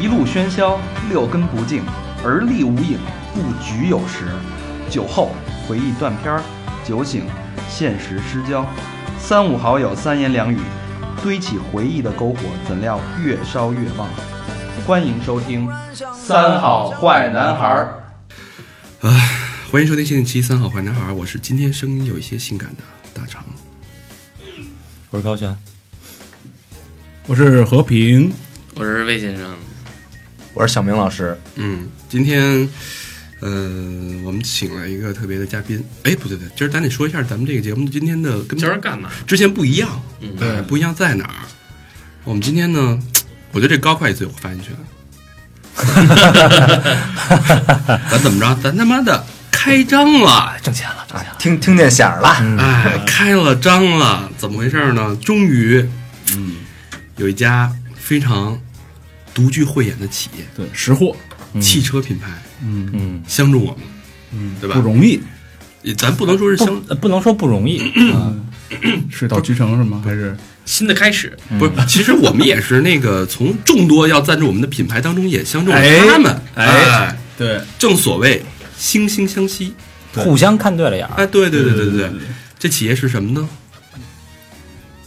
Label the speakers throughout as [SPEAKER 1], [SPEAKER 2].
[SPEAKER 1] 一路喧嚣，六根不净，而立无影，不局有时。酒后回忆断片儿，酒醒现实失焦。三五好友三言两语，堆起回忆的篝火，怎料越烧越旺。欢迎收听《三好坏男孩儿》。
[SPEAKER 2] 欢迎收听新一期《三好坏男孩》，我是今天声音有一些性感的大肠。
[SPEAKER 3] 我是高璇，
[SPEAKER 4] 我是和平，
[SPEAKER 5] 我是魏先生，
[SPEAKER 3] 我是小明老师。
[SPEAKER 2] 嗯，今天，呃，我们请了一个特别的嘉宾。哎，不对不对，今儿咱得说一下咱们这个节目今天的跟
[SPEAKER 5] 今儿干嘛？
[SPEAKER 2] 之前不一样，
[SPEAKER 5] 嗯
[SPEAKER 2] 对，不一样在哪儿？我们今天呢，我觉得这高会最有发言 权。咱怎么着？咱他妈的开张了！
[SPEAKER 3] 挣钱了，挣钱
[SPEAKER 6] 哎
[SPEAKER 3] 了。
[SPEAKER 6] 听听见响儿了，
[SPEAKER 2] 哎，开了张了，怎么回事呢？终于，嗯，有一家非常独具慧眼的企业，
[SPEAKER 4] 对，识货
[SPEAKER 2] 汽车品牌
[SPEAKER 3] 嗯，
[SPEAKER 2] 相中我们，嗯，对吧？
[SPEAKER 4] 不容易，
[SPEAKER 2] 也咱不能说是
[SPEAKER 3] 不
[SPEAKER 2] 相，
[SPEAKER 3] 呃不能说不容易，
[SPEAKER 4] 是到居城是吗？还是
[SPEAKER 5] 新的开始，
[SPEAKER 2] 不是，其实我们也是那个从众多要赞助我们的品牌当中，也相中了
[SPEAKER 4] 哎
[SPEAKER 2] 他们，
[SPEAKER 4] 哎对
[SPEAKER 2] 正所谓惺惺相惜，
[SPEAKER 3] 互相看对了眼儿。
[SPEAKER 2] 哎，对对对对对
[SPEAKER 4] 对对，
[SPEAKER 2] 这企业是什么呢？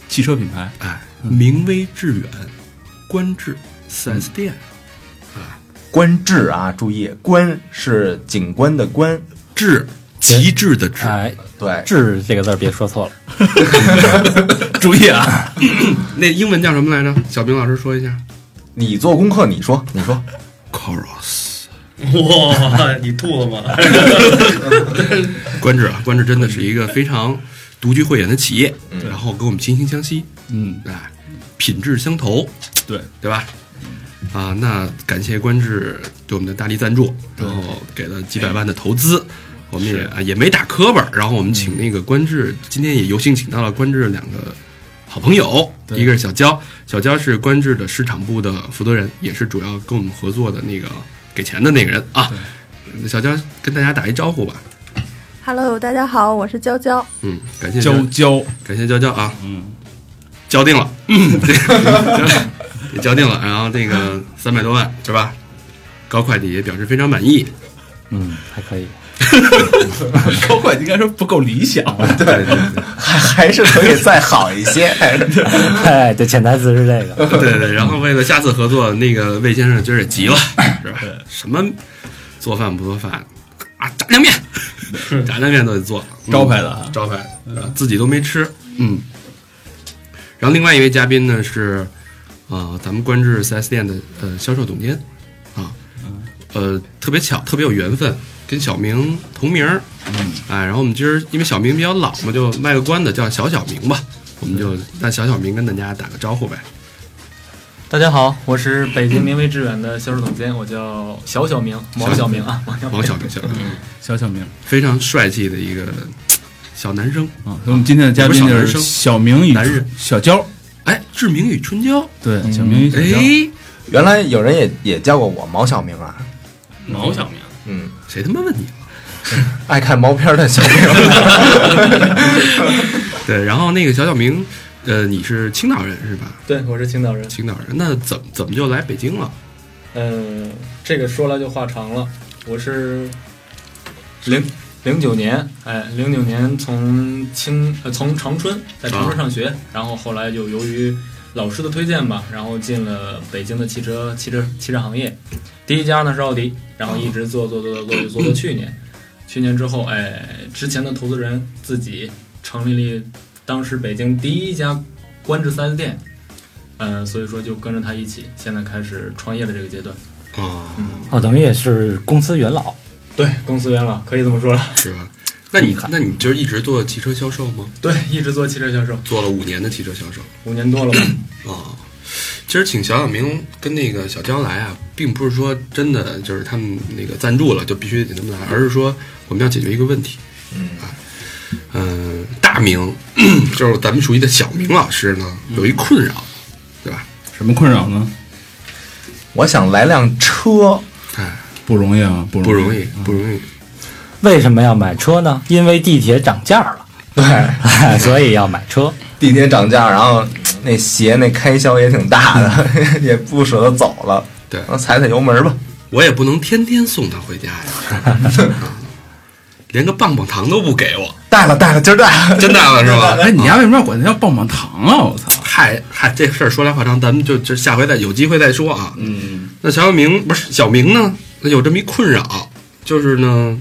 [SPEAKER 4] 汽车品牌？
[SPEAKER 2] 哎，名威致远，观致四 S 店，
[SPEAKER 6] 官至啊，注意，官是警官的官，
[SPEAKER 2] 致极致的致，
[SPEAKER 3] 哎，
[SPEAKER 6] 对，
[SPEAKER 3] 智这个字儿别说错了。
[SPEAKER 4] 注意啊，
[SPEAKER 2] 那英文叫什么来着？小明老师说一下
[SPEAKER 6] 你做功课，你说，你说，
[SPEAKER 2] ，Coros。
[SPEAKER 5] 哇，你吐了吗？
[SPEAKER 2] 观致啊，观致真的是一个非常独具慧眼的企业，
[SPEAKER 5] 嗯
[SPEAKER 2] 然后跟我们惺惺相惜，
[SPEAKER 4] 嗯，
[SPEAKER 2] 哎，品质相投，
[SPEAKER 4] 对，
[SPEAKER 2] 对吧？啊，那感谢观致对我们的大力赞助，然后给了几百万的投资，我们也啊也没打磕巴，然后我们
[SPEAKER 4] 嗯
[SPEAKER 2] 请那个观致，今天也有幸请到了观致两个好朋友，
[SPEAKER 4] 对
[SPEAKER 2] 一个是小焦，小焦是观致的市场部的负责人，也是主要跟我们合作的那个给钱的那个人啊。小焦跟大家打一招呼吧，
[SPEAKER 7] Hello，大家好，我是娇娇。
[SPEAKER 2] 嗯，感谢
[SPEAKER 4] 娇
[SPEAKER 2] 焦
[SPEAKER 4] 娇，
[SPEAKER 2] 感谢娇娇啊，嗯，交定 了，嗯，对，也交定了。然后那个三百多万是吧？高会计也表示非常满意。
[SPEAKER 3] 嗯，还可以。
[SPEAKER 4] 高管应该说不够 理 想，
[SPEAKER 2] 对对
[SPEAKER 6] 还 还是可以再好一些。
[SPEAKER 3] 哎，对，潜台词是这 个。
[SPEAKER 2] 对对对。然后为了下次合作，那个魏先生今儿也 急了，是吧？什么做饭不做饭啊？炸酱面， 炸酱面都得做，嗯
[SPEAKER 4] 招牌的啊，
[SPEAKER 2] 招牌，啊自己都没吃。嗯。然后另外一位嘉宾呢是，呃，咱们观致 4S 店的呃销售总监，啊，
[SPEAKER 4] 嗯
[SPEAKER 2] 呃，特别巧，特别有缘分，跟小明同名儿。嗯。哎，然后我们今儿因为小明比较老嘛，就卖个关子，叫小小明吧。我们就让小小明跟大家打个招呼呗。
[SPEAKER 8] 大家好，我是北京明威致远的销售总监，我叫小小明，毛小明啊，毛小明
[SPEAKER 2] 王小明，小明，
[SPEAKER 4] 小小明
[SPEAKER 2] 非常帅气的一个小男生。
[SPEAKER 4] 啊。所以我们今天的嘉宾
[SPEAKER 2] 也不是小男
[SPEAKER 4] 就
[SPEAKER 2] 生
[SPEAKER 4] 是小明与
[SPEAKER 2] 男人
[SPEAKER 4] 小娇，
[SPEAKER 2] 哎，志明与春娇，
[SPEAKER 4] 对，
[SPEAKER 6] 嗯
[SPEAKER 4] 小明与小娇，
[SPEAKER 2] 哎，
[SPEAKER 6] 原来有人也也叫过我毛小明啊，
[SPEAKER 5] 毛小明，
[SPEAKER 6] 嗯，
[SPEAKER 2] 谁他妈问你了？
[SPEAKER 6] 爱看毛片的小明，啊
[SPEAKER 2] 对，然后那个小小明，呃，你是青岛人是吧？
[SPEAKER 8] 对，我是青岛人。
[SPEAKER 2] 青岛人，那怎么怎么就来北京了？
[SPEAKER 8] 嗯、这个说来就话长了，我是零零九年，哎，零九年从青呃从长春在长春上学，然后后来就由于老师的推荐吧，然后进了北京的汽车汽车汽车行业，第一家呢是奥迪，然后一直做做做做做做到去年，去年之后，哎，之前的投资人自己成立了当时北京第一家观致 4S 店。嗯、所以说就跟着他一起，现在开始创业的这个阶段。
[SPEAKER 2] 啊，
[SPEAKER 3] 哦，等于也是公司元老。
[SPEAKER 8] 对，公司元老可以这么说了。
[SPEAKER 2] 是吧？那你那你就是一直做汽车销售吗？
[SPEAKER 8] 对，一直做汽车销售
[SPEAKER 2] 做了五年的汽车销售
[SPEAKER 8] 五年多了吧？
[SPEAKER 2] 啊。今儿请小小明跟那个小娇来啊，并不是说真的就是他们那个赞助了就必须得他们来，而是说我们要解决一个问题。嗯，呃，大明就是咱们熟悉的小明老师呢，有一困扰，对吧？
[SPEAKER 4] 什么困扰呢？
[SPEAKER 6] 我想来辆车，
[SPEAKER 2] 哎，
[SPEAKER 4] 不容易啊，不
[SPEAKER 2] 不容
[SPEAKER 4] 易，
[SPEAKER 2] 易，不容易。
[SPEAKER 3] 为什么要买车呢？因为地铁涨价了，
[SPEAKER 6] 对，
[SPEAKER 3] 哎 所以要买车。
[SPEAKER 6] 地 铁涨价，然后那鞋那开销也挺大的，也不舍得走了。
[SPEAKER 2] 对
[SPEAKER 6] 那踩踩油门吧。
[SPEAKER 2] 我也不能天天送她回家呀， 啊连个棒棒糖都不给我，
[SPEAKER 6] 带了带了，今儿带 了。
[SPEAKER 2] 真的啊了是
[SPEAKER 6] 啊
[SPEAKER 2] 吧？
[SPEAKER 4] 哎，你家为什么要管它叫棒棒糖啊？我 操！
[SPEAKER 2] 嗨嗨，这事儿说来话长，咱们就就下回再有机会再说啊。嗯，那小小明不是小明呢，那有这么一困扰，就是呢，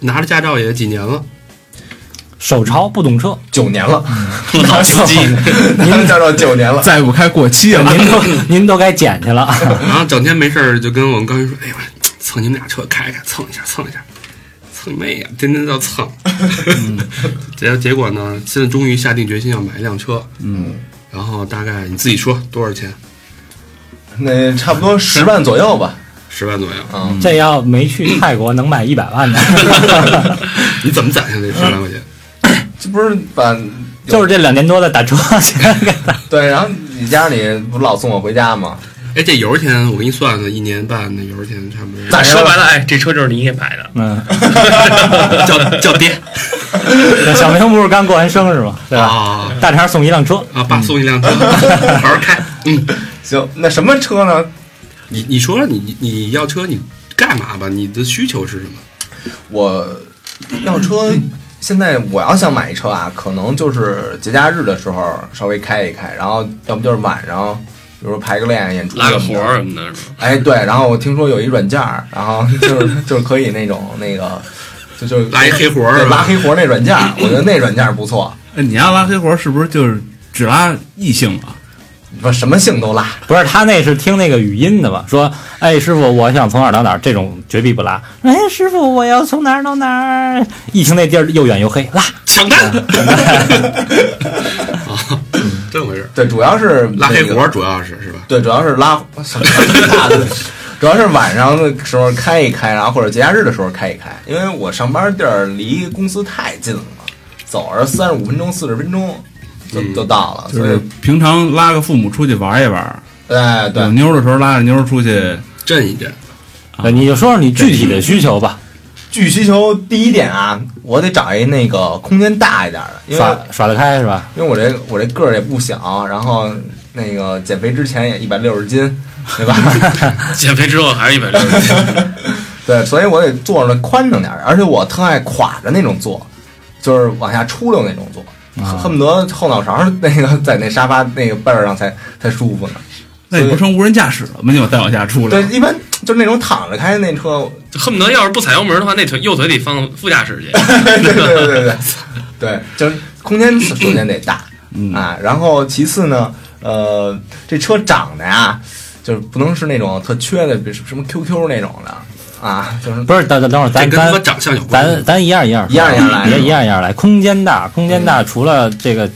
[SPEAKER 2] 拿着驾照也几年了，
[SPEAKER 3] 手抄不懂车，
[SPEAKER 6] 九年了，
[SPEAKER 3] 老司 机，
[SPEAKER 6] 咱们驾照九年了。
[SPEAKER 4] 再不开过期啊！
[SPEAKER 3] 您都您都该捡去了。
[SPEAKER 2] 然后整天没事儿就跟我们高云说：“哎呦，蹭你们俩车开开，蹭一下，蹭一下，蹭你妹呀！天天叫 蹭。结结果呢，现在终于下定决心要买一辆车。嗯，然后大概你自己说多少钱？
[SPEAKER 6] 那差不多十万左右吧。
[SPEAKER 2] 十万左 右。
[SPEAKER 6] 嗯，
[SPEAKER 3] 这要没去泰国，能买一百万的，
[SPEAKER 2] 你怎么攒下这十万块钱？
[SPEAKER 6] 这不是把
[SPEAKER 3] 就是这两年多的打车钱给他。
[SPEAKER 6] 对，然后你家里不老送我回家吗？
[SPEAKER 2] 哎，这油钱我给你算算，一年半的油钱差不多。
[SPEAKER 6] 咋
[SPEAKER 8] 说白了，哎，这车就是你给买的，
[SPEAKER 3] 嗯，
[SPEAKER 2] 叫叫爹
[SPEAKER 3] 小明不是刚过完生日吗？对吧？
[SPEAKER 2] 啊
[SPEAKER 3] 大肠送一辆车，
[SPEAKER 2] 啊！爸送一辆车，好好开。嗯，
[SPEAKER 6] 行，那什么车呢？
[SPEAKER 2] 你你说说你你你要车你干嘛吧？你的需求是什么？
[SPEAKER 6] 我要车，现在我要想买一车啊，可能就是节假日的时候稍微开一开，然后要不就是晚上，比如说排个练演出
[SPEAKER 8] 拉个
[SPEAKER 6] 什么
[SPEAKER 8] 活
[SPEAKER 6] 的
[SPEAKER 8] 儿什么的，是吧？
[SPEAKER 6] 哎，对，然后我听说有一软件儿，然后就是就是可以那种 那个，就就是
[SPEAKER 2] 拉一黑活儿
[SPEAKER 6] 对
[SPEAKER 2] 是
[SPEAKER 6] 拉
[SPEAKER 2] 吧？
[SPEAKER 6] 黑活儿那软件儿，我觉得那软件儿不错，
[SPEAKER 4] 哎你家拉黑活是不是就是只拉异性啊？
[SPEAKER 6] 不什么性都拉。
[SPEAKER 3] 不是他那是听那个语音的吧？说，哎，师傅，我想从哪儿到哪儿，这种绝壁不拉。哎，师傅，我要从哪儿到哪儿，一听那地儿又远又黑，拉。
[SPEAKER 2] 抢单 啊，这么回事儿。
[SPEAKER 6] 对，主要是
[SPEAKER 2] 拉黑活
[SPEAKER 6] 那
[SPEAKER 2] 儿
[SPEAKER 6] 个，
[SPEAKER 2] 主要是是吧？
[SPEAKER 6] 对，主要是拉，什么 拉的主要是晚上的时候开一开，然后或者节假日的时候开一开，因为我上班地儿离公司太近了，走着三十五分钟、四十分钟就
[SPEAKER 2] 嗯
[SPEAKER 6] 就到了，
[SPEAKER 4] 就
[SPEAKER 6] 所
[SPEAKER 4] 是
[SPEAKER 6] 以
[SPEAKER 4] 平常拉个父母出去玩一玩，
[SPEAKER 6] 哎对
[SPEAKER 4] 有，妞的时候拉着妞出去
[SPEAKER 2] 震一震，
[SPEAKER 4] 啊
[SPEAKER 3] 你就说说你具体的需求吧，
[SPEAKER 6] 具需求第一点啊，我得找一那个空间大一点的，因为
[SPEAKER 3] 耍耍得开是吧？
[SPEAKER 6] 因为我这我这个儿也不小，然后那个减肥之前也一百六十斤，对吧？
[SPEAKER 8] 减肥之后还是一百六十斤，
[SPEAKER 6] 对，所以我得坐着宽敞点儿，而且我特爱垮着那种坐，就是往下出溜那种坐，
[SPEAKER 2] 啊
[SPEAKER 6] 恨不得后脑勺儿那个在那沙发那个背儿上才才舒服呢。
[SPEAKER 4] 那你不成无人驾驶了吗？你我再往下出来
[SPEAKER 6] 对，，一般就是那种躺着开那 车，
[SPEAKER 8] 就恨不得要是不踩油门的话，那腿右腿得放副驾驶去。
[SPEAKER 6] 对对对对对，对，就是空间首先得大
[SPEAKER 4] 嗯
[SPEAKER 6] 啊，然后其次呢，呃，这车长得呀，就是不能是那种特缺的，比如什么 QQ 那种的啊，就是
[SPEAKER 3] 不是，等等等会儿，
[SPEAKER 2] 这
[SPEAKER 3] 咱
[SPEAKER 2] 跟他妈
[SPEAKER 3] 咱
[SPEAKER 2] 长相有关系
[SPEAKER 3] 咱咱一样一样说，
[SPEAKER 6] 一样一样来
[SPEAKER 3] 别
[SPEAKER 6] 是吧
[SPEAKER 3] 一样一样来。空间大，空间大，除了这个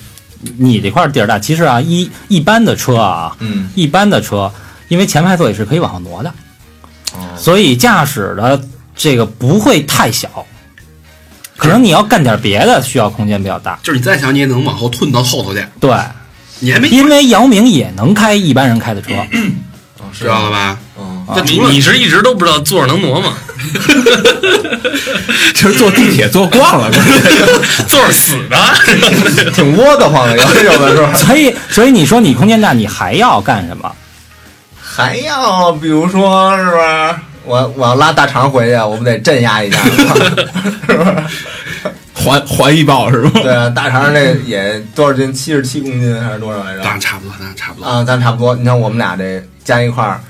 [SPEAKER 3] 你这块儿地儿大，其实啊，一一般的车啊，
[SPEAKER 6] 嗯，
[SPEAKER 3] 一般的车，因为前排座椅是可以往后挪的，
[SPEAKER 6] 哦
[SPEAKER 3] 所以驾驶的这个不会太小。可能你要干点别的，需要空间比较大。
[SPEAKER 2] 就是你再想你也能往后吞到后头去，
[SPEAKER 3] 对，
[SPEAKER 6] 哎
[SPEAKER 2] 你还没
[SPEAKER 3] 因为姚明也能开一般人开 的车，
[SPEAKER 6] 哦是
[SPEAKER 2] 知道了吧？
[SPEAKER 6] 嗯，
[SPEAKER 3] 啊
[SPEAKER 2] 那
[SPEAKER 8] 你
[SPEAKER 2] 除了
[SPEAKER 8] 你是一直都不知道坐着能挪 吗？
[SPEAKER 4] 其实坐地铁坐惯了，
[SPEAKER 8] 坐着死的，
[SPEAKER 6] 挺窝得慌的，有有的时候
[SPEAKER 3] 所以所以你说你空间大，你还要干什么？
[SPEAKER 6] 还要比如说是吧？我我要拉大肠回去，我不得镇压 一下吗？
[SPEAKER 4] 环环一抱是吧？
[SPEAKER 6] 对，大肠这也多少斤？七十七公斤还是多少来着？
[SPEAKER 2] 当然差不多，当然差不多。
[SPEAKER 6] 啊，咱差不多。你看我们俩这加一块儿，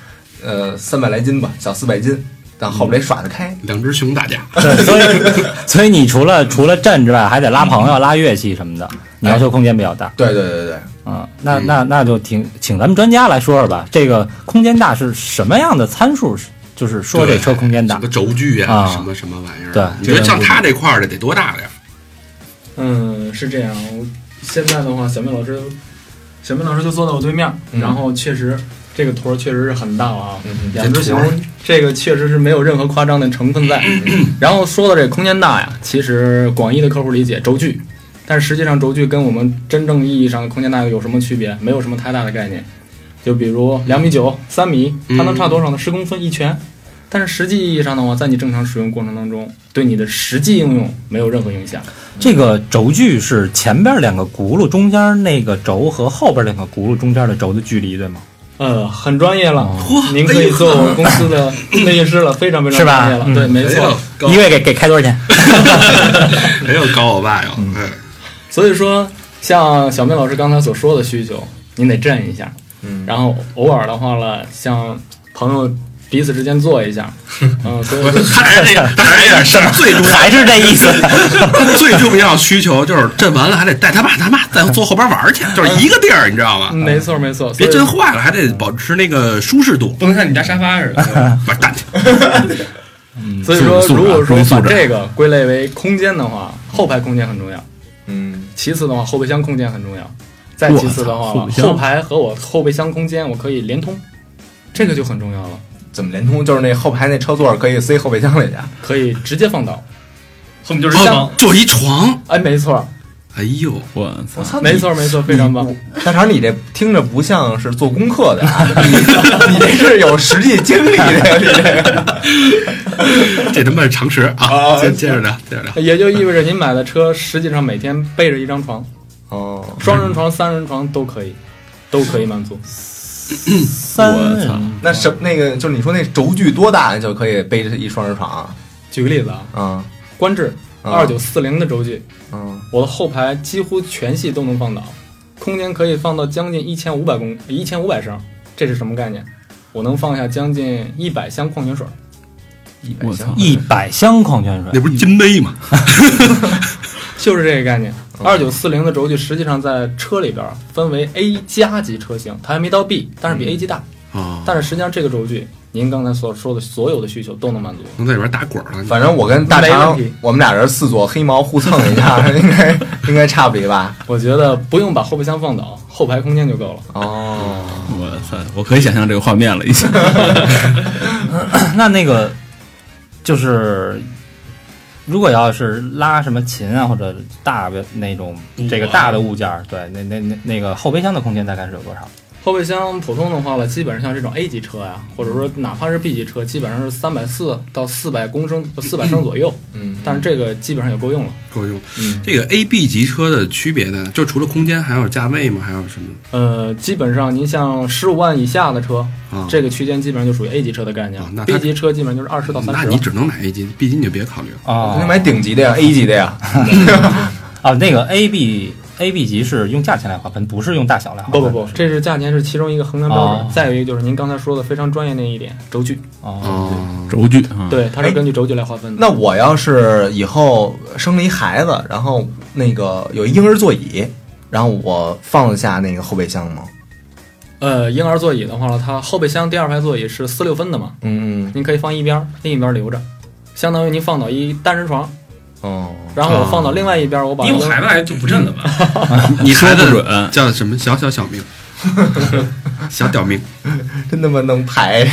[SPEAKER 6] 呃，三百来斤吧，小四百斤，但后边得耍得开。
[SPEAKER 2] 两只熊打架，
[SPEAKER 3] 对，所以 所以你除了除了站之外，还得拉朋友、拉乐器什么的，你要求空间比较大。
[SPEAKER 6] 对对对对，
[SPEAKER 3] 嗯，那
[SPEAKER 2] 嗯
[SPEAKER 3] 那那就请请咱们专家来说说吧，这个空间大是什么样的参数？就是说这
[SPEAKER 2] 对
[SPEAKER 3] 车空间大
[SPEAKER 2] 什么轴距
[SPEAKER 3] 啊
[SPEAKER 2] 什么什么玩意儿？
[SPEAKER 3] 对
[SPEAKER 2] 你觉得像他这块儿的得多大呀？
[SPEAKER 9] 嗯，是这样。我现在的话，小明老师，小明老师就坐在我对面，
[SPEAKER 6] 嗯
[SPEAKER 9] 然后确实这个坨儿确实是很大了啊。
[SPEAKER 6] 嗯
[SPEAKER 9] 两只熊，这个确实是没有任何夸张的成分在。
[SPEAKER 6] 嗯
[SPEAKER 9] 然后说到这个空间大呀，其实广义的客户理解轴距，但实际上轴距跟我们真正意义上的空间大有什么区别？没有什么太大的概念。就比如两米九、三米，
[SPEAKER 6] 嗯
[SPEAKER 9] 它能差多少呢？十公分一拳。但是实际意义上的话，在你正常使用过程当中，对你的实际应用没有任何影响。
[SPEAKER 3] 这个轴距是前边两个轱辘中间那个轴和后边两个轱辘中间的轴的距离，对吗？
[SPEAKER 8] 嗯，很专业了
[SPEAKER 4] 哦
[SPEAKER 2] 嚯，
[SPEAKER 8] 您可以做我们公司的
[SPEAKER 4] 哎
[SPEAKER 8] 内训师了，非常非常
[SPEAKER 3] 是吧
[SPEAKER 8] 专业了。
[SPEAKER 3] 嗯
[SPEAKER 8] 对，没
[SPEAKER 2] 哎
[SPEAKER 8] 错
[SPEAKER 2] 呦。高
[SPEAKER 3] 一，位给给开多 少钱？
[SPEAKER 2] 哎呦高我爸哟，哎
[SPEAKER 8] 所以说，像小妹老师刚才所说的需求，您得震一下，
[SPEAKER 6] 嗯，
[SPEAKER 8] 然后偶尔的话了，像朋友彼此之间做 一下，嗯，所以说
[SPEAKER 2] 还是这个，还是有点事儿。最重
[SPEAKER 3] 还是这 意思？
[SPEAKER 2] 要最重要需求就是震完了还得带他爸他妈再坐后边玩去，就是一个地儿，你知道吗？
[SPEAKER 8] 嗯没错没错，
[SPEAKER 2] 别
[SPEAKER 8] 所以
[SPEAKER 2] 震坏了，还得保持那个舒适度。
[SPEAKER 10] 不能像你家沙发似的，
[SPEAKER 2] 不是蛋，
[SPEAKER 8] 嗯所以说，
[SPEAKER 4] 素质
[SPEAKER 8] 如果说
[SPEAKER 4] 光素
[SPEAKER 8] 把
[SPEAKER 4] 质啊
[SPEAKER 8] 这个归类为空间的话，后排空间很重要。
[SPEAKER 6] 嗯，
[SPEAKER 8] 其次的话，后备箱空间很重要。再
[SPEAKER 4] 我
[SPEAKER 8] 其次的
[SPEAKER 4] 操
[SPEAKER 8] 话，
[SPEAKER 4] 后备箱
[SPEAKER 8] 后排和我后备箱空间我可以连通，这个就很重要了，
[SPEAKER 6] 怎么联通？就是那后排那车座可以塞后备箱里去。
[SPEAKER 8] 可以直接放倒。
[SPEAKER 10] 后面就是
[SPEAKER 2] 哦
[SPEAKER 10] 箱，
[SPEAKER 2] 做一床，
[SPEAKER 8] 哎，没错，
[SPEAKER 2] 哎呦，
[SPEAKER 4] 我操
[SPEAKER 6] 我！操，
[SPEAKER 8] 没错，没错，非常棒。
[SPEAKER 10] 嗯
[SPEAKER 6] 大肠，你这听着不像是做功课的啊，你你这是有实际经历的，你这个
[SPEAKER 2] 这他妈是常识啊！接接着聊，接着聊。
[SPEAKER 8] 也就意味着您买的车实际上每天备着一张床，
[SPEAKER 6] 哦，
[SPEAKER 8] 双人床、三人床都可以，都可以满足。
[SPEAKER 3] 三人
[SPEAKER 6] 那什那个就是你说那轴距多大就可以背着一双人床啊？
[SPEAKER 8] 举个例子啊，
[SPEAKER 6] 嗯
[SPEAKER 8] 观致
[SPEAKER 10] 啊
[SPEAKER 8] 二九四零的轴距，
[SPEAKER 6] 嗯，
[SPEAKER 8] 我的后排几乎全系都能放倒，空间可以放到将近一千五百公一千五百升，这是什么概念？我能放下将近一百箱矿泉水。
[SPEAKER 6] 一百
[SPEAKER 4] 我
[SPEAKER 6] 箱
[SPEAKER 4] 操，
[SPEAKER 3] 一百箱矿泉
[SPEAKER 2] 那
[SPEAKER 3] 水，
[SPEAKER 2] 不是金杯吗？
[SPEAKER 8] 就是这个概念。
[SPEAKER 6] 嗯
[SPEAKER 8] 二九四零的轴距实际上在车里边儿分为 A 加级车型，它还没到 B，但是比 A 级大。
[SPEAKER 2] 啊，
[SPEAKER 8] 但是实际上这个轴距，您刚才所说的所有的需求都能满足。
[SPEAKER 2] 能在里边打滚了。
[SPEAKER 6] 反正我跟大肠
[SPEAKER 8] 没问题，
[SPEAKER 6] 我们俩人四座黑毛互蹭一 下，应该应该差不离吧？
[SPEAKER 8] 我觉得不用把后备箱放倒，后排空间就够了。
[SPEAKER 6] 哦，
[SPEAKER 4] 我操！我可以想象这个画面了，已经。
[SPEAKER 3] 那那个就是。如果要是拉什么琴啊，或者大的那种
[SPEAKER 8] 嗯
[SPEAKER 3] 这个大的物件儿，对，那那那那个后备箱的空间大概是有多少？
[SPEAKER 8] 后备箱普通的话了，基本上像这种 A 级车呀、或者说哪怕是 B 级车，基本上是三百四到四百公升、四百升左右。
[SPEAKER 6] 嗯，
[SPEAKER 8] 但是这个基本上也够用了。
[SPEAKER 2] 够用。
[SPEAKER 8] 嗯，
[SPEAKER 2] 这个 A、B 级车的区别呢，就除了空间，还有价位吗？还有什么
[SPEAKER 8] 呃，基本上您像十五万以下的车，
[SPEAKER 2] 啊？
[SPEAKER 8] 这个区间基本上就属于 A 级车的概念
[SPEAKER 2] 啊那
[SPEAKER 8] 了。
[SPEAKER 2] 它
[SPEAKER 8] B 级车基本上就是二十到三
[SPEAKER 2] 那
[SPEAKER 8] 十
[SPEAKER 2] 你。只能买 A 级，B 级你就别考虑了。
[SPEAKER 6] 我
[SPEAKER 3] 啊
[SPEAKER 8] 哦
[SPEAKER 6] 就买顶级的呀，A 级的呀。
[SPEAKER 3] 啊，那个 A B A B 级是用价钱来划分，不是用大小来划
[SPEAKER 8] 不
[SPEAKER 3] 分。
[SPEAKER 8] 不不，这是价钱是其中一个衡量标准，
[SPEAKER 3] 哦
[SPEAKER 8] 再有一个就是您刚才说的非常专业那一点，轴距，
[SPEAKER 3] 哦，
[SPEAKER 2] 哦，
[SPEAKER 4] 轴距
[SPEAKER 3] 嗯
[SPEAKER 4] 啊，
[SPEAKER 8] 对，它是根据轴距来划分的。
[SPEAKER 6] 那我要是以后生了一孩子，然后那个有一婴儿座椅，然后我放得下那个后备箱吗？
[SPEAKER 8] 呃，婴儿座椅的话呢，它后备箱第二排座椅是四六分的嘛，
[SPEAKER 6] 嗯
[SPEAKER 8] 您可以放一边儿，另一边儿留着，相当于您放倒一单人床，
[SPEAKER 6] 嗯，哦，
[SPEAKER 8] 然后我放到另外一边儿，我把
[SPEAKER 10] 你有
[SPEAKER 8] 那个
[SPEAKER 10] 孩子来就不震了
[SPEAKER 8] 嗯
[SPEAKER 10] 吧？
[SPEAKER 2] 你
[SPEAKER 4] 说
[SPEAKER 2] 孩
[SPEAKER 4] 不
[SPEAKER 2] 子
[SPEAKER 4] 准。
[SPEAKER 2] 叫什么？小小小命，小屌命。
[SPEAKER 6] 真他妈能 排，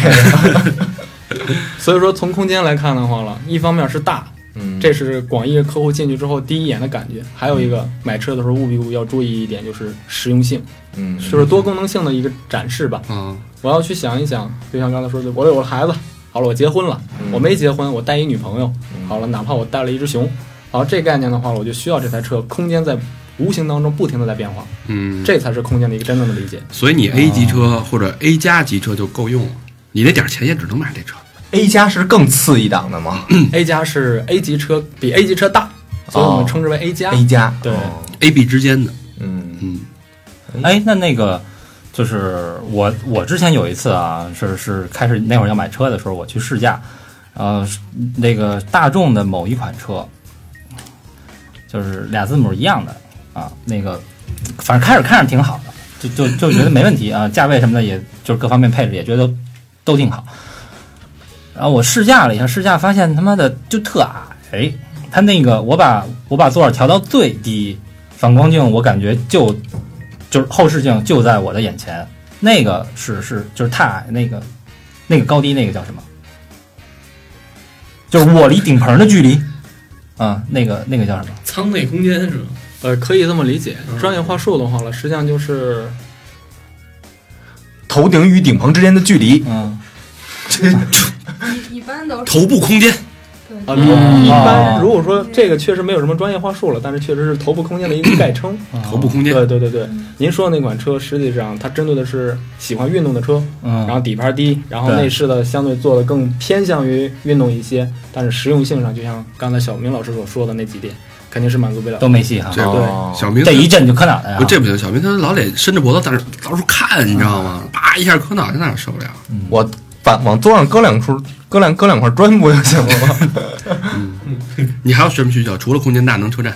[SPEAKER 8] 所以说从空间来看的话了，一方面是大，
[SPEAKER 6] 嗯，
[SPEAKER 8] 这是广义客户进去之后第一眼的感觉，还有一个买车的时候务必务必要注意一点就是实用性，
[SPEAKER 6] 嗯
[SPEAKER 8] 就是多功能性的一个展示吧。
[SPEAKER 2] 啊，
[SPEAKER 8] 我要去想一想，就像刚才说的，我有了孩子，好了，我结婚了，
[SPEAKER 6] 嗯
[SPEAKER 8] 我没结婚，我带一女朋友，
[SPEAKER 6] 嗯
[SPEAKER 8] 好了，哪怕我带了一只熊，好，这概念的话，我就需要这台车，空间在无形当中不停的在变化，
[SPEAKER 2] 嗯，
[SPEAKER 8] 这才是空间的一个真正的理解。
[SPEAKER 2] 所以你 A 级车或者 A 加级车就够用了，你那点儿钱也只能买这车。
[SPEAKER 6] A 加是更次一档的吗
[SPEAKER 8] A 加是 A 级车，比 A 级车大，所以我们称之为 A 加。
[SPEAKER 6] ？A 加，
[SPEAKER 8] 对
[SPEAKER 6] 哦
[SPEAKER 2] A、B 之间的，
[SPEAKER 6] 嗯
[SPEAKER 2] 嗯，
[SPEAKER 3] 哎，那那个就是我我之前有一次啊，是是开始那会儿要买车的时候，我去试驾，呃，是那个大众的某一款车，就是俩字母一样的啊，那个反正开始看着挺好的，就就就觉得没问题啊，价位什么的也就是各方面配置也觉得都挺好。然后我试驾了一下，试驾发现他妈的就特矮，它那个我把我把座儿调到最低，反光镜我感觉就就是后视镜就在我的眼前，那个是是就是太矮，那个那个高低那个叫什么？就是我离顶棚的距离，啊、那个那个叫什么？
[SPEAKER 10] 舱内空间是吧？
[SPEAKER 8] 呃，可以这么理解，专业话术的话了，实际上就是
[SPEAKER 6] 头顶
[SPEAKER 3] 啊
[SPEAKER 6] 与顶棚之间的距离，
[SPEAKER 3] 嗯，
[SPEAKER 7] 一般都是
[SPEAKER 2] 头部空间，
[SPEAKER 9] 啊，一
[SPEAKER 3] 哦
[SPEAKER 9] 般如果说这个确实没有什么专业话术了，但是确实是头部空间的一个概称。
[SPEAKER 2] 头部空间
[SPEAKER 9] 对对对对，您说的那款车，实际上它针对的是喜欢运动的车，
[SPEAKER 3] 嗯，
[SPEAKER 9] 然后底盘低，然后
[SPEAKER 3] 对
[SPEAKER 9] 内饰的相对做的更偏向于运动一些，但是实用性上，就像刚才小明老师所说的那几点，肯定是满足不了
[SPEAKER 3] 都。没戏哈，
[SPEAKER 2] 这
[SPEAKER 6] 哦
[SPEAKER 2] 小明
[SPEAKER 3] 这一震就磕脑袋啊
[SPEAKER 2] 不，，这不行，小明他老得伸着脖子，但是 到处看，你知道吗？啪一下磕脑袋，那受不了。
[SPEAKER 6] 我把往桌上搁两处，搁两搁两块砖不就行了 吗？
[SPEAKER 2] 你还有什么需求？除了空间大，能车站，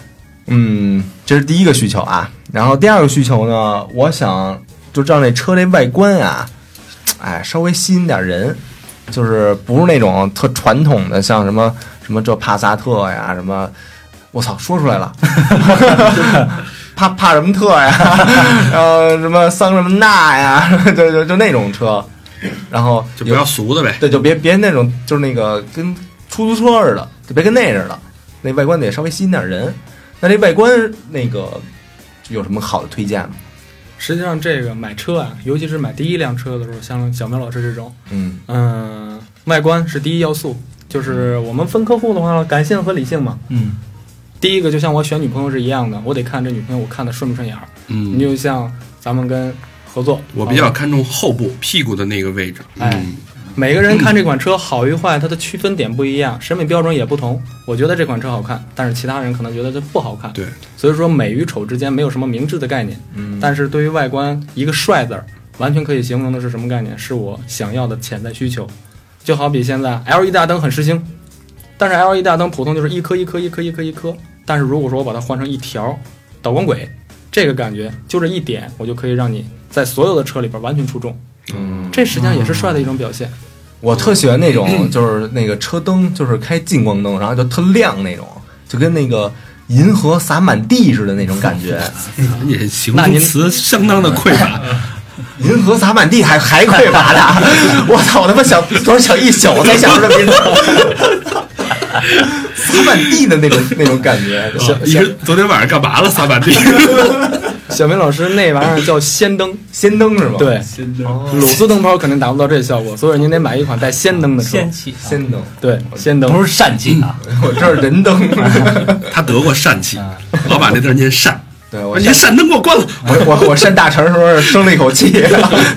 [SPEAKER 6] 嗯，这是第一个需求啊。然后第二个需求呢，我想就让这车这外观啊，哎，稍微吸引点人，就是不是那种特传统的，像什么什么这帕萨特呀，什么我操，说出 来了，帕帕什么特呀，然后什么桑什么纳呀， 就就就那种车，然后
[SPEAKER 2] 就
[SPEAKER 6] 有
[SPEAKER 2] 不要俗的呗。
[SPEAKER 6] 对，就别别那种，就是那个跟出租车似的，就别跟那似的，那外观得稍微吸引点人。那这外观那个有什么好的推荐吗？
[SPEAKER 9] 实际上，这个买车啊，尤其是买第一辆车的时候，像小明老师这种，
[SPEAKER 6] 嗯
[SPEAKER 9] 嗯，外观是第一要素，就是我们分客户的话，感性和理性嘛。
[SPEAKER 3] 嗯，
[SPEAKER 9] 第一个就像我选女朋友是一样的，我得看这女朋友我看的顺不顺眼儿。你
[SPEAKER 2] 嗯，
[SPEAKER 9] 就像咱们跟合作，
[SPEAKER 2] 我比较看重后部屁股的那个位置。
[SPEAKER 9] 哎
[SPEAKER 2] 嗯，
[SPEAKER 9] 每个人看这款车好与坏，它的区分点不一样，审美标准也不同。我觉得这款车好看，但是其他人可能觉得这不好看。
[SPEAKER 2] 对，
[SPEAKER 9] 所以说美与丑之间没有什么明智的概念。
[SPEAKER 6] 嗯
[SPEAKER 9] 但是对于外观，一个帅字儿完全可以形容的是什么概念？是我想要的潜在需求。就好比现在 LED 大灯很时兴，但是 LED 大灯普通就是一颗一颗一颗一颗一颗，但是如果说我把它换成一条导光轨，这个感觉就这一点，我就可以让你在所有的车里边完全出众。
[SPEAKER 6] 嗯，
[SPEAKER 9] 这实际上也是帅的一种表现。
[SPEAKER 6] 我特喜欢那种，就是那个车灯，就是开近光灯，然后就特亮那种，就跟那个银河洒满地似的那种感觉。
[SPEAKER 2] 你这形
[SPEAKER 9] 那
[SPEAKER 2] 容
[SPEAKER 9] 您
[SPEAKER 2] 词相当的匮乏。
[SPEAKER 6] 银河洒满地还还匮乏呢，我操！我他妈想多少想一宿才想出这名字，洒满地的那种那种感觉，
[SPEAKER 2] 小哦你是昨天晚上干嘛了？撒把地？
[SPEAKER 6] 嗯
[SPEAKER 9] 小明老师那玩意儿叫氙灯，
[SPEAKER 6] 仙灯是吧？，
[SPEAKER 9] 对，
[SPEAKER 6] 哦
[SPEAKER 9] 鲁斯灯泡肯定达不到这效果，所以您得买一款带氙灯的
[SPEAKER 6] 哦
[SPEAKER 9] 车。
[SPEAKER 3] 气，
[SPEAKER 6] 仙灯，
[SPEAKER 9] 对，氙灯
[SPEAKER 3] 不是疝气啊，
[SPEAKER 6] 我这是人灯。
[SPEAKER 2] 他得过疝气，老把那字儿念疝。
[SPEAKER 6] 对
[SPEAKER 2] 啊
[SPEAKER 6] 我
[SPEAKER 2] 您疝灯给我关了。
[SPEAKER 6] 我我我扇大成的时候生了一口气，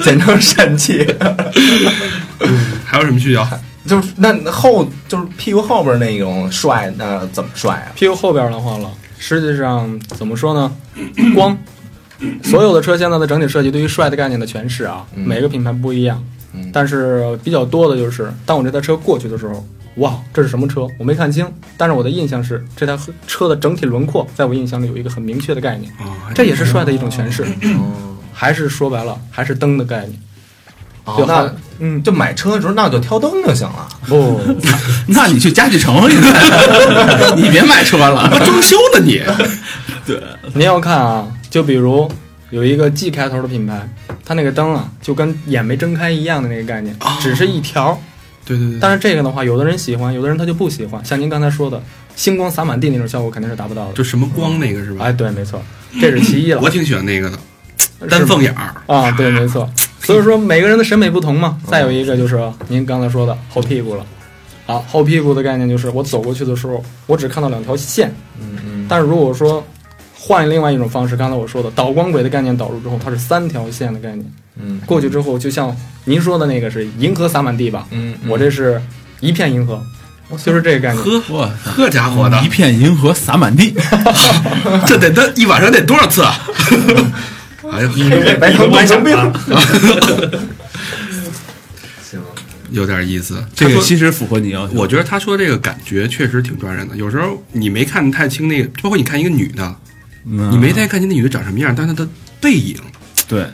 [SPEAKER 6] 简称扇气。
[SPEAKER 2] 还有什么需求？
[SPEAKER 6] 就是那后就是屁股后边那种帅，那怎么帅啊？
[SPEAKER 9] 屁股后边的话了，实际上怎么说呢？ 光，所有的车现在的整体设计对于帅的概念的诠释啊，
[SPEAKER 6] 嗯
[SPEAKER 9] 每个品牌不一样
[SPEAKER 6] 嗯。
[SPEAKER 9] 但是比较多的就是，当我这台车过去的时候，哇，这是什么车？我没看清，但是我的印象是这台车的整体轮廓，在我印象里有一个很明确的概念，
[SPEAKER 2] 啊，
[SPEAKER 9] 这也是帅的一种诠释。还是说白了，还是灯的概念。
[SPEAKER 6] 哦，那
[SPEAKER 9] 嗯，
[SPEAKER 6] 就买车的时候，那就挑灯就行了。哦
[SPEAKER 9] 不，
[SPEAKER 4] 那你去家具城，你你别买车了。
[SPEAKER 2] 还装修呢你？
[SPEAKER 9] 您要看啊，就比如有一个 G 开头的品牌，它那个灯啊，就跟眼没睁开一样的那个概念，
[SPEAKER 2] 哦
[SPEAKER 9] 只是一条。
[SPEAKER 2] 对对对，
[SPEAKER 9] 但是这个的话，有的人喜欢，有的人他就不喜欢。像您刚才说的，星光洒满地那种效果肯定是达不到的。
[SPEAKER 2] 就什么光那个是吧？
[SPEAKER 9] 哎，对，没错，这是其一了
[SPEAKER 2] 我。挺喜欢那个的，
[SPEAKER 9] 哎是
[SPEAKER 2] 丹凤眼儿。
[SPEAKER 9] 啊，对，没错。所以说每个人的审美不同嘛。再有一个就是您刚才说的后屁股了。啊，后屁股的概念就是我走过去的时候，我只看到两条线。
[SPEAKER 6] 嗯
[SPEAKER 9] 但是如果说换另外一种方式，刚才我说的导光轨的概念导入之后，它是三条线的概念。
[SPEAKER 6] 嗯
[SPEAKER 9] 过去之后，就像您说的那个是银河洒满地吧，
[SPEAKER 6] 嗯
[SPEAKER 9] 我这是一片银河，就是这个概念。
[SPEAKER 2] 呵，
[SPEAKER 4] 我
[SPEAKER 2] 呵家伙的
[SPEAKER 4] 一，片银河洒满地，
[SPEAKER 2] 这得得一晚上得多少次啊？哎呀，
[SPEAKER 6] 白头啊白成病。
[SPEAKER 2] 有点意思。
[SPEAKER 4] 这
[SPEAKER 2] 他
[SPEAKER 4] 个
[SPEAKER 2] 说
[SPEAKER 4] 其实符合你要求。
[SPEAKER 2] 我觉得他说这个感觉确实挺抓人的。有时候你没看太清那个，包括你看一个女的，
[SPEAKER 4] 嗯
[SPEAKER 2] 你没太看清那女的长什么样，但是她的背影
[SPEAKER 4] 对，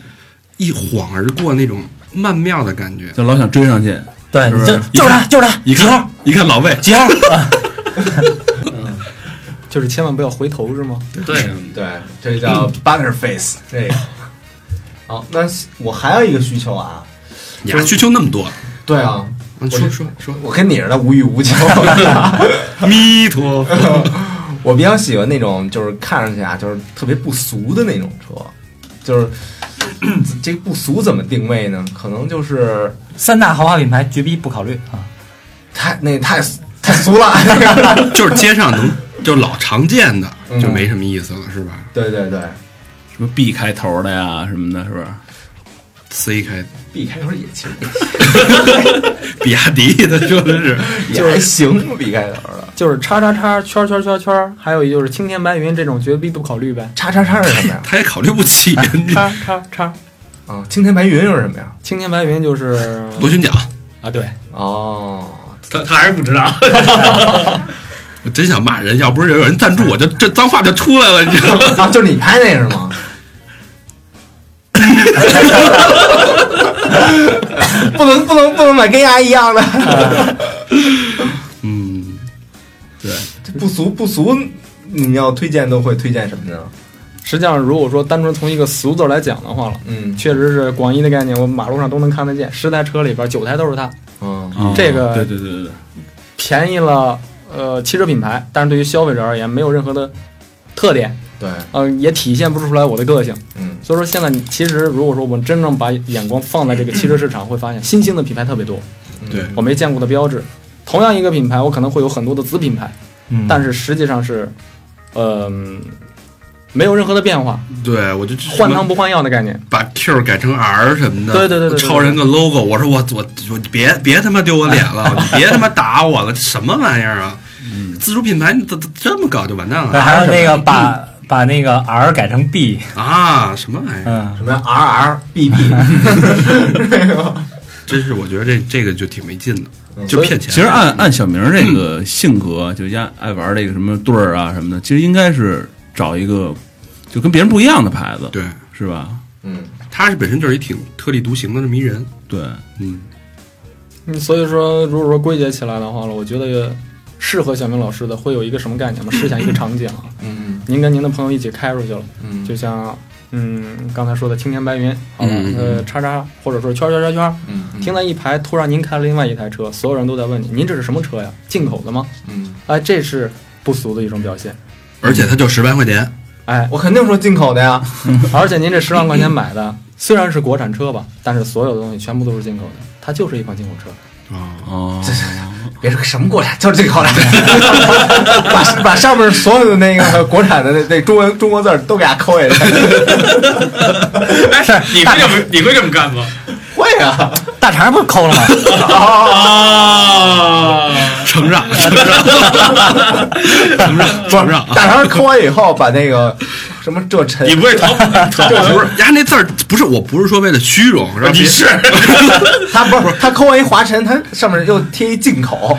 [SPEAKER 2] 一晃而过那种曼妙的感觉。
[SPEAKER 4] 就老想追上去。是
[SPEAKER 3] 对，
[SPEAKER 4] 不
[SPEAKER 3] 你
[SPEAKER 4] 是
[SPEAKER 3] 就就是他，就是他，
[SPEAKER 2] 一看，一看老魏，
[SPEAKER 3] 几号？啊
[SPEAKER 9] 就是千万不要回头，是吗？
[SPEAKER 8] 对，
[SPEAKER 6] 对，这叫 butterface 哎这个。嗯好，那我还有一个需求啊。
[SPEAKER 2] 你还需求那么多？
[SPEAKER 6] 对啊，
[SPEAKER 2] 嗯
[SPEAKER 6] 我
[SPEAKER 2] 说说说，
[SPEAKER 6] 我跟你似的无欲无 求。
[SPEAKER 2] 弥陀佛，
[SPEAKER 6] 我比较喜欢那种就是看上去啊，就是特别不俗的那种车，就是 这个不俗怎么定位呢？可能就是
[SPEAKER 3] 三大豪华品牌绝逼不考虑啊！
[SPEAKER 6] 太那太太俗了。
[SPEAKER 2] 就是街上 能就老常见的，
[SPEAKER 8] 嗯
[SPEAKER 2] 就没什么意思了，是吧
[SPEAKER 6] 对对对
[SPEAKER 4] 什么 B 开头的呀，什么的，是不是？
[SPEAKER 2] ？C 开
[SPEAKER 6] ，B 开头也 其实
[SPEAKER 2] 比亚迪，他说的是
[SPEAKER 6] 也还行，B 开头的。
[SPEAKER 9] 就是叉叉叉圈圈圈圈，还有一就是青天白云这种绝逼不考虑呗。
[SPEAKER 6] 叉叉叉是什么呀？
[SPEAKER 2] 他也考虑不起。
[SPEAKER 8] 哎
[SPEAKER 2] 你
[SPEAKER 9] 叉叉叉，
[SPEAKER 6] 啊，青天白云又是什么呀？
[SPEAKER 9] 青天白云就是
[SPEAKER 2] 螺旋桨，
[SPEAKER 9] 啊，对，
[SPEAKER 6] 哦，
[SPEAKER 8] 他他还是不知道，
[SPEAKER 2] 我真想骂人，要不是有人赞助，我就这脏话就出来了，你知道吗？
[SPEAKER 6] 啊，就是你拍那是吗？不能不能不能买跟丫一样的，
[SPEAKER 2] 嗯，
[SPEAKER 6] 这不俗不俗，你要推荐都会推荐什么呢？
[SPEAKER 9] 实际上如果说单纯从一个俗字来讲的话了。
[SPEAKER 6] 嗯
[SPEAKER 9] 确实是广义的概念，我马路上都能看得见，十台车里边九台都是它，
[SPEAKER 6] 嗯
[SPEAKER 4] 哦
[SPEAKER 9] 这个
[SPEAKER 4] 对对对对对，
[SPEAKER 9] 便宜了呃汽车品牌，但是对于消费者而言没有任何的特点，
[SPEAKER 6] 对，
[SPEAKER 9] 呃也体现不出来我的个性。
[SPEAKER 6] 嗯
[SPEAKER 9] 所以说现在你其实如果说我们真正把眼光放在这个汽车市场，会发现新兴的品牌特别多，
[SPEAKER 3] 嗯
[SPEAKER 2] 对
[SPEAKER 9] 我没见过的标志。同样一个品牌，我可能会有很多的子品牌，
[SPEAKER 1] 嗯
[SPEAKER 9] 但是实际上是，嗯、没有任何的变化，
[SPEAKER 2] 对，我就这
[SPEAKER 9] 换汤不换药的概念。
[SPEAKER 2] 把 Q 改成 R 什么的，
[SPEAKER 9] 对对对对对对
[SPEAKER 2] 超人个 logo，我说我我我别别他妈丢我脸 了，你别他妈打我了，什么玩意儿啊？
[SPEAKER 9] 嗯
[SPEAKER 2] 自主品牌你怎怎这么搞就完蛋
[SPEAKER 9] 哎
[SPEAKER 2] 了
[SPEAKER 3] 还有那 个把把那个 R 改成 B，
[SPEAKER 2] 啊？什么玩意儿？
[SPEAKER 3] 嗯，
[SPEAKER 6] 什么 R R B B，
[SPEAKER 2] 真是我觉得这这个就挺没劲的，
[SPEAKER 6] 嗯
[SPEAKER 2] 就骗钱。
[SPEAKER 4] 其实按按小明这个性格，就加爱玩这个什么对儿啊什么的，其实应该是找一个就跟别人不一样的牌子，
[SPEAKER 2] 对，
[SPEAKER 4] 是吧？
[SPEAKER 6] 嗯，
[SPEAKER 2] 他是本身就是一挺特立独行的这么一人，
[SPEAKER 4] 对，
[SPEAKER 2] 嗯，
[SPEAKER 9] 嗯，所以说如果说归结起来的话了，我觉得适合小明老师的会有一个什么概念吗？试想一个场景啊，
[SPEAKER 6] 嗯
[SPEAKER 9] 您跟您的朋友一起开出去了，
[SPEAKER 6] 嗯
[SPEAKER 9] 就像嗯刚才说的青天白云，好了，
[SPEAKER 2] 嗯嗯嗯
[SPEAKER 9] 呃叉叉或者说圈圈圈圈，
[SPEAKER 6] 嗯
[SPEAKER 9] 停在一排，突然您开了另外一台车，所有人都在问你，您这是什么车呀？进口的吗？
[SPEAKER 6] 嗯，
[SPEAKER 9] 哎，这是不俗的一种表现。
[SPEAKER 2] 而且他就十万块钱，
[SPEAKER 9] 哎，
[SPEAKER 6] 我肯定说进口的呀，
[SPEAKER 9] 而且您这十万块钱买的，虽然是国产车吧，但是所有的东西全部都是进口的，它就是一款进口车。
[SPEAKER 4] 哦，
[SPEAKER 6] 别说什么国产，就是进口的， 把把上面所有的那个国产的那那中文中国字儿都给它抠下来，
[SPEAKER 8] 哎，你会这么你会这么干吗？
[SPEAKER 6] 会啊，
[SPEAKER 3] 大肠不是抠了吗？
[SPEAKER 9] 哦
[SPEAKER 8] 啊，
[SPEAKER 2] 成长， 成长，成长，成长啊！
[SPEAKER 6] 大肠抠完以后，把那 个什么这陈
[SPEAKER 8] 你不会逃逃
[SPEAKER 2] 不是，呀，那字儿不是，我不是说为了虚荣，是吧？
[SPEAKER 8] 你是
[SPEAKER 6] 他不是他抠完一华晨，他上面又贴一进 口，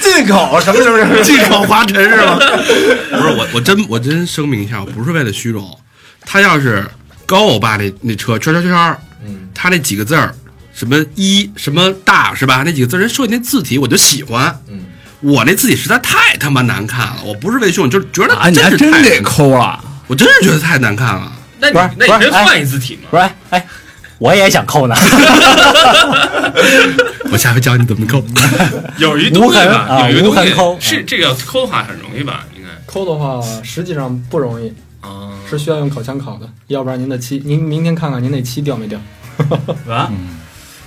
[SPEAKER 6] 进口什么什么什么，
[SPEAKER 2] 进口华晨是吗？ 不是我，我真我真声明一下，我不是为了虚荣。他要是高欧巴那那车圈圈圈圈，
[SPEAKER 6] 嗯
[SPEAKER 2] 他那几个字儿，什么一什么大是吧？那几个字儿人设计那字体我就喜欢，
[SPEAKER 6] 嗯，
[SPEAKER 2] 我那字体实在太他妈难看了。我不是为凶，就是觉得
[SPEAKER 4] 啊，你还
[SPEAKER 2] 是
[SPEAKER 4] 真
[SPEAKER 2] 太
[SPEAKER 4] 给抠啊了，
[SPEAKER 2] 我真是觉得太难看了。
[SPEAKER 8] 那
[SPEAKER 3] 不是
[SPEAKER 8] 你那
[SPEAKER 3] 不
[SPEAKER 8] 你
[SPEAKER 3] 是
[SPEAKER 8] 这换一字体吗？
[SPEAKER 3] 我说哎哎，我也想 抠呢，
[SPEAKER 2] 我下回教你怎么 抠。
[SPEAKER 8] 有一东西
[SPEAKER 3] 无痕
[SPEAKER 8] 吧，
[SPEAKER 3] 啊
[SPEAKER 8] 有一个
[SPEAKER 3] 无痕
[SPEAKER 8] 东
[SPEAKER 3] 抠
[SPEAKER 8] 西是这个要抠的话很容易吧？应该
[SPEAKER 9] 抠的话，实际上不容易，
[SPEAKER 8] 啊，
[SPEAKER 9] 是需要用烤箱烤的，要不然您的漆，您明天看看您那漆掉没掉。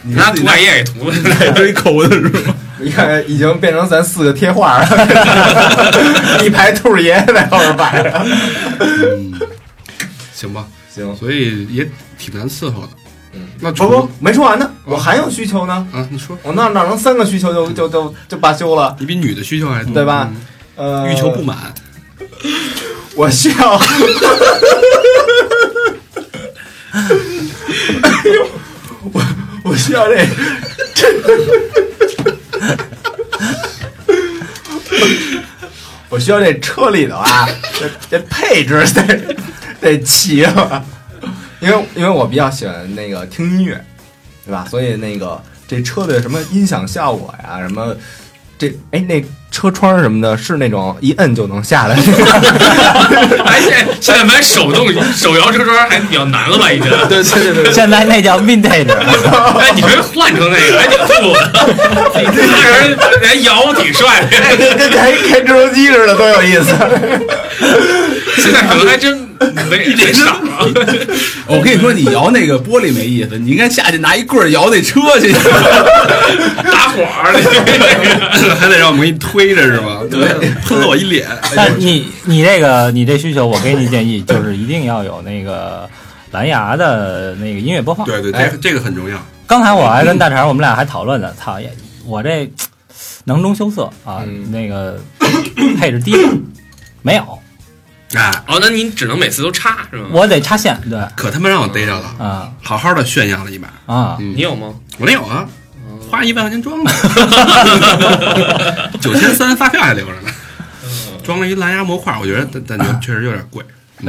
[SPEAKER 8] 你拿涂改液给涂了，
[SPEAKER 4] 真抠的是吧？
[SPEAKER 6] 一看已经变成咱四个贴画了，一 排兔儿爷在后面摆 着，
[SPEAKER 2] 行吧，
[SPEAKER 6] 行，
[SPEAKER 2] 所以也挺难伺候的。
[SPEAKER 6] 嗯，
[SPEAKER 2] 那除
[SPEAKER 6] 不不没说完呢，我还有需求呢，
[SPEAKER 2] 啊，你说
[SPEAKER 6] 我那哪能三个需求就就就就罢休了，
[SPEAKER 2] 你比女的需求还多
[SPEAKER 6] 对吧？
[SPEAKER 2] 嗯
[SPEAKER 6] 呃，
[SPEAKER 2] 欲求不，满，
[SPEAKER 6] 我需要。哎我我需要这，我需要这车里头啊，这这配置得得齐了，因为因为我比较喜欢那个听音乐，对吧？所以那个这车的什么音响效果呀，什么这哎那车窗什么的，是那种一摁就能下来的。
[SPEAKER 8] 哎，现在现在买手 动手摇车窗还比较难了吧？已经，
[SPEAKER 6] 对呃对 对对
[SPEAKER 3] 现在那叫 vintage，
[SPEAKER 8] 哎，你别换成那个，还挺 酷的，你这个人哎人摇挺帅的。
[SPEAKER 6] 跟跟开开直升机似的，多有意思！
[SPEAKER 8] 现在可能还真没没少啊。
[SPEAKER 4] 我跟你说，你摇那个玻璃没意思，你应该下去拿一棍儿摇那车去。
[SPEAKER 8] 打火儿，你
[SPEAKER 2] 还得让我们给你推着是吧？对， 喷了我一脸。
[SPEAKER 8] 哎
[SPEAKER 3] 但你你这个你这需求，我给你建议就是一定要有那个蓝牙的那个音乐播放。
[SPEAKER 2] 对对，
[SPEAKER 3] 哎
[SPEAKER 2] 这个这个很重要。
[SPEAKER 3] 刚才我还跟大肠，我们俩还讨论呢，操也，我这囊中羞涩啊，
[SPEAKER 9] 嗯
[SPEAKER 3] 那个配置低了，没有，
[SPEAKER 2] 哎，
[SPEAKER 8] 哦，那你只能每次都插是吗？
[SPEAKER 3] 我得插线，对，
[SPEAKER 2] 可他妈让我逮着了，
[SPEAKER 3] 啊
[SPEAKER 2] 好好的炫耀了一把。
[SPEAKER 3] 啊，
[SPEAKER 2] 嗯
[SPEAKER 8] 你有吗？
[SPEAKER 2] 我没有啊，
[SPEAKER 8] 哦
[SPEAKER 2] 花一万块钱装 的，九千三发票还留着呢，
[SPEAKER 8] 嗯
[SPEAKER 2] 装了一蓝牙模块，我觉得但但 确实有点贵。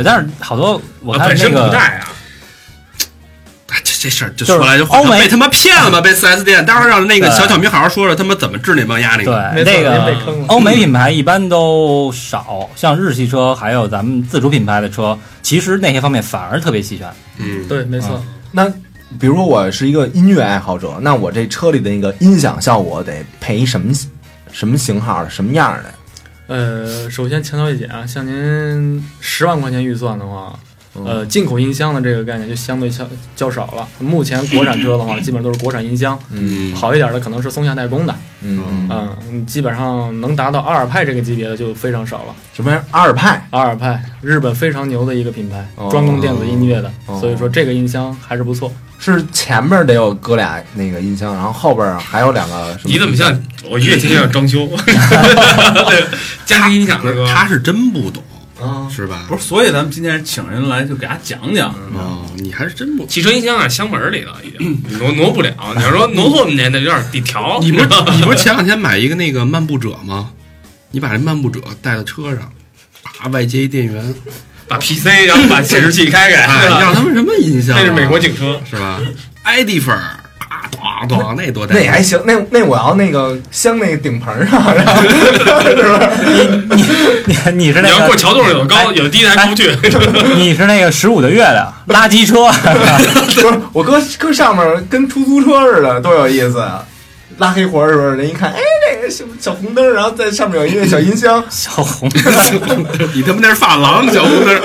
[SPEAKER 3] 但是好多我
[SPEAKER 8] 啊
[SPEAKER 3] 看
[SPEAKER 8] 本
[SPEAKER 3] 那
[SPEAKER 8] 身
[SPEAKER 3] 个
[SPEAKER 8] 不带啊，
[SPEAKER 2] 啊，这这事儿就
[SPEAKER 3] 就是
[SPEAKER 2] 说来就话
[SPEAKER 3] 欧
[SPEAKER 2] 长，
[SPEAKER 3] 美
[SPEAKER 2] 被他妈骗了吧？被四 S 店，待会儿让那个
[SPEAKER 3] 对
[SPEAKER 2] 小小明好好说说他妈怎么治那帮丫那个。
[SPEAKER 3] 对
[SPEAKER 9] 没错
[SPEAKER 3] 那
[SPEAKER 9] 您被
[SPEAKER 3] 个
[SPEAKER 9] 坑了
[SPEAKER 3] 欧美品牌一般都少，像日系车还有咱们自主品牌的车，其实那些方面反而特别齐全。
[SPEAKER 2] 嗯，
[SPEAKER 9] 对，没
[SPEAKER 8] 啊
[SPEAKER 9] 错，
[SPEAKER 6] 那比如说我是一个音乐爱好者，那我这车里的那个音响效果得配什么什么型号的、什么样的？
[SPEAKER 9] 呃，首先强调一点啊，像您十万块钱预算的话，呃，进口音箱的这个概念就相对较较少了。目前国产车的话，基本上都是国产音箱，
[SPEAKER 2] 嗯
[SPEAKER 9] 好一点的可能是松下代工的，
[SPEAKER 6] 嗯，嗯
[SPEAKER 9] 嗯，基本上能达到阿尔派这个级别的就非常少了。
[SPEAKER 6] 什么样？阿尔派？
[SPEAKER 9] 阿尔派，日本非常牛的一个品牌
[SPEAKER 6] 哦，
[SPEAKER 9] 专攻电子音乐的，
[SPEAKER 6] 哦
[SPEAKER 9] 所以说这个音箱还是不错。
[SPEAKER 6] 是前面得有搁俩那个音箱，然后后边儿还有两个什么？
[SPEAKER 8] 你怎么像我越听越像装 修，加个音响的歌，
[SPEAKER 2] 他是真不懂，
[SPEAKER 6] 啊？
[SPEAKER 2] 是吧？
[SPEAKER 4] 不是，所以咱们今天请人来就给他讲讲，
[SPEAKER 2] 哦，你还是真 不。
[SPEAKER 8] 汽车音箱啊，箱门儿里了，已经挪挪不了。你要说挪后面那有点得调，
[SPEAKER 2] 你不是
[SPEAKER 8] 知道吗
[SPEAKER 2] 你不是前两天买一个那个漫步者吗？你把这漫步者带到车上，啊，外接一电源，
[SPEAKER 8] 把 PC 然后 把显示器开开，
[SPEAKER 2] 哎，
[SPEAKER 8] 是吧
[SPEAKER 2] 让他们什么印象啊？
[SPEAKER 8] 那是美国警车，
[SPEAKER 2] 是吧？埃迪粉儿，啊，咣咣，那多带
[SPEAKER 6] 那
[SPEAKER 2] 劲！
[SPEAKER 6] 还行，那那我要那个镶那个顶棚上，然后 是吧？
[SPEAKER 3] 你你你是
[SPEAKER 8] 你
[SPEAKER 3] 那
[SPEAKER 8] 要过
[SPEAKER 3] 个
[SPEAKER 8] 桥洞有高有低的还出不去，
[SPEAKER 3] 你是那个十五的月亮垃圾车，
[SPEAKER 6] 不是，我搁搁上面跟出租车似的，多有意思啊！拉黑活儿的时候，人一看，哎，这个小小红灯儿，然后在上面有一个小音箱，
[SPEAKER 3] 小 红，
[SPEAKER 2] 你他妈那是发廊，小姑 娘。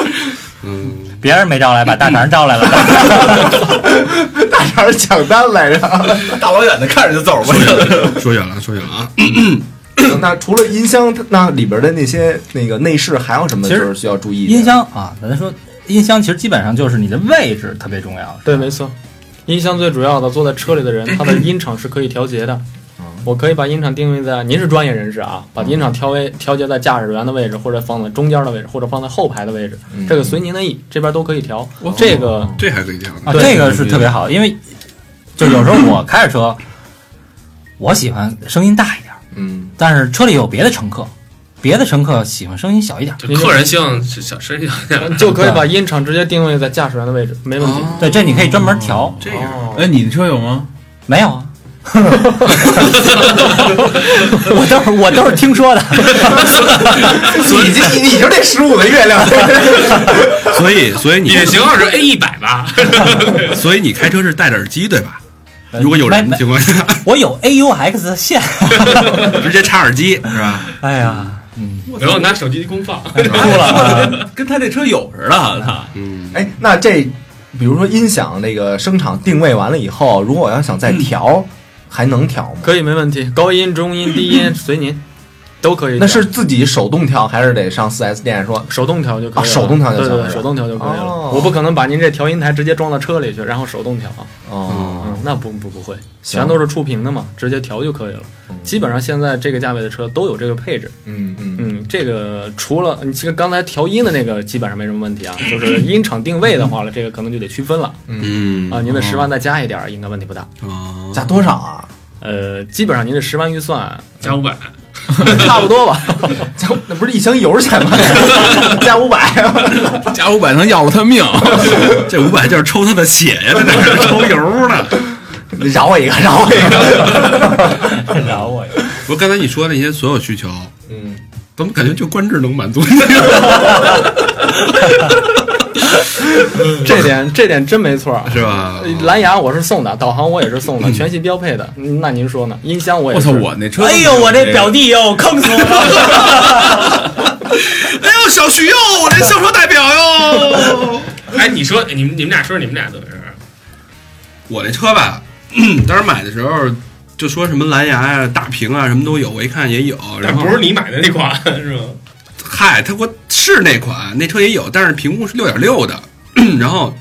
[SPEAKER 2] 嗯，
[SPEAKER 3] 别人没招来，把大肠招来了。
[SPEAKER 6] 大肠儿抢单来着。
[SPEAKER 4] 大老远的看着就走吧。
[SPEAKER 2] 说远了，说远了啊！
[SPEAKER 6] 那除了音箱，那里边的那些那个内饰还有什么
[SPEAKER 3] 其
[SPEAKER 6] 就
[SPEAKER 3] 实
[SPEAKER 6] 是需要注意的？
[SPEAKER 3] 音箱啊，咱说音箱其实基本上就是你的位置特别重要。
[SPEAKER 6] 嗯
[SPEAKER 9] 对，没错。音箱最主要的，坐在车里的人，他的音场是可以调节的。
[SPEAKER 6] 嗯
[SPEAKER 9] 我可以把音场定位在，您是专业人士啊，把音场调为调节在驾驶员的位置，或者放在中间的位置，或者放在后排的位置，
[SPEAKER 6] 嗯哦
[SPEAKER 9] 这个随您的意，这边都可以调。这个
[SPEAKER 2] 这还可以讲呢
[SPEAKER 3] 啊，
[SPEAKER 9] 对
[SPEAKER 3] 这个是特别好，因为就有时候我开着车，我喜欢声音大一点，
[SPEAKER 6] 嗯，
[SPEAKER 3] 但是车里有别的乘客，别的乘客喜欢声音小一点。
[SPEAKER 8] 就客人希望是小声一点，
[SPEAKER 9] 就可以把音场直接定位在驾驶员的位置，没问题。
[SPEAKER 6] 哦
[SPEAKER 3] 对，这你可以专门
[SPEAKER 9] 哦
[SPEAKER 3] 调。
[SPEAKER 2] 这个
[SPEAKER 4] 哎，你的车有吗？
[SPEAKER 3] 没有啊，我都是我都是听说的。
[SPEAKER 6] 你这你你就这十五的月亮，
[SPEAKER 2] 所以所以你
[SPEAKER 8] 也行，是 A 一百 吧，
[SPEAKER 2] 所以你开车是戴着耳机对吧？如果有人
[SPEAKER 3] 没
[SPEAKER 2] 的
[SPEAKER 3] 没
[SPEAKER 2] 情况下，
[SPEAKER 3] 我有 AUX 的 线。
[SPEAKER 2] 直接插耳机是吧？
[SPEAKER 3] 哎呀，
[SPEAKER 8] 然后拿手机公放。
[SPEAKER 3] 哭 了。
[SPEAKER 4] 跟他这车有似的，他
[SPEAKER 2] 嗯，
[SPEAKER 6] 哎，那这比如说音响那个声场定位完了以后，如果我要想再调，还能调吗？
[SPEAKER 9] 可以，没问题。高音、中音、低音随您，都可以调。
[SPEAKER 6] 那是自己手动调，还是得上四 S 店说？
[SPEAKER 9] 手动调就可以了，
[SPEAKER 6] 啊手动调就行
[SPEAKER 9] 对对
[SPEAKER 6] 是吧
[SPEAKER 9] 对，手动调就可以了。
[SPEAKER 6] 哦
[SPEAKER 9] 我不可能把您这调音台直接装到车里去，然后手动调啊。
[SPEAKER 6] 哦，
[SPEAKER 9] 嗯，那不不不会，
[SPEAKER 6] 行
[SPEAKER 9] 全都是触屏的嘛，直接调就可以了。基本上现在这个价位的车都有这个配置。
[SPEAKER 6] 嗯嗯
[SPEAKER 9] 嗯，这个除了你这个刚才调音的那个基本上没什么问题啊，就是音场定位的话了，这个可能就得区分了
[SPEAKER 2] 嗯
[SPEAKER 9] 啊。您的十万再加一点儿，应该问题不大。
[SPEAKER 2] 哦
[SPEAKER 6] 加多少啊？
[SPEAKER 9] 呃，基本上您的十万预算
[SPEAKER 8] 加五百，
[SPEAKER 9] 差不多吧。
[SPEAKER 6] 加 那不是一箱油钱吗？ 加五百，
[SPEAKER 4] 加五百能要了他命。
[SPEAKER 2] 这五百就是抽他的血 呀，他在这儿抽油呢。
[SPEAKER 6] 你饶我一个，饶我一个。
[SPEAKER 3] 饶我呀！
[SPEAKER 2] 不是刚才你说的那些所有需求，
[SPEAKER 6] 嗯，
[SPEAKER 2] 怎么感觉就官制能满足？
[SPEAKER 9] 这点这点真没错儿。 呃
[SPEAKER 2] 是吧？
[SPEAKER 9] 蓝牙我是送的，导航我也是送的，全系标配的。嗯那您说呢？音箱我也
[SPEAKER 4] 我
[SPEAKER 9] 是
[SPEAKER 4] 哎操，我那车，
[SPEAKER 3] 哎呦，我这表弟哟，坑死我了！
[SPEAKER 2] 哎呦，哟，小徐哟，我这销售代表哟。
[SPEAKER 8] 哎，你说你们你们俩说说你们俩怎么回事？
[SPEAKER 2] 我那车吧， 当时买的时候就说什么蓝牙呀、大屏啊，什么都有，我一看也有。然
[SPEAKER 8] 但
[SPEAKER 2] 后
[SPEAKER 8] 不是你买的那款是吗？
[SPEAKER 2] 嗨，他给我是那款，那车也有，但是屏幕是六点六的。 然后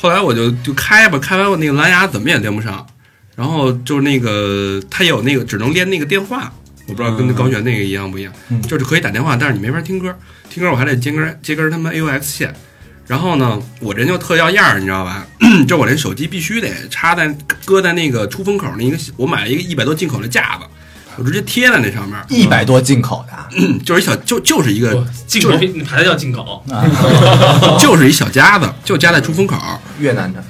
[SPEAKER 2] 后来我就就开吧，开完我那个蓝牙怎么也连不上，然后就是那个它也有那个只能连那个电话，我不知道跟那高璇那个一样不一样，就是可以打电话，但是你没法听歌，听歌我还得接根接根他妈 AUX 线。然后呢，我人就特要样儿，你知道吧？ 就我这手机必须得插在搁在那个出风口那一个，我买了一个一百多进口的架子，我直接贴在那上面，
[SPEAKER 6] 一百多进口的，啊
[SPEAKER 2] 就是一小就就是一个
[SPEAKER 8] 不进口品牌叫进口，
[SPEAKER 2] 就是一小夹子，就夹在出风口。
[SPEAKER 6] 越南的，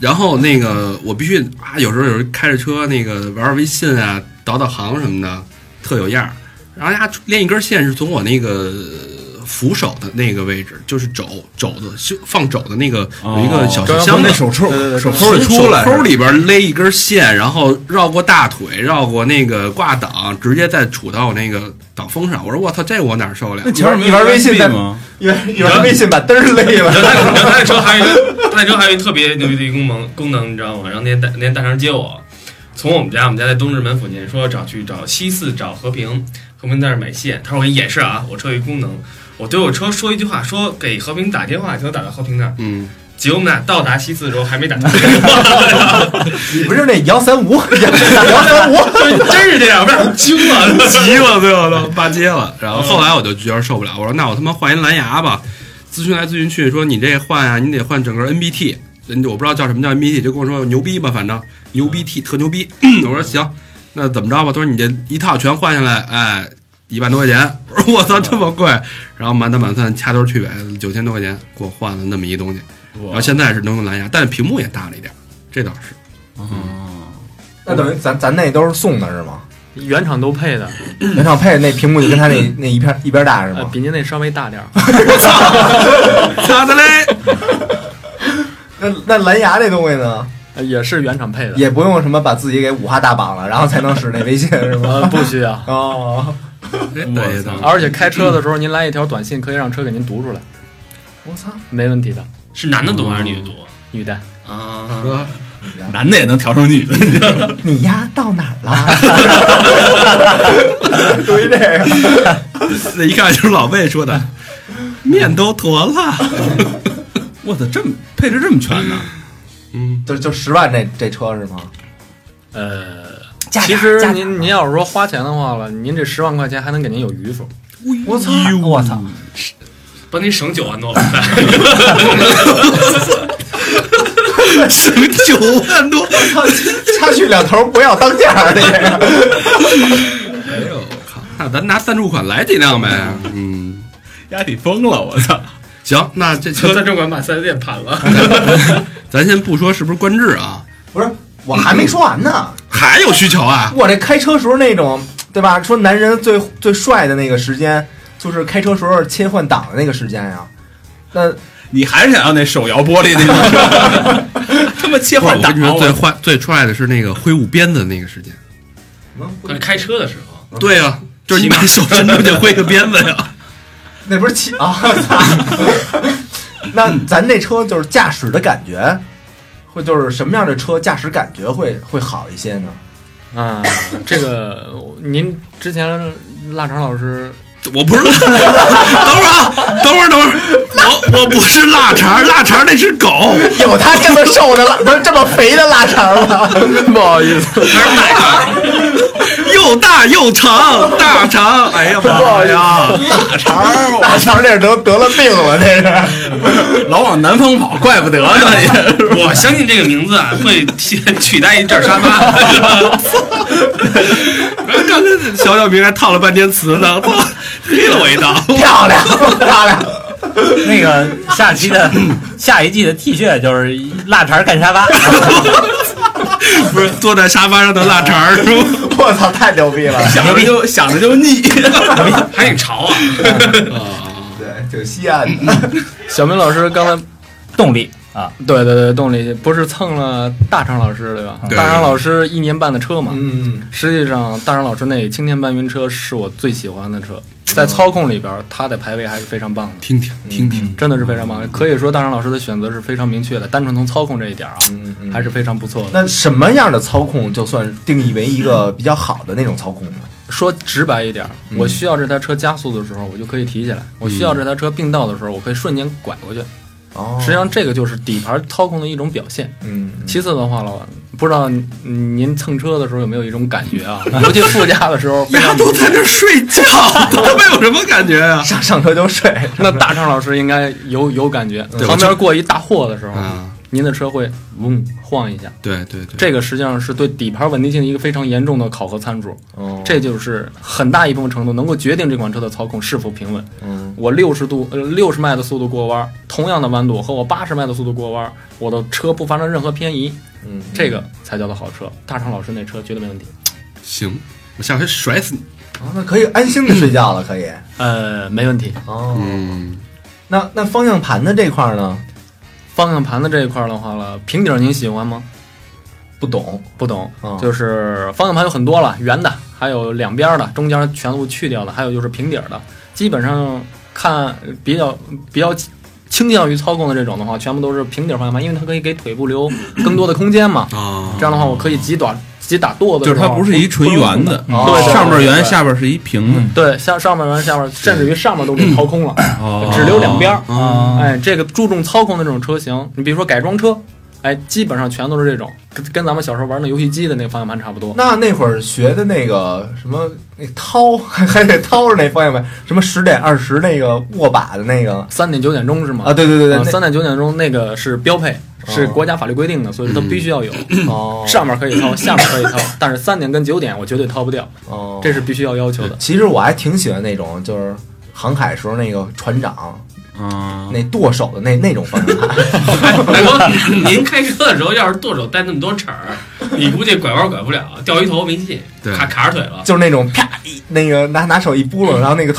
[SPEAKER 2] 然后那个我必须啊，有时候有人开着车那个玩玩微信啊，导导航什么的，特有样儿。然后呀，连一根线是从我那个扶手的那个位置，就是肘肘子就放肘的那个有一个小箱子，
[SPEAKER 4] 抽手
[SPEAKER 2] 手
[SPEAKER 4] 抽
[SPEAKER 2] 手抠里边勒一根线，然后绕过大腿，绕过那个挂挡，直接再杵到我那个挡风上。我说我操，这我哪受得了？
[SPEAKER 6] 前面没有 USB
[SPEAKER 4] 吗？
[SPEAKER 6] 一玩一玩微信把灯儿勒
[SPEAKER 8] 然
[SPEAKER 6] 了，
[SPEAKER 8] 后他然后他那车还有一个，他那车还有一特别牛逼的一功能功能，你知道吗？然后那天大那天大肠接我，从我们家，我们家在东直门附近，说找去找西四找和平，和平在那儿买线。他说我给你演示啊，我车有一功能，我对我车说一句话，说给和平打电话，就能打到和平那儿。
[SPEAKER 2] 嗯，
[SPEAKER 8] 结果我们俩到达西四的时候还没打到，
[SPEAKER 6] 你不是那幺三五幺三五？
[SPEAKER 8] 真是这样，我俩都惊了。
[SPEAKER 2] 急了，最后都巴结了。然后后来我就觉得受不了，我说那我他妈换一蓝牙吧。咨询来咨询去，说你这换啊，你得换整个 NBT，人家我不知道叫什么叫 NBT，就跟我说牛逼吧，反正牛逼 T 特牛逼。 我说行，那怎么着吧？他说你这一套全换下来，哎，一万多块钱。我说我操，这么贵！然后满打满算掐头去尾九千多块钱给我换了那么一东西。然后现在是能用蓝牙，但是屏幕也大了一点，这倒是。
[SPEAKER 6] 那等于咱咱那都是送的是吗？
[SPEAKER 9] 原厂都配的，
[SPEAKER 6] 原厂配的那屏幕就跟他那那一片一边大是
[SPEAKER 9] 呃，
[SPEAKER 6] 吗？
[SPEAKER 9] 比您那稍微大 点儿。
[SPEAKER 2] 咋的嘞？
[SPEAKER 6] 那那蓝牙这东西呢，
[SPEAKER 9] 呃也是原厂配的，
[SPEAKER 6] 也不用什么把自己给五花大绑了，然后才能使那微信是吗？
[SPEAKER 9] 呃不需要。
[SPEAKER 6] 哦，
[SPEAKER 2] 哎对的，
[SPEAKER 9] 而且开车的时候，您来一条短信，可以让车给您读出来，
[SPEAKER 6] 我操！
[SPEAKER 9] 没问题的。
[SPEAKER 8] 是男的多还是女的多
[SPEAKER 9] 女的，
[SPEAKER 8] 啊？
[SPEAKER 2] 哥，
[SPEAKER 4] 男的也能调成女的，
[SPEAKER 6] 你丫到哪儿 了？ 注意这个，
[SPEAKER 2] 那一看就是老魏说的，面都坨了。
[SPEAKER 4] 我操，这么配置这么全呢？
[SPEAKER 2] 嗯，
[SPEAKER 6] 就就十万这这车是 吗？
[SPEAKER 9] 呃，
[SPEAKER 6] 加
[SPEAKER 9] 其
[SPEAKER 6] 点儿
[SPEAKER 9] 实
[SPEAKER 6] 加点儿
[SPEAKER 9] 您您要是说花钱的话了，您这十万块钱还能给您有余数。
[SPEAKER 6] 我操！
[SPEAKER 3] 我操，
[SPEAKER 8] 帮您省啊九万多，
[SPEAKER 2] 哎省九万多。
[SPEAKER 6] 掐去两头不要当价儿这个。
[SPEAKER 2] 哎呦，我靠！那咱拿赞助款来几辆呗。嗯，
[SPEAKER 4] 压底疯了，我操！
[SPEAKER 2] 行，那这
[SPEAKER 8] 车
[SPEAKER 2] 车
[SPEAKER 8] 在这管把四 S 店盘了。
[SPEAKER 2] 咱先不说是不是官制啊，
[SPEAKER 6] 不是，我还没说完呢。
[SPEAKER 2] 还有需求啊。
[SPEAKER 6] 我这开车时候那种，对吧？说男人最最帅的那个时间，就是开车时候切换档的那个时间呀、那
[SPEAKER 4] 你还是想要那手摇玻璃那种？ 他妈切
[SPEAKER 2] 不是
[SPEAKER 4] 换
[SPEAKER 2] 我
[SPEAKER 4] 档啊
[SPEAKER 2] 跟你说，最坏最帅的是那个挥舞鞭子的那个时间。
[SPEAKER 8] 开车的时候，
[SPEAKER 4] 嗯
[SPEAKER 2] 对呀、就是你把手伸出去挥个鞭 子呀。
[SPEAKER 6] 那不是骑啊？ 那咱这车就是驾驶的感觉，会就是什么样的车驾驶感觉会会好一些呢？
[SPEAKER 9] 啊， 这个您之前腊肠老师
[SPEAKER 2] 我不是腊，等会儿啊，等会儿等会儿，我我不是腊肠，腊肠那是狗。
[SPEAKER 6] 有他这么瘦的拉，不是这么肥的腊肠吗？ 不好意思，
[SPEAKER 2] 又大又长，大长，哎呀妈呀！
[SPEAKER 6] 腊肠这是得得了病了，这是。
[SPEAKER 4] 老往南方跑，怪不得 呢你。
[SPEAKER 8] 我相信这个名字啊会替取代一阵 沙发。
[SPEAKER 2] 刚才 小小明还套了半天词呢，操， 黑了我一道。
[SPEAKER 6] 漂亮，漂亮。
[SPEAKER 3] 那个下期 的下一季的 T 恤就是腊肠干沙发，
[SPEAKER 2] 不是坐在沙发上的腊肠儿是 吗？
[SPEAKER 6] 我操，太牛逼了！
[SPEAKER 4] 想着就想着就 腻，
[SPEAKER 8] 还挺潮啊！
[SPEAKER 6] 对，挺西安的。
[SPEAKER 9] 小明老师刚才
[SPEAKER 3] 动力啊，
[SPEAKER 9] 对对对，动力不是蹭了大成老师对吧？
[SPEAKER 2] 对
[SPEAKER 9] 大成老师一年半的车嘛，
[SPEAKER 6] 嗯，
[SPEAKER 9] 实际上大成老师那青天半云车是我最喜欢的车，在操控里边儿，它的排位还是非常棒的。
[SPEAKER 2] 听听
[SPEAKER 6] 嗯
[SPEAKER 2] 听听，
[SPEAKER 9] 真的是非常棒，可以说大成老师的选择是非常明确的。单纯从操控这一点啊，
[SPEAKER 6] 嗯
[SPEAKER 9] 还是非嗯常不错的。
[SPEAKER 6] 那什么样的操控就算定义为一个比较好的那种操控呢？
[SPEAKER 9] 说直白一点儿，我需要这台车加速的时候，我就可以提起来；我需要这台车并道的时候，我可以瞬间拐过去。
[SPEAKER 6] 哦
[SPEAKER 9] 实际上，这个就是底盘操控的一种表现。
[SPEAKER 6] 嗯，
[SPEAKER 9] 其次的话，老板，不知道嗯您蹭车的时候有没有一种感觉 啊？尤其副驾的时 候，非
[SPEAKER 2] 大家
[SPEAKER 9] 常
[SPEAKER 2] 都在这睡 觉，他们有什么感觉啊呀？
[SPEAKER 6] 上上车就睡，
[SPEAKER 9] 那大张老师应该有有感觉，旁边过一大货的时候，
[SPEAKER 2] 啊，
[SPEAKER 9] 您的车会嗡晃一下，
[SPEAKER 2] 对对对，
[SPEAKER 9] 这个实际上是对底盘稳定性一个非常严重的考核参数。
[SPEAKER 6] 哦
[SPEAKER 9] 这就是很大一部分程度能够决定这款车的操控是否平稳。
[SPEAKER 6] 嗯，
[SPEAKER 9] 我六十度呃六十迈的速度过弯，同样的弯度和我八十迈的速度过弯，我的车不发生任何偏移，
[SPEAKER 6] 嗯，
[SPEAKER 9] 这个才叫做好车。大成老师那车绝对没问题。
[SPEAKER 2] 行，我下回甩死你。
[SPEAKER 6] 哦那可以安心的睡觉了，可以。
[SPEAKER 9] 呃，没问题。
[SPEAKER 6] 哦，
[SPEAKER 2] 嗯，
[SPEAKER 6] 那那方向盘的这块儿呢？
[SPEAKER 9] 方向盘的这一块的话了，平底儿您喜欢吗？
[SPEAKER 6] 不懂，
[SPEAKER 9] 不懂，
[SPEAKER 4] 啊
[SPEAKER 6] 哦
[SPEAKER 9] 就是方向盘有很多了，圆的，还有两边儿的，中间全部去掉的，还有就是平底儿的。基本上看比较比较倾向于操控的这种的话，全部都是平底儿方向盘，因为它可以给腿部留更多的空间嘛。
[SPEAKER 2] 啊
[SPEAKER 9] 这，样的话，我可以急打急打舵的
[SPEAKER 4] 就
[SPEAKER 9] 时
[SPEAKER 4] 是
[SPEAKER 9] 候，
[SPEAKER 4] 它不是一纯圆的，
[SPEAKER 6] 哦对对
[SPEAKER 4] 上面
[SPEAKER 9] 对
[SPEAKER 4] 圆，
[SPEAKER 9] 对
[SPEAKER 4] 下边是一平
[SPEAKER 2] 嗯
[SPEAKER 4] 的，
[SPEAKER 9] 对，像上面完下面，甚至于上面都 给掏空了，
[SPEAKER 4] 哦
[SPEAKER 9] 只留两边儿。
[SPEAKER 6] 哦
[SPEAKER 2] 啊，
[SPEAKER 9] 哎，这个注重操控的这种车型，你比如说改装车，哎，基本上全都是这种，跟跟咱们小时候玩的游戏机的那个方向盘差不多。
[SPEAKER 6] 那那会儿学的那个什么，那掏 还还得掏着那方向盘，什么十点二十那个握把的那个
[SPEAKER 9] 三点九点钟是吗？
[SPEAKER 6] 啊，对对对对，
[SPEAKER 9] 啊
[SPEAKER 6] 那
[SPEAKER 9] 三点九点钟那个是标配，是
[SPEAKER 6] 哦
[SPEAKER 9] 国家法律规定的，所以说它必须要有。
[SPEAKER 6] 哦
[SPEAKER 9] 上面可以掏，下面可以掏，但是三点跟九点我绝对掏不掉，
[SPEAKER 6] 哦，
[SPEAKER 9] 这是必须要要求的。
[SPEAKER 6] 其实我还挺喜欢那种，就是航海时候那个船长
[SPEAKER 4] 啊，
[SPEAKER 6] 那剁手的那那种方向盘，
[SPEAKER 8] 大哥，您开车的时候要是剁手带那么多齿儿，你估计拐弯拐不了，掉一头没戏，
[SPEAKER 2] 对
[SPEAKER 8] 卡卡着腿了。
[SPEAKER 6] 就是那种啪一那个拿拿手一拨弄，然后那个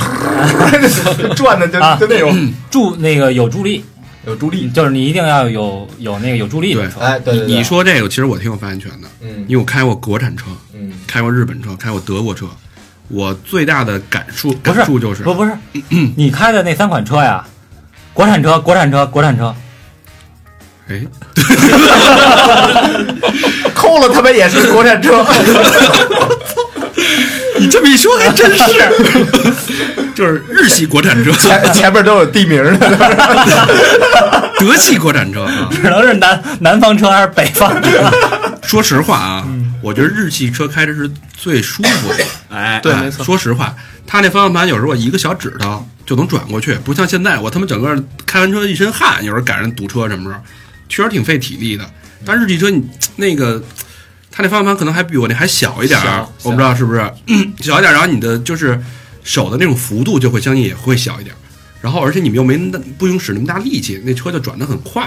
[SPEAKER 6] 转的就
[SPEAKER 3] 啊
[SPEAKER 6] 就那种
[SPEAKER 3] 助那个有助力，
[SPEAKER 6] 有助力。
[SPEAKER 3] 就是你一定要有有那个有助力的
[SPEAKER 2] 对
[SPEAKER 3] 车。
[SPEAKER 6] 哎，对对对，
[SPEAKER 2] 你说这个，其实我挺有发言权的，
[SPEAKER 6] 嗯
[SPEAKER 2] 因为我开过国产车，
[SPEAKER 6] 嗯
[SPEAKER 2] 开过日本车，开过德国车，我最大的感触感触就是
[SPEAKER 3] 不 不是，你开的那三款车呀，国产车、国产车、国 产车，
[SPEAKER 2] 哎，
[SPEAKER 6] 抠了他们也是国产车，
[SPEAKER 2] 你这么一说还真是， 就是日系国产车、
[SPEAKER 6] 前前面都有地名的，
[SPEAKER 2] 德系国产车啊。
[SPEAKER 3] 只能是南南方车还是北方 车？
[SPEAKER 2] 说实话啊，
[SPEAKER 9] 嗯
[SPEAKER 2] 我觉得日系车开着是最舒服 的。
[SPEAKER 4] 哎，
[SPEAKER 9] 对
[SPEAKER 2] 哎
[SPEAKER 9] 没错
[SPEAKER 2] 说实话，它那方向盘有时候我一个小指头就能转过去，不像现在我他妈整个开完车一身汗，有时候赶上堵车什么时候，确实挺费体力的。但日系车你那个，它那方向盘可能还比我那还小一点儿
[SPEAKER 9] 小，
[SPEAKER 2] 我不知道是不是、嗯小一点儿，然后你的就是手的那种幅度就会相应也会小一点儿，然后而且你们又没那不用使那么大力气，那车就转得很快。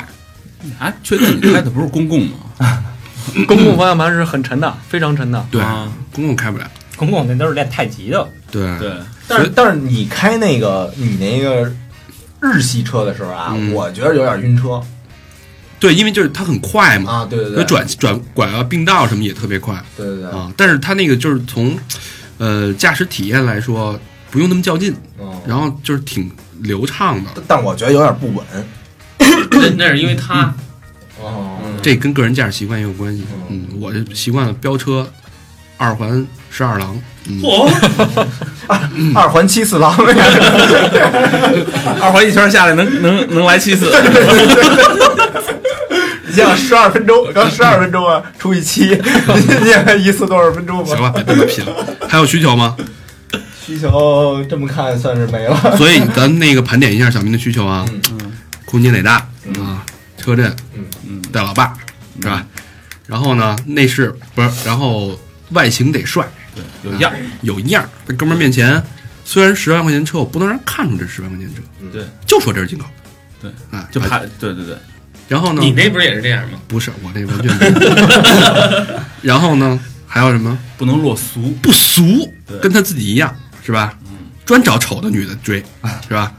[SPEAKER 4] 啊，确定你开的不是公共吗？
[SPEAKER 9] 公共方向盘是很沉的，非常沉的。
[SPEAKER 2] 对，
[SPEAKER 4] 啊
[SPEAKER 2] 公共开不了。
[SPEAKER 3] 公共那都是练太极的，
[SPEAKER 2] 对，
[SPEAKER 4] 对，
[SPEAKER 6] 但是但是你开那个你那个日系车的时候啊，
[SPEAKER 2] 嗯
[SPEAKER 6] 我觉得有点晕车
[SPEAKER 2] 对，因为就是它很快嘛，
[SPEAKER 6] 啊，对对
[SPEAKER 2] 它
[SPEAKER 6] 对，
[SPEAKER 2] 转转拐啊、并道什么也特别快。
[SPEAKER 6] 对对对，
[SPEAKER 2] 啊，但是它那个就是从，呃，驾驶体验来说，不用那么较劲，
[SPEAKER 6] 嗯，
[SPEAKER 2] 然后就是挺流畅的，
[SPEAKER 6] 但我觉得有点不稳
[SPEAKER 8] 那那是因为
[SPEAKER 2] 嗯
[SPEAKER 8] 他，
[SPEAKER 6] 哦
[SPEAKER 2] 这跟个人驾驶习惯也有关系。嗯，我就习惯了飙车，二环十二郎，嗯，
[SPEAKER 8] 嚯，
[SPEAKER 6] 二环七四 郎，
[SPEAKER 4] 二环一圈下来能能能来七次，
[SPEAKER 6] 你想十二分钟，刚十二分钟啊，除以 七，你想一次多少分钟
[SPEAKER 2] 行
[SPEAKER 6] 吧？
[SPEAKER 2] 了，别这么拼了。还有需求吗？
[SPEAKER 6] 需求这么看算是没 了。
[SPEAKER 2] 所以咱那个盘点一下小明的需求啊，
[SPEAKER 4] 嗯
[SPEAKER 2] 空间得大啊，车震，
[SPEAKER 6] 嗯
[SPEAKER 2] 嗯，带老爸是吧？
[SPEAKER 4] 嗯
[SPEAKER 2] 然后呢，内饰不是，然后外形得帅，啊
[SPEAKER 4] 有样儿，
[SPEAKER 2] 有样儿。在哥们儿面前，虽然十万块钱车，我不能让人看出这十万块钱车，
[SPEAKER 4] 对，
[SPEAKER 2] 就说这是进口，
[SPEAKER 4] 对，
[SPEAKER 2] 啊，
[SPEAKER 4] 就
[SPEAKER 2] 啊
[SPEAKER 4] 怕，对对对，
[SPEAKER 2] 然后呢，
[SPEAKER 8] 你那不是也是这样吗？
[SPEAKER 2] 不是我这完全不是。 然后呢，还有什么
[SPEAKER 4] 不能落俗，
[SPEAKER 2] 不俗
[SPEAKER 4] 对，
[SPEAKER 2] 跟他自己一样是吧？专找丑的女的追是吧？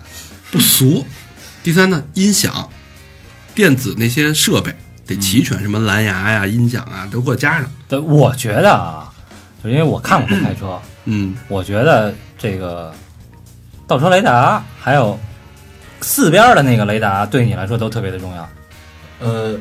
[SPEAKER 2] 不俗。第三呢，音响电子那些设备得齐全，什么蓝牙呀、音响啊都给我加上。
[SPEAKER 3] 对，我觉得啊，就因为我看过他开车，
[SPEAKER 2] 嗯，
[SPEAKER 3] 我觉得这个倒车雷达还有四边的那个雷达对你来说都特别的重要。
[SPEAKER 6] 呃，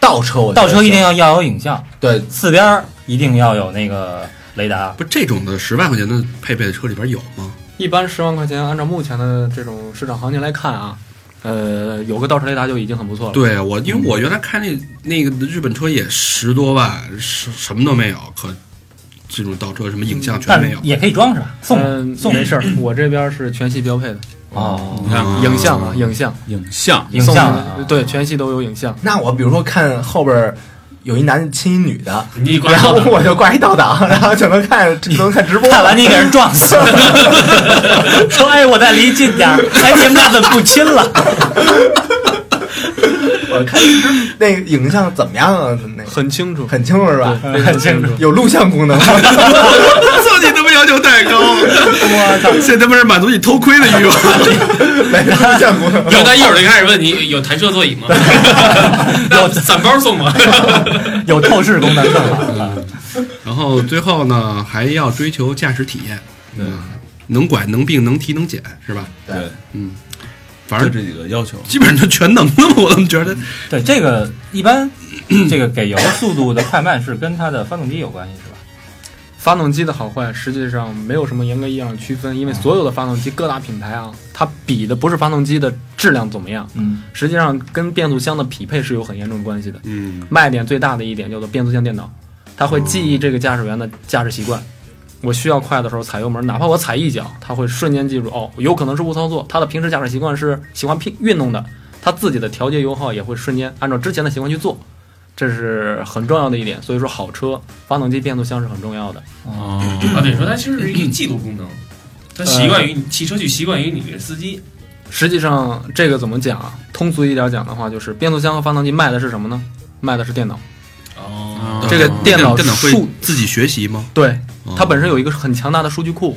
[SPEAKER 6] 倒车我觉得
[SPEAKER 3] 倒车一定
[SPEAKER 6] 行
[SPEAKER 3] 要要有影像，
[SPEAKER 6] 对
[SPEAKER 3] 四边一定要有那个雷达。
[SPEAKER 2] 不，这种的十万块钱的配备的车里边有吗？
[SPEAKER 9] 一般十万块钱，按照目前的这种市场行情来看啊，呃，有个倒车雷达就已经很不错了。
[SPEAKER 2] 对啊我，因为我原来开那那个日本车也十多万，什什么都没有，可这种倒车什么影像全
[SPEAKER 3] 但
[SPEAKER 2] 没
[SPEAKER 3] 是
[SPEAKER 2] 有。
[SPEAKER 3] 也可以装是吧？送
[SPEAKER 9] 嗯，
[SPEAKER 3] 送
[SPEAKER 9] 没事儿，我这边是全系标配的，
[SPEAKER 3] 哦，
[SPEAKER 4] 你看
[SPEAKER 2] 嗯
[SPEAKER 9] 影像啊，影像，
[SPEAKER 4] 影像，
[SPEAKER 3] 影像啊
[SPEAKER 9] 送对，全系都有影像。
[SPEAKER 6] 那我比如说看后边儿有一男的亲一女的，
[SPEAKER 8] 你一挂
[SPEAKER 6] 然后
[SPEAKER 8] 档
[SPEAKER 6] 我就挂一倒档，然后就能看就能看直播。
[SPEAKER 3] 看完你给人撞 死了，说哎我再离近点儿，哎你们俩怎么不亲了？
[SPEAKER 6] 我看那个影像怎么样啊？那个
[SPEAKER 9] 很清楚，
[SPEAKER 6] 很清楚是吧？
[SPEAKER 9] 对很清楚。
[SPEAKER 6] 有录像功能 吗？
[SPEAKER 2] 我操，你他妈要求太 高了！
[SPEAKER 3] 我操！
[SPEAKER 2] 这他妈是满足你偷窥的欲望。
[SPEAKER 6] 没有录像功能。
[SPEAKER 8] 有，他一会儿就开始问你有弹射座椅 吗？那散包送吗？啊
[SPEAKER 3] 有透视功能更好啊！
[SPEAKER 2] 然后最后呢，还要追求驾驶体验，嗯，能拐能并能提能减，是吧？
[SPEAKER 4] 对，
[SPEAKER 2] 嗯，反
[SPEAKER 4] 就
[SPEAKER 2] 正
[SPEAKER 4] 这几个要求。
[SPEAKER 2] 基本上就全能了。我怎么觉得？
[SPEAKER 3] 对这个一般，这个给油速度的快慢是跟它的发动机有关系是吧？
[SPEAKER 9] 发动机的好坏实际上没有什么严格意义上的区分，因为所有的发动机各大品牌啊，它比的不是发动机的质量怎么样，
[SPEAKER 3] 嗯，
[SPEAKER 9] 实际上跟变速箱的匹配是有很严重关系的。
[SPEAKER 2] 嗯，
[SPEAKER 9] 卖点最大的一点叫做变速箱电脑，它会记忆这个驾驶员的驾驶习惯。我需要快的时候踩油门，哪怕我踩一脚，它会瞬间记住哦，有可能是误操作。它的平时驾驶习惯是喜欢拼运动的，它自己的调节油耗也会瞬间按照之前的习惯去做，这是很重要的一点。所以说，好车发动机变速箱是很重要的。
[SPEAKER 4] 哦，
[SPEAKER 8] 啊，对，说它其实是一个记录功能，它习惯
[SPEAKER 2] 呃
[SPEAKER 8] 于汽车去习惯于你的司机，
[SPEAKER 9] 实际上，这个怎么讲啊？通俗一点讲的话，就是变速箱和发动机卖的是什么呢？卖的是电脑。
[SPEAKER 8] 哦
[SPEAKER 9] 这个电脑
[SPEAKER 2] 电脑会
[SPEAKER 9] 数
[SPEAKER 2] 自己学习吗？
[SPEAKER 9] 对，
[SPEAKER 2] 哦
[SPEAKER 9] 它本身有一个很强大的数据库，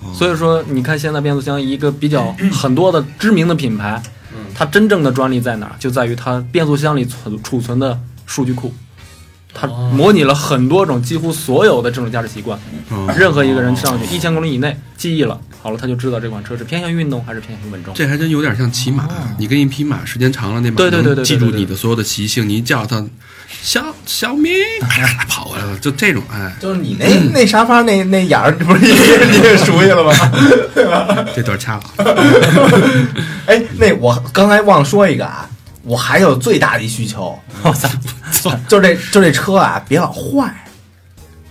[SPEAKER 2] 哦
[SPEAKER 9] 所以说你看现在变速箱一个比较很多的知名的品牌
[SPEAKER 8] 嗯，
[SPEAKER 9] 它真正的专利在哪儿？就在于它变速箱里存储存的数据库，它
[SPEAKER 8] 哦
[SPEAKER 9] 模拟了很多种几乎所有的这种驾驶习惯。
[SPEAKER 2] 哦
[SPEAKER 9] 任何一个人上去一千公里以内记忆了，好了，他就知道这款车是偏向运动还是偏向稳重。
[SPEAKER 2] 这还真有点像骑马，你跟一匹马时间长了，那马
[SPEAKER 9] 对对对对
[SPEAKER 2] 能
[SPEAKER 9] 对
[SPEAKER 2] 记住
[SPEAKER 9] 对对
[SPEAKER 2] 你的所有的习性，你一叫它小小明，啪跑过来了，就这种哎，
[SPEAKER 6] 就是你那 那沙发那那眼儿，不是 你你也熟悉了吗？
[SPEAKER 2] 这段掐了。
[SPEAKER 6] 哎，那我刚才忘了说一个啊，我还有最大的一需求，
[SPEAKER 3] 我操！
[SPEAKER 6] 就这就这车啊，别老坏，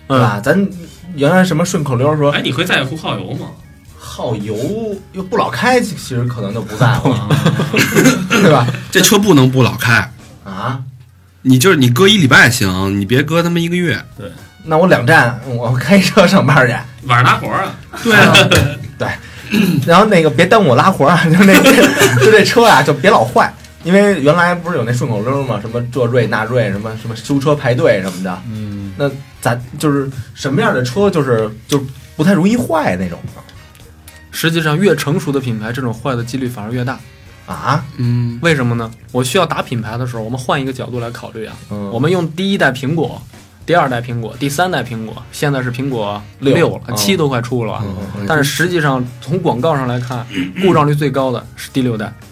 [SPEAKER 3] 嗯
[SPEAKER 6] 对吧？咱原来什么顺口溜说
[SPEAKER 8] 哎，你会在乎耗油吗？
[SPEAKER 6] 耗油又不老开，其其实可能就不在乎 了，对吧？
[SPEAKER 2] 这车不能不老开，
[SPEAKER 6] 啊，
[SPEAKER 2] 你就是你搁一礼拜行，你别搁他妈一个月。
[SPEAKER 6] 那我两站我开车上班去，
[SPEAKER 8] 晚上拉活儿啊，
[SPEAKER 2] 对啊，
[SPEAKER 6] 然后那个别耽误我拉活儿 啊，就是那个就这车啊，就别老坏，因为原来不是有那顺口溜吗？什么这瑞那瑞，什么什么修车排队什么的。嗯，那咱就是什么样的车，就是就不太容易坏那种
[SPEAKER 9] 实际上，越成熟的品牌，这种坏的几率反而越大。
[SPEAKER 6] 啊。
[SPEAKER 2] 嗯，
[SPEAKER 9] 为什么呢？我需要打品牌的时候，我们换一个角度来考虑啊。
[SPEAKER 6] 嗯
[SPEAKER 9] 我们用第一代苹果、第二代苹果、第三代苹果，现在是苹果
[SPEAKER 6] 六
[SPEAKER 9] 六了，
[SPEAKER 6] 嗯
[SPEAKER 9] 七都快出了啊。
[SPEAKER 6] 嗯
[SPEAKER 9] 但是实际上，从广告上 来看，故障率最高的是第六代，
[SPEAKER 6] 嗯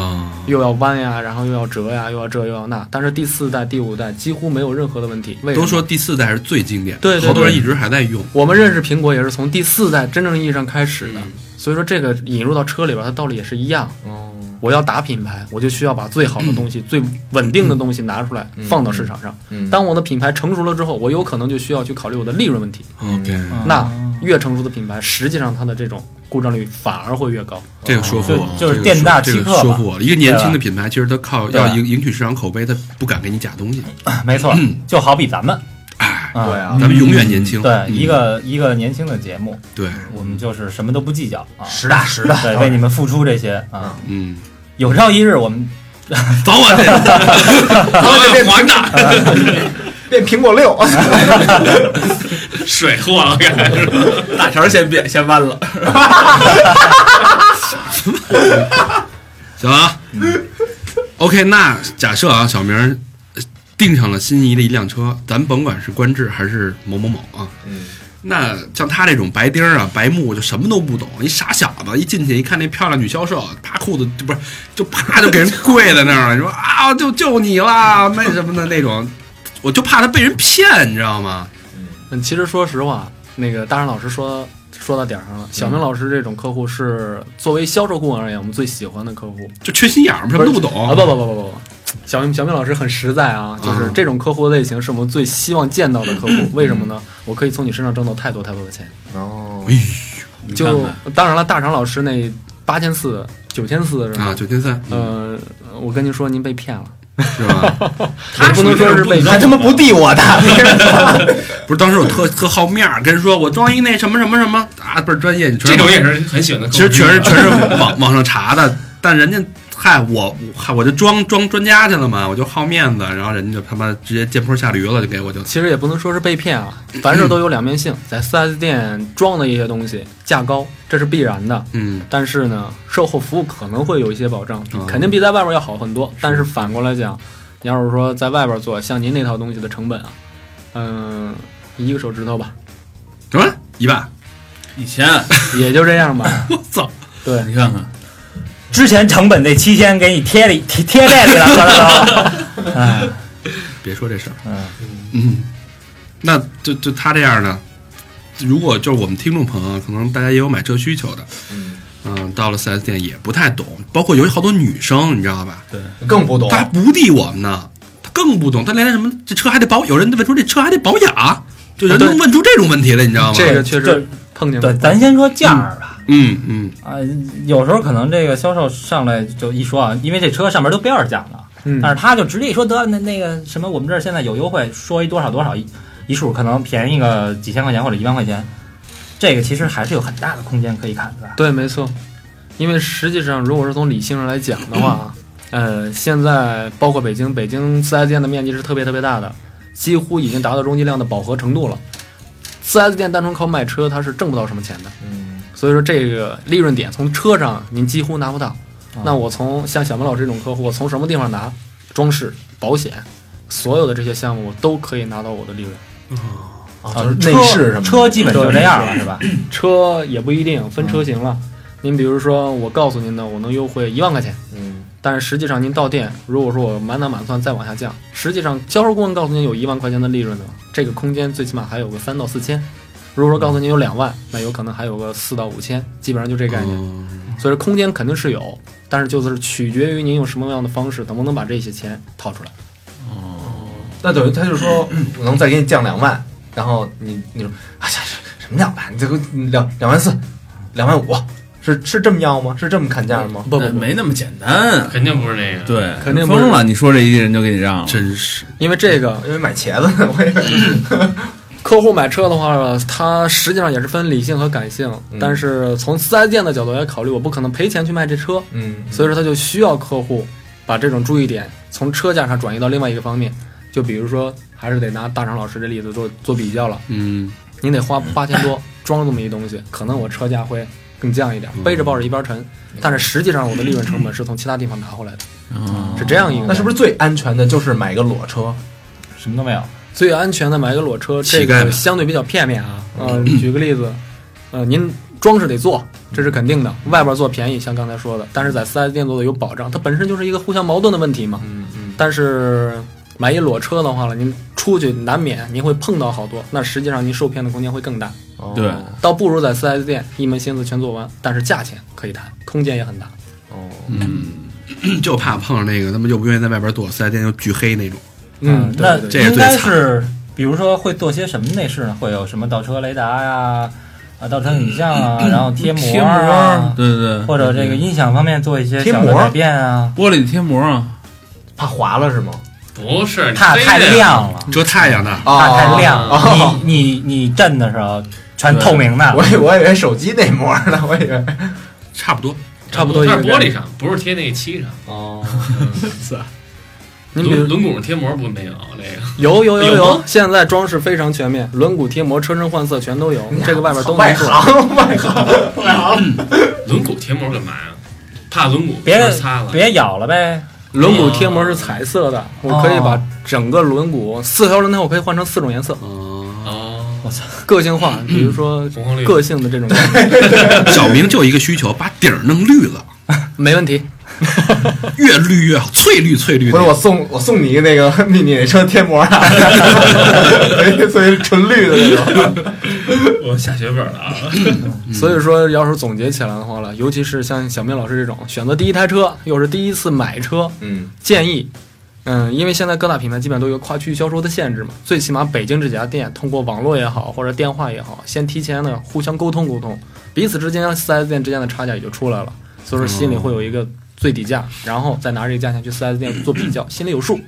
[SPEAKER 2] 啊，
[SPEAKER 9] 又要弯呀，然后又要折呀，又要这又要那。但是第四代、第五代几乎没有任何的问题。为什么
[SPEAKER 2] 都说第四代是最经典，
[SPEAKER 9] 对对对
[SPEAKER 2] 好多人一直还在用。
[SPEAKER 9] 我们认识苹果也是从第四代真正意义上开始的，
[SPEAKER 8] 嗯
[SPEAKER 9] 所以说这个引入到车里边，它道理也是一样。
[SPEAKER 6] 哦
[SPEAKER 9] 我要打品牌，我就需要把最好的东西、最稳定的东西拿出来、放到市场上。
[SPEAKER 6] 嗯
[SPEAKER 9] 当我的品牌成熟了之后，我有可能就需要去考虑我的利润问题。
[SPEAKER 2] OK，
[SPEAKER 3] 嗯
[SPEAKER 6] 嗯
[SPEAKER 9] 那越成熟的品牌，实际上它的这种故障率反而会越高。
[SPEAKER 2] 这个说服我了，
[SPEAKER 3] 就就是
[SPEAKER 2] 这个
[SPEAKER 3] 店大
[SPEAKER 2] 说
[SPEAKER 3] 欺客
[SPEAKER 2] 这个说
[SPEAKER 3] 吧
[SPEAKER 2] 服我了。一个年轻
[SPEAKER 3] 对
[SPEAKER 2] 的
[SPEAKER 3] 吧
[SPEAKER 2] 品牌，其实它靠
[SPEAKER 3] 对吧嗯
[SPEAKER 2] 要赢赢取市场口碑，它不敢给你假东西。
[SPEAKER 3] 没错，
[SPEAKER 2] 嗯
[SPEAKER 3] 就好比咱们，
[SPEAKER 2] 哎，
[SPEAKER 3] 啊
[SPEAKER 6] 对啊
[SPEAKER 2] 咱，们永远年轻。
[SPEAKER 3] 对
[SPEAKER 2] 嗯
[SPEAKER 3] 一个一个年轻的节目，
[SPEAKER 2] 对，
[SPEAKER 3] 我们就是什么都不计较 啊，
[SPEAKER 6] 实打实的。
[SPEAKER 3] 对，为你们付出这些啊，
[SPEAKER 2] 嗯，
[SPEAKER 3] 有朝一日我们
[SPEAKER 2] 早 晚得
[SPEAKER 8] 早晚还的，
[SPEAKER 6] 变苹果六，
[SPEAKER 8] 水货了，感觉
[SPEAKER 4] 大条先变先弯 了，嗯
[SPEAKER 2] 行啊。 OK，那假设啊，小明儿呃订上了心仪的一辆车，咱甭管是观致还是某某某啊，
[SPEAKER 6] 嗯，
[SPEAKER 2] 那像他这种白丁儿啊、白目，就什么都不懂，一傻小子一进去一看那漂亮女销售，啪裤子不是就啪就给人跪在那儿了，你说啊就就你啦，那什么的那种，我就怕他被人骗，你知道吗？
[SPEAKER 9] 嗯，其实说实话，那个大山老师说说到点儿上了。
[SPEAKER 6] 嗯
[SPEAKER 9] 小明老师这种客户是作为销售顾问而言，我们最喜欢的客户。
[SPEAKER 2] 就缺心眼儿嘛，什么都不懂
[SPEAKER 9] 啊！不不不不不不，小明小明老师很实在啊，就是
[SPEAKER 2] 啊
[SPEAKER 9] 这种客户类型是我们最希望见到的客户。为什么呢？我可以从你身上挣到太多太多的钱。
[SPEAKER 6] 哦，
[SPEAKER 9] 就当然了，大长老师那八千四、九千四是吧？
[SPEAKER 2] 啊，九千三
[SPEAKER 9] 呃，我跟您说，您被骗了。
[SPEAKER 2] 是 吧？
[SPEAKER 8] 他
[SPEAKER 9] 也不能
[SPEAKER 8] 属于那
[SPEAKER 9] 说是
[SPEAKER 8] 种
[SPEAKER 9] 被
[SPEAKER 8] 不
[SPEAKER 6] 还他妈不递我 的，
[SPEAKER 2] 不是，当时我特特好面儿，跟人说我装一那什么什么什么啊，倍儿专业，你全
[SPEAKER 8] 这种也是很喜欢的客户。
[SPEAKER 2] 其实全是全是 网网上查的，但人家嗨我我嗨我就装装专家去了嘛，我就好面子，然后人家就他妈直接见坡下驴了，就给我就
[SPEAKER 9] 其实也不能说是被骗啊，凡事都有两面性。在 4S 店装的一些东西价高，这是必然的。
[SPEAKER 2] 嗯
[SPEAKER 9] 但是呢，售后服务可能会有一些保障
[SPEAKER 2] 嗯，
[SPEAKER 9] 肯定比在外边要好很多。但是反过来讲，你要是说在外边做，像您那套东西的成本啊，嗯、一个手指头吧，
[SPEAKER 2] 什么一万，
[SPEAKER 4] 以前
[SPEAKER 9] 也就这样吧。
[SPEAKER 2] 我操，
[SPEAKER 9] 对，
[SPEAKER 4] 你看看，
[SPEAKER 3] 之前成本那七千给你贴了一贴贴链子了，算了都。哎，
[SPEAKER 2] 别说这事儿，
[SPEAKER 3] 嗯
[SPEAKER 2] 嗯，那就就他这样的，如果就是我们听众朋友，可能大家也有买车需求的，嗯，到了 4S 店也不太懂，包括有好多女生，你知道吧？
[SPEAKER 6] 更不
[SPEAKER 9] 哦
[SPEAKER 6] 懂
[SPEAKER 2] 他还不递我们呢，他更不懂，他连什么这车还得保，有人问出这车还得保养，就人
[SPEAKER 9] 哦对
[SPEAKER 2] 能问出这种问题来，你知道吗？
[SPEAKER 9] 这个确
[SPEAKER 3] 这
[SPEAKER 9] 实碰见过
[SPEAKER 3] 对，。咱先说价儿吧。
[SPEAKER 2] 嗯嗯，
[SPEAKER 3] 啊、有时候可能这个销售上来就一说啊，因为这车上面都标着价呢，
[SPEAKER 9] 嗯
[SPEAKER 3] 但是他就直接一说得那那个什么，我们这儿现在有优惠，说一多少多少一一数，可能便宜个几千块钱或者一万块钱，这个其实还是有很大的空间可以砍的。
[SPEAKER 9] 对，没错，因为实际上，如果是从理性上来讲的 话，呃，现在包括北京，北京四 S 店的面积是特别特别大的，几乎已经达到容积量的饱和程度了。四 S 店单纯靠卖车，它是挣不到什么钱的，
[SPEAKER 6] 嗯，
[SPEAKER 9] 所以说这个利润点从车上您几乎拿不到。
[SPEAKER 6] 哦
[SPEAKER 9] 那我从像小明老师这种客户，我从什么地方拿？装饰、保险，所有的这些项目我都可以拿到我的利润。
[SPEAKER 6] 啊
[SPEAKER 3] 啊
[SPEAKER 6] 就是
[SPEAKER 3] 车
[SPEAKER 6] 内饰什么的
[SPEAKER 3] 车基本就这样了，是吧？
[SPEAKER 9] 车也不一定分车型了。您比如说，我告诉您呢，我能优惠一万块钱。
[SPEAKER 6] 嗯，
[SPEAKER 9] 但是实际上您到店，如果说我满打满算再往下降，实际上销售顾问告诉您有一万块钱的利润呢，这个空间最起码还有个三到四千。如果说告诉您有两万，那有可能还有个四到五千，基本上就这概念。
[SPEAKER 2] 哦
[SPEAKER 9] 所以说空间肯定是有，但是就是取决于您用什么样的方式，能不能把这些钱掏出来。
[SPEAKER 6] 那等于他就说 我能再给你降两万，然后你你说啊这什么两万？你这个两两万四，两万五，是是这么要吗？是这么砍价吗？
[SPEAKER 9] 不不不，
[SPEAKER 4] 没那么简单。
[SPEAKER 8] 肯定不是那个。
[SPEAKER 4] 对，
[SPEAKER 9] 肯定不是
[SPEAKER 4] 疯了！你说这一人就给你让了，
[SPEAKER 2] 真是
[SPEAKER 9] 因为这个
[SPEAKER 6] 因为买茄子 呢，我也
[SPEAKER 9] 客户买车的话，他实际上也是分理性和感性，
[SPEAKER 6] 嗯
[SPEAKER 9] 但是从四 S 店的角度来考虑，我不可能赔钱去卖这车，
[SPEAKER 6] 嗯，
[SPEAKER 9] 所以说他就需要客户把这种注意点从车价上转移到另外一个方面，就比如说还是得拿大长老师这例子做做比较了，
[SPEAKER 2] 嗯，
[SPEAKER 9] 您得花八千多装这么一东西，可能我车价会更降一点，
[SPEAKER 6] 嗯
[SPEAKER 9] 背着抱着一边沉，但是实际上我的利润成本是从其他地方拿回来的，是这样一个。
[SPEAKER 6] 那是不是最安全的就是买个裸车？
[SPEAKER 3] 什么都没有。
[SPEAKER 9] 最安全的买一个裸车，
[SPEAKER 2] 乞
[SPEAKER 9] 这
[SPEAKER 2] 丐
[SPEAKER 9] 个
[SPEAKER 2] 吧
[SPEAKER 9] 相对比较片面啊。呃，举个例子，呃，您装饰得做，这是肯定的，外边做便宜，像刚才说的，但是在 4S 店做的有保障，它本身就是一个互相矛盾的问题嘛。
[SPEAKER 6] 嗯嗯，
[SPEAKER 9] 但是买一裸车的话了，您出去难免您会碰到好多，那实际上您受骗的空间会更大，
[SPEAKER 6] 哦
[SPEAKER 4] 对
[SPEAKER 9] 倒不如在 4S 店一门心思全做完，但是价钱可以谈，空间也很大。
[SPEAKER 6] 哦，
[SPEAKER 2] 就怕碰上那个他们又不愿意在外边坐，四 S 店又巨黑那种。
[SPEAKER 9] 嗯，对
[SPEAKER 3] 那
[SPEAKER 9] 对
[SPEAKER 2] 这也是
[SPEAKER 3] 应
[SPEAKER 2] 最惨
[SPEAKER 3] 该
[SPEAKER 2] 的
[SPEAKER 3] 是，比如说会做些什么内饰呢？会有什么倒车雷达呀、啊，倒车影像啊，然后贴膜
[SPEAKER 4] 贴
[SPEAKER 3] 啊
[SPEAKER 4] 膜，，对对对，
[SPEAKER 3] 或者这个音响方面做一些小
[SPEAKER 6] 贴
[SPEAKER 3] 的
[SPEAKER 6] 膜
[SPEAKER 3] 改变啊，
[SPEAKER 4] 玻璃贴膜啊，
[SPEAKER 6] 怕划了是吗？
[SPEAKER 8] 不是，
[SPEAKER 3] 怕
[SPEAKER 8] 你非
[SPEAKER 3] 太
[SPEAKER 8] 得
[SPEAKER 3] 亮了，
[SPEAKER 2] 遮太阳的，
[SPEAKER 3] 怕太亮
[SPEAKER 6] 哦哦
[SPEAKER 3] 了，你你你震的时候全透明的，
[SPEAKER 6] 我以我以为手机那膜呢，我以为
[SPEAKER 2] 差不多。
[SPEAKER 9] 差不多一
[SPEAKER 8] 但
[SPEAKER 9] 个
[SPEAKER 8] 嗯是玻璃上，不是贴那个漆上。
[SPEAKER 6] 哦，
[SPEAKER 9] 您比
[SPEAKER 8] 轮
[SPEAKER 9] 如
[SPEAKER 8] 轮毂上贴膜不没有那个？
[SPEAKER 9] 有有有
[SPEAKER 8] 有
[SPEAKER 9] 有，现在装饰非常全面，轮毂贴膜、车身换色全都有，这个外边都
[SPEAKER 6] 外
[SPEAKER 9] 能做。
[SPEAKER 6] 行外行外行，
[SPEAKER 8] 轮毂贴膜干嘛呀？怕轮毂
[SPEAKER 3] 别
[SPEAKER 8] 擦了。
[SPEAKER 3] 别咬了呗，
[SPEAKER 9] 轮毂贴膜是彩色的，我可以把整个轮毂四条轮胎，我可以换成四种颜色，
[SPEAKER 8] 哦，嗯
[SPEAKER 9] 个性化，比如说
[SPEAKER 8] 红黄绿
[SPEAKER 9] 个性的这种，
[SPEAKER 2] 小明就一个需求，把底儿弄绿了，
[SPEAKER 9] 没问题。
[SPEAKER 2] 越绿越好，翠绿翠绿
[SPEAKER 6] 不
[SPEAKER 2] 的
[SPEAKER 6] 是。我送我送你一个那个 你你那车贴膜啊， 所以所以纯绿的那种。
[SPEAKER 8] 我下血本了啊！
[SPEAKER 9] 所以说，要是总结起来的话了，尤其是像小明老师这种选择第一台车，又是第一次买车，
[SPEAKER 6] 嗯，
[SPEAKER 9] 建议，嗯，因为现在各大品牌基本都有跨区域销售的限制嘛，最起码北京这几家店通过网络也好，或者电话也好，先提前的互相沟通沟通，彼此之间四 S 店之间的差价也就出来了，所以
[SPEAKER 2] 哦
[SPEAKER 9] 说心里会有一个最底价，然后再拿这个价钱去四 S 店做比较，心里有数，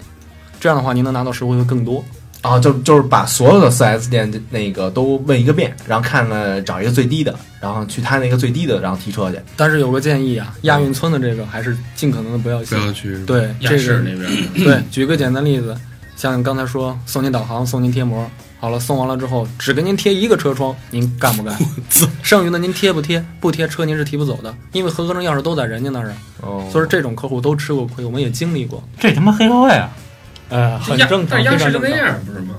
[SPEAKER 9] 这样的话您能拿到实惠会更多。
[SPEAKER 6] 啊，就就是把所有的 4S 店那个都问一个遍，然后看看找一个最低的，然后去他那个最低的，然后提车去。
[SPEAKER 9] 但是有个建议啊，亚运村的这个还是尽可能的不要
[SPEAKER 2] 不
[SPEAKER 9] 信，
[SPEAKER 2] 要去
[SPEAKER 9] 对
[SPEAKER 8] 亚
[SPEAKER 9] 这
[SPEAKER 8] 视
[SPEAKER 9] 个
[SPEAKER 8] 那边
[SPEAKER 9] 对，举个简单例子，像刚才说送您导航，送您贴膜，好了，送完了之后只给您贴一个车窗，您干不干？剩余的您贴不贴？不贴车您是提不走的，因为合格证钥匙都在人家那儿啊。
[SPEAKER 6] 哦
[SPEAKER 9] 所以这种客户都吃过亏，我们也经历过，
[SPEAKER 3] 这他妈黑社会啊！
[SPEAKER 6] 哎
[SPEAKER 9] 呃，很
[SPEAKER 8] 亚
[SPEAKER 9] 正
[SPEAKER 8] 但
[SPEAKER 9] 常，
[SPEAKER 8] 是亚视就
[SPEAKER 9] 非常正
[SPEAKER 8] 那
[SPEAKER 9] 常。
[SPEAKER 8] 样，不是吗？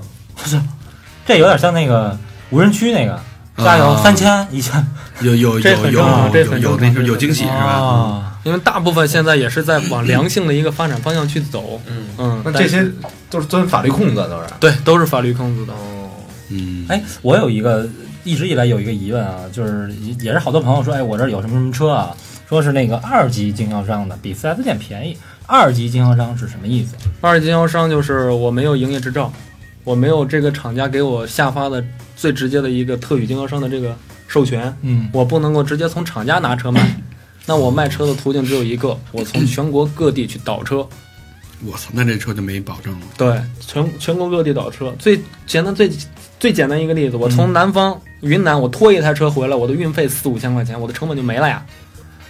[SPEAKER 3] 这有点像那个无人区那个，加油
[SPEAKER 2] 啊
[SPEAKER 3] 三千一千，
[SPEAKER 2] 有有有
[SPEAKER 9] 这很
[SPEAKER 2] 有
[SPEAKER 9] 正常这
[SPEAKER 2] 有
[SPEAKER 9] 很
[SPEAKER 2] 有
[SPEAKER 9] 正
[SPEAKER 2] 那
[SPEAKER 9] 常
[SPEAKER 2] 是有惊喜是吧？
[SPEAKER 3] 啊，
[SPEAKER 9] 因为大部分现在也是在往良性的一个发展方向去走，
[SPEAKER 8] 嗯，
[SPEAKER 9] 嗯，
[SPEAKER 6] 那
[SPEAKER 9] 但
[SPEAKER 6] 这
[SPEAKER 9] 是
[SPEAKER 6] 些都是钻法律空子，都是。
[SPEAKER 9] 对都是法律坑子的。
[SPEAKER 6] 哦，
[SPEAKER 2] 嗯，
[SPEAKER 3] 哎，我有一个一直以来有一个疑问啊，就是也也是好多朋友说，哎，我这儿有什么什么车啊，说是那个二级经销商的，比 4S 店便宜。二级经销商是什么意思？
[SPEAKER 9] 二级经销商就是我没有营业执照，我没有这个厂家给我下发的最直接的一个特许经销商的这个授权，
[SPEAKER 3] 嗯，
[SPEAKER 9] 我不能够直接从厂家拿车卖。那我卖车的途径只有一个，我从全国各地去倒车，
[SPEAKER 2] 我操，那这车就没保证了。
[SPEAKER 9] 对，全全国各地倒车。最简单最最简单一个例子，我从南方云南我拖一台车回来，我的运费四五千块钱，我的成本就没了呀。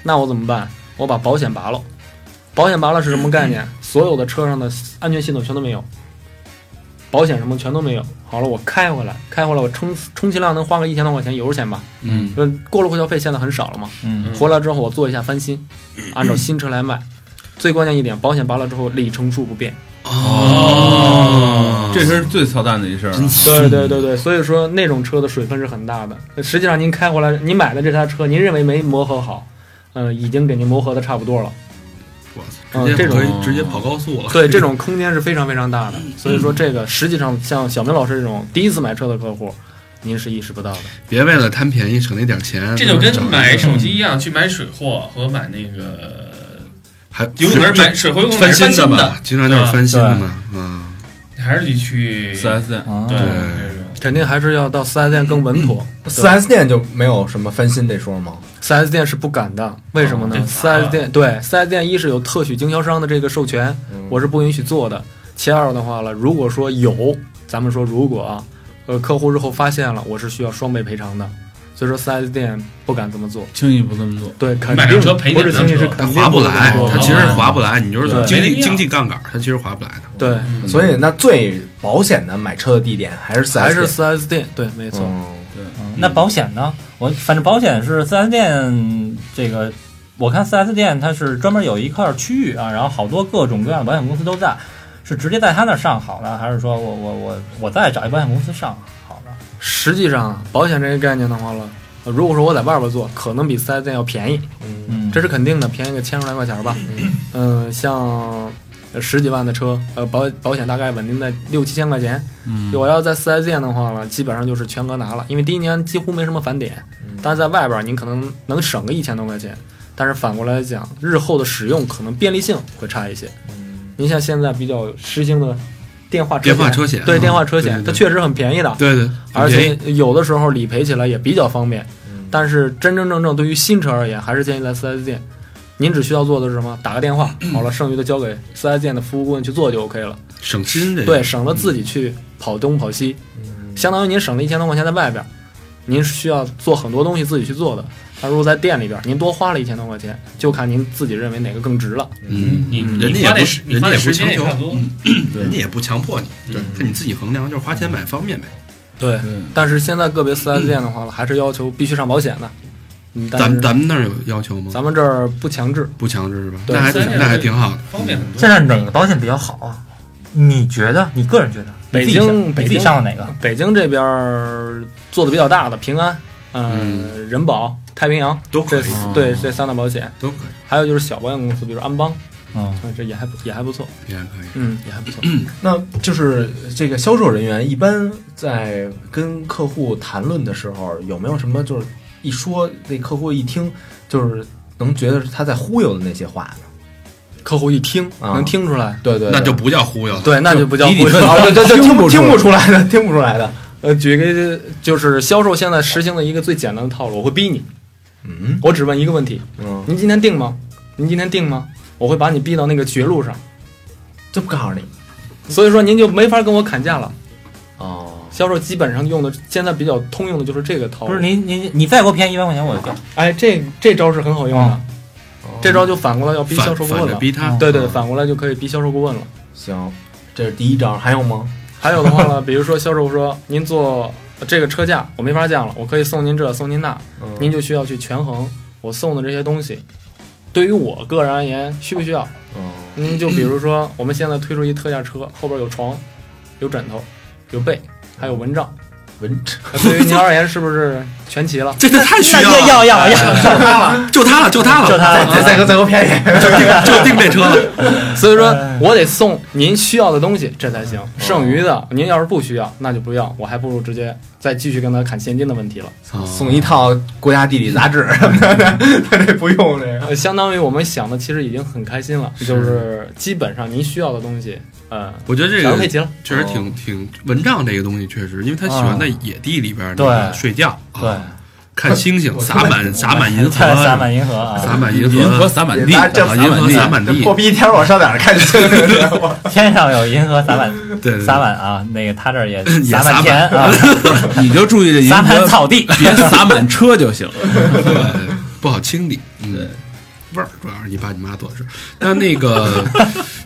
[SPEAKER 9] 那我怎么办？我把保险拔了。保险拔了是什么概念？所有的车上的安全系统全都没有，保险什么全都没有。好了，我开回来，开回来我充充其量能花个一千多块钱油钱吧。
[SPEAKER 2] 嗯，
[SPEAKER 9] 嗯，过路费消费现在很少了嘛。
[SPEAKER 3] 嗯，
[SPEAKER 9] 回来之后我做一下翻新，按照新车来卖。最关键一点，保险拔了之后里程数不变。
[SPEAKER 2] 嗯哦
[SPEAKER 4] 这是最操蛋的一事儿了。
[SPEAKER 9] 对对对对，所以说那种车的水分是很大的。实际上您开回来，您买的这台车，您认为没磨合好，呃，已经给您磨合的差不多了。
[SPEAKER 2] 我操，直接
[SPEAKER 9] 嗯这种
[SPEAKER 2] 可以直接跑高速了。
[SPEAKER 9] 对，这种空间是非常非常大的。所以说这个实际上像小明老师这种第一次买车的客户，您是意识不到的。
[SPEAKER 2] 别为了贪便宜省那点钱，
[SPEAKER 8] 这就跟
[SPEAKER 2] 找一个
[SPEAKER 8] 买手机一样，去买水货和买那个
[SPEAKER 2] 还
[SPEAKER 8] 有可能是买水货，有可能
[SPEAKER 2] 翻
[SPEAKER 8] 是翻
[SPEAKER 2] 新
[SPEAKER 8] 新的，
[SPEAKER 2] 吧，经常就是翻新的嘛。嗯，
[SPEAKER 8] 还是得去
[SPEAKER 4] 四 S 店，
[SPEAKER 3] 啊
[SPEAKER 8] 对，
[SPEAKER 2] 对
[SPEAKER 9] 肯定还是要到 4S 店更稳妥。
[SPEAKER 6] 4S 店就没有什么翻新这说吗？
[SPEAKER 9] 4S 店是不敢的，为什么呢
[SPEAKER 8] 嗯哦
[SPEAKER 9] ？4S 店对 4S 店一是有特许经销商的这个授权，
[SPEAKER 8] 嗯
[SPEAKER 9] 我是不允许做的。其二的话了，如果说有，咱们说如果啊，呃，客户日后发现了，我是需要双倍赔偿的。所以说 4S 店不敢这么做，
[SPEAKER 4] 轻易不这么做。
[SPEAKER 9] 对，肯
[SPEAKER 8] 买辆
[SPEAKER 9] 定
[SPEAKER 8] 车赔
[SPEAKER 9] 不是
[SPEAKER 8] 你
[SPEAKER 9] 轻易
[SPEAKER 8] 辆
[SPEAKER 9] 是
[SPEAKER 8] 车
[SPEAKER 2] 它
[SPEAKER 9] 肯定
[SPEAKER 2] 划不
[SPEAKER 9] 这么
[SPEAKER 2] 来，
[SPEAKER 9] 做的
[SPEAKER 2] 它其实是划不来。你就是
[SPEAKER 9] 对
[SPEAKER 2] 经
[SPEAKER 8] 没
[SPEAKER 2] 济
[SPEAKER 8] 必要
[SPEAKER 2] 经济杠杆儿，它其实划不来的。
[SPEAKER 9] 对，
[SPEAKER 8] 嗯
[SPEAKER 6] 所以那最保险的买车的地点还是 4S 店。
[SPEAKER 9] 还是 4S 店，对，没错。
[SPEAKER 6] 嗯
[SPEAKER 3] 嗯那保险呢？我反正保险是 4S 店这个，我看 4S 店它是专门有一块区域啊，然后好多各种各样的保险公司都在，是直接在他那儿上好呢，还是说我我我我再找一保险公司上好呢？
[SPEAKER 9] 实际上啊，保险这个概念的话了，呃如果说我在外边做，可能比 4S 店要便宜，
[SPEAKER 3] 嗯，
[SPEAKER 9] 这是肯定的，便宜个千十来块钱吧。嗯、像十几万的车，呃，保保险大概稳定在六七千块钱。
[SPEAKER 4] 嗯
[SPEAKER 9] 我要在四 S 店的话呢，基本上就是全额拿了，因为第一年几乎没什么返点。
[SPEAKER 6] 嗯
[SPEAKER 9] 但是在外边儿您可能能省个一千多块钱，但是反过来讲，日后的使用可能便利性会差一些。您像现在比较实行的电话
[SPEAKER 2] 嗯
[SPEAKER 9] 车
[SPEAKER 2] 电话车险
[SPEAKER 9] 对
[SPEAKER 2] 嗯
[SPEAKER 9] 电话车险，
[SPEAKER 2] 对对
[SPEAKER 9] 它
[SPEAKER 2] 对
[SPEAKER 9] 确实很便宜的，
[SPEAKER 2] 对对，
[SPEAKER 9] 而
[SPEAKER 2] 很便
[SPEAKER 9] 且
[SPEAKER 2] 宜
[SPEAKER 9] 有的时候理赔起来也比较方便。但是真真正正对于新车而言，还是建议来 4S 店。您只需要做的是什么？打个 电话，好了，剩余的交给 4S 店的服务顾问去做就 OK 了。
[SPEAKER 2] 省心这个
[SPEAKER 9] 对，省了自己去跑东跑西，
[SPEAKER 2] 嗯
[SPEAKER 9] 相当于您省了一千多块钱在外边儿，您是需要做很多东西自己去做的。但如果在店里边儿，您多花了一千多块钱，就看您自己认为哪个更值了。
[SPEAKER 2] 嗯，
[SPEAKER 8] 你
[SPEAKER 2] 人家
[SPEAKER 8] 你
[SPEAKER 2] 也
[SPEAKER 8] 花
[SPEAKER 2] 不
[SPEAKER 8] 的时你花
[SPEAKER 2] 人家
[SPEAKER 8] 的
[SPEAKER 2] 也不
[SPEAKER 8] 时间
[SPEAKER 2] 强
[SPEAKER 8] 也
[SPEAKER 2] 求
[SPEAKER 8] 差不多，
[SPEAKER 2] 人家也不强迫你，
[SPEAKER 8] 对
[SPEAKER 2] 看你自己衡量，就是花钱买方便呗。
[SPEAKER 9] 嗯对，但是现在个别 4S 店的话，还是要求必须上保险的。嗯但
[SPEAKER 2] 咱
[SPEAKER 9] 是
[SPEAKER 2] 们咱们那儿有要求吗？
[SPEAKER 9] 咱们这儿不强制，
[SPEAKER 2] 不强制是吧？
[SPEAKER 9] 对
[SPEAKER 2] 那还挺
[SPEAKER 8] 三
[SPEAKER 2] 那还挺好的。
[SPEAKER 8] 方便很多。
[SPEAKER 3] 现在哪个保险比较好啊？你觉得？你个人觉得？
[SPEAKER 9] 北
[SPEAKER 3] 你自己
[SPEAKER 9] 京
[SPEAKER 3] 想
[SPEAKER 9] 北
[SPEAKER 3] 你自己
[SPEAKER 9] 京
[SPEAKER 3] 上的哪个？
[SPEAKER 9] 北京这边儿做的比较大的平安，呃，人保、太平洋
[SPEAKER 2] 都可
[SPEAKER 9] 这
[SPEAKER 2] 以，
[SPEAKER 9] 对这三大保险，
[SPEAKER 2] 都可以，
[SPEAKER 9] 还有就是小保险公司，比如安邦，
[SPEAKER 3] 嗯，
[SPEAKER 9] 啊，这也还不也还不错，
[SPEAKER 2] 也还可以。
[SPEAKER 9] 嗯，也还不错。
[SPEAKER 6] 那就是这个销售人员一般在跟客户谈论的时候，有没有什么就是一说那客户一听就是能觉得是他在忽悠的那些话呢？
[SPEAKER 9] 客户一听
[SPEAKER 6] 啊
[SPEAKER 9] 能听出来，
[SPEAKER 6] 对对，对
[SPEAKER 2] 那就不叫忽悠了。
[SPEAKER 9] 对，那就不叫
[SPEAKER 4] 比你
[SPEAKER 9] 忽悠
[SPEAKER 4] 问
[SPEAKER 9] 了。
[SPEAKER 6] 啊，对 对对，
[SPEAKER 4] 听
[SPEAKER 6] 听
[SPEAKER 4] 不出
[SPEAKER 6] 听不出来的，听不出来的。
[SPEAKER 9] 呃，举个就是销售现在实行的一个最简单的套路，我会逼你，
[SPEAKER 6] 嗯
[SPEAKER 9] 我只问一个问题：
[SPEAKER 6] 嗯，
[SPEAKER 9] 您今天定吗？您今天定吗？我会把你逼到那个绝路上，
[SPEAKER 6] 就不告诉你
[SPEAKER 9] 所以说您就没法跟我砍价了。
[SPEAKER 6] 哦。
[SPEAKER 9] 销售基本上用的现在比较通用的就是这个套路。
[SPEAKER 3] 不是你你你再给我便宜一万块钱我就掉。
[SPEAKER 9] 哎，这这招是很好用的，这招就反过来要逼
[SPEAKER 2] 反
[SPEAKER 9] 销售顾
[SPEAKER 2] 反
[SPEAKER 9] 问
[SPEAKER 2] 着
[SPEAKER 9] 了。
[SPEAKER 2] 逼他，
[SPEAKER 9] 对对，反过来就可以逼销售顾问了。
[SPEAKER 6] 行，这是第一招，还有吗？
[SPEAKER 9] 还有的话 呢，比如说销售说您做呃这个车价我没法降了，我可以送您这送您那，
[SPEAKER 6] 嗯
[SPEAKER 9] 您就需要去权衡我送的这些东西，对于我个人而言需不需要？
[SPEAKER 6] 嗯
[SPEAKER 9] 您就比如说我们现在推出一特价车，后边有床，有枕头，有被，还有蚊帐，
[SPEAKER 6] 文
[SPEAKER 9] 那对于您而言是不是全齐了？
[SPEAKER 2] 这个太需要
[SPEAKER 3] 那
[SPEAKER 2] 了，
[SPEAKER 3] 要要要，
[SPEAKER 2] 就他 了，就他了，
[SPEAKER 3] 就他
[SPEAKER 6] 再再给我再给我便宜，
[SPEAKER 2] 就定这车了。
[SPEAKER 9] 所以说
[SPEAKER 2] 哎
[SPEAKER 9] 我得送您需要的东西，这才
[SPEAKER 2] 哦
[SPEAKER 9] 行。剩余的您要是不需要，那就不要，我还不如直接再继续跟他砍现金的问题了。
[SPEAKER 2] 啊
[SPEAKER 6] 送一套国家地理杂 志什么的，他这不用这个。
[SPEAKER 2] 哎
[SPEAKER 9] 呃，相当于我们想的其实已经很开心了，就是基本上您需要的东西，呃，
[SPEAKER 2] 我觉得这
[SPEAKER 9] 全
[SPEAKER 2] 个
[SPEAKER 9] 部配齐了。
[SPEAKER 2] 确实挺挺蚊帐这个东西，确实，因为他喜欢在野地里边儿那个
[SPEAKER 3] 对
[SPEAKER 2] 睡觉，
[SPEAKER 3] 对
[SPEAKER 2] 啊，，
[SPEAKER 9] 嗯
[SPEAKER 2] 看星星，洒满洒满银河，
[SPEAKER 3] 撒满银河啊，
[SPEAKER 9] 嗯
[SPEAKER 2] 洒满银
[SPEAKER 4] 银河
[SPEAKER 2] 河，
[SPEAKER 4] 洒满地，
[SPEAKER 6] 那这
[SPEAKER 2] 啊银河洒满地，
[SPEAKER 6] 破逼一天我上哪儿看去？
[SPEAKER 3] 天上有银河洒满
[SPEAKER 2] 对
[SPEAKER 9] 嗯
[SPEAKER 2] 对
[SPEAKER 3] 撒
[SPEAKER 2] 对，
[SPEAKER 3] 满啊，那个他这儿也
[SPEAKER 2] 也
[SPEAKER 3] 撒
[SPEAKER 2] 撒
[SPEAKER 3] 满
[SPEAKER 2] 满
[SPEAKER 3] 田 啊，
[SPEAKER 4] 你就注意这银
[SPEAKER 3] 撒满
[SPEAKER 4] 河，
[SPEAKER 3] 草地。
[SPEAKER 4] 别洒满车就行。
[SPEAKER 2] 对不好清理，嗯，味儿主要是你爸你妈做的事儿。但那 个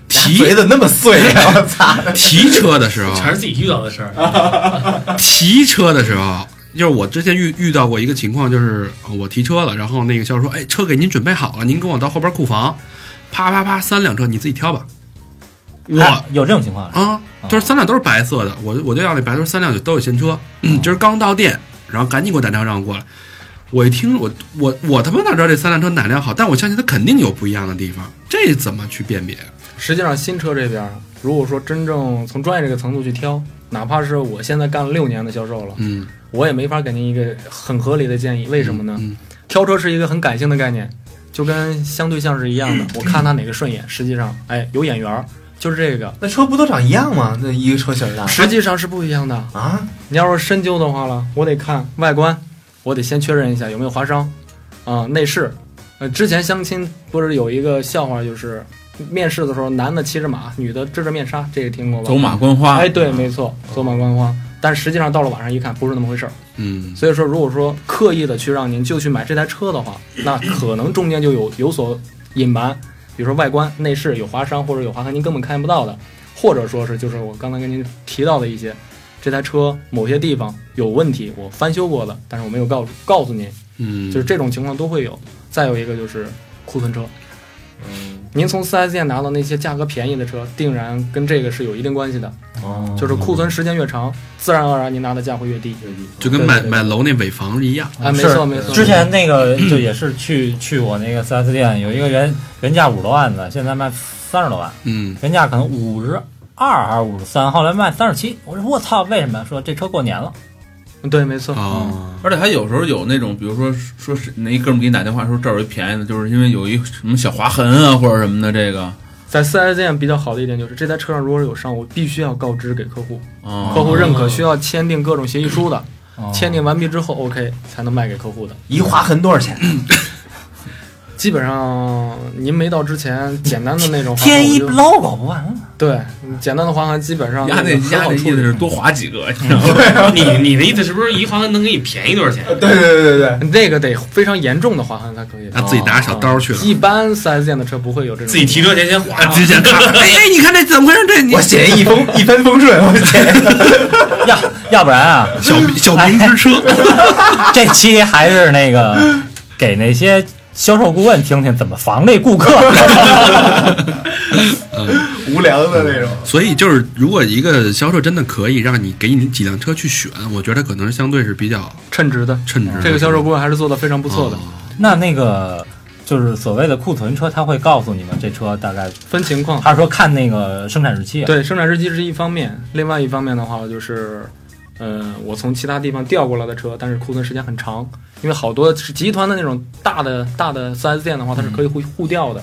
[SPEAKER 2] 提
[SPEAKER 6] 嘴怎么那么碎呀？我操！
[SPEAKER 2] 提车的时候，
[SPEAKER 8] 全是自己遇到的事儿，
[SPEAKER 2] 啊提车的时候，就是我之前遇遇到过一个情况，就是呃我提车了，然后那个销售说：“哎，车给您准备好了，您跟我到后边库房，啪啪啪，三辆车你自己挑吧。”我
[SPEAKER 3] 啊有这种情况啊，
[SPEAKER 2] 啊，就是三辆都是白色的，我就我就要那白，就是三辆就都有现车。嗯，今儿刚到店，然后赶紧给我打电话让我过来。我一听，我我我他妈哪知道这三辆车哪辆好？但我相信它肯定有不一样的地方，这怎么去辨别？
[SPEAKER 9] 实际上新车这边儿，如果说真正从专业这个层度去挑，哪怕是我现在干了六年的销售了，
[SPEAKER 2] 嗯，
[SPEAKER 9] 我也没法给您一个很合理的建议。为什么呢？
[SPEAKER 2] 嗯
[SPEAKER 9] 挑车是一个很感性的概念，就跟相对象是 一样的。我看他哪个顺眼，实际上，哎，有眼缘儿，就是这个，
[SPEAKER 6] 那车不都长一样吗？那一个车型的
[SPEAKER 9] 实际上是不一样的。
[SPEAKER 6] 啊？
[SPEAKER 9] 你要是深究的话了，我得看外观，我得先确认一下有没有划伤，啊、内饰，呃，之前相亲不是有一个笑话，就是面试的时候，男的骑着马，女的织着面纱，这个听过吧？
[SPEAKER 4] 走马观花，
[SPEAKER 9] 哎，对，没错，走马观花。但实际上到了晚上一看，不是那么回事儿。
[SPEAKER 2] 嗯，
[SPEAKER 9] 所以说，如果说刻意的去让您就去买这台车的话，那可能中间就有有所隐瞒，比如说外观、内饰有划伤或者有划痕，您根本看不到的，或者说是就是我刚才跟您提到的一些，这台车某些地方有问题，我翻修过的，但是我没有告告诉您，
[SPEAKER 2] 嗯，
[SPEAKER 9] 就是这种情况都会有。再有一个就是库存车，
[SPEAKER 3] 嗯
[SPEAKER 9] 您从 4S 店拿到那些价格便宜的车，定然跟这个是有一定关系的，
[SPEAKER 6] 哦
[SPEAKER 9] 就是库存时间越长，自然而然您拿的价会越低。
[SPEAKER 2] 就跟买买楼那尾房一样，
[SPEAKER 9] 啊，没
[SPEAKER 3] 嗯是
[SPEAKER 9] 错没错。
[SPEAKER 3] 之前那个就也是去去我那个四 S 店，有一个原原价五十多万的，现在卖三十多万，
[SPEAKER 2] 嗯，
[SPEAKER 3] 原价可能五十二还是五十三，后来卖三十七。我说我操，为什么呀？说这车过年了，
[SPEAKER 9] 嗯对，没错。
[SPEAKER 2] 哦，
[SPEAKER 4] 而且还有时候有那种，比如说说是那一哥们给你打电话说这儿有一便宜的，就是因为有一什么小划痕啊或者什么的，这个
[SPEAKER 9] 在 4S 店比较好的一点就是，这台车上如果有伤，我必须要告知给客户，
[SPEAKER 2] 哦
[SPEAKER 9] 客
[SPEAKER 4] 啊，
[SPEAKER 9] 户认可需要签订各种协议书的，签订完毕之后 OK 才能卖给客户的。
[SPEAKER 6] 一划痕多少钱？
[SPEAKER 9] 基本上您没到之前，简单的那种划痕
[SPEAKER 3] 天一
[SPEAKER 9] 我就
[SPEAKER 3] logo 不 完了。啊
[SPEAKER 9] 对，简单的划痕基本上
[SPEAKER 4] 压那
[SPEAKER 9] 那个很
[SPEAKER 4] 压
[SPEAKER 9] 好
[SPEAKER 4] 那意
[SPEAKER 9] 处
[SPEAKER 4] 思
[SPEAKER 9] 理。
[SPEAKER 4] 是多划几个，你知道吗？
[SPEAKER 8] 你你的意思是不是一划痕能给你便宜多少钱？
[SPEAKER 6] 对对对对对，
[SPEAKER 9] 那个得非常严重的划痕才可以。哦
[SPEAKER 2] 他自己拿小刀去了，
[SPEAKER 9] 一般 4S 店的车不会有这种
[SPEAKER 8] 自己提车前先划
[SPEAKER 2] 啊，直接看，哎，你看这怎么回事？这你
[SPEAKER 6] 我写 一风一帆风顺，我写
[SPEAKER 3] 要要不然啊，
[SPEAKER 2] 小小明之车，
[SPEAKER 3] 这期还是那个给那些销售顾问听听怎么防 这顾客。
[SPEAKER 6] 无良的那种。
[SPEAKER 2] 所以就是，如果一个销售真的可以让你给你几辆车去选，我觉得可能相对是比较
[SPEAKER 9] 称职的。
[SPEAKER 2] 称职的。
[SPEAKER 9] 这个销售顾问还是做的非常不错的，
[SPEAKER 2] 嗯哦
[SPEAKER 3] 那那个就是所谓的库存车，他会告诉你们这车大概，
[SPEAKER 9] 分情况。
[SPEAKER 3] 他是说看那个生产日期啊。
[SPEAKER 9] 对，生产日期是一方面，另外一方面的话就是，呃，我从其他地方调过来的车，但是库存时间很长，因为好多是集团的那种大的大的 4S 店的话，它是可以互互调的，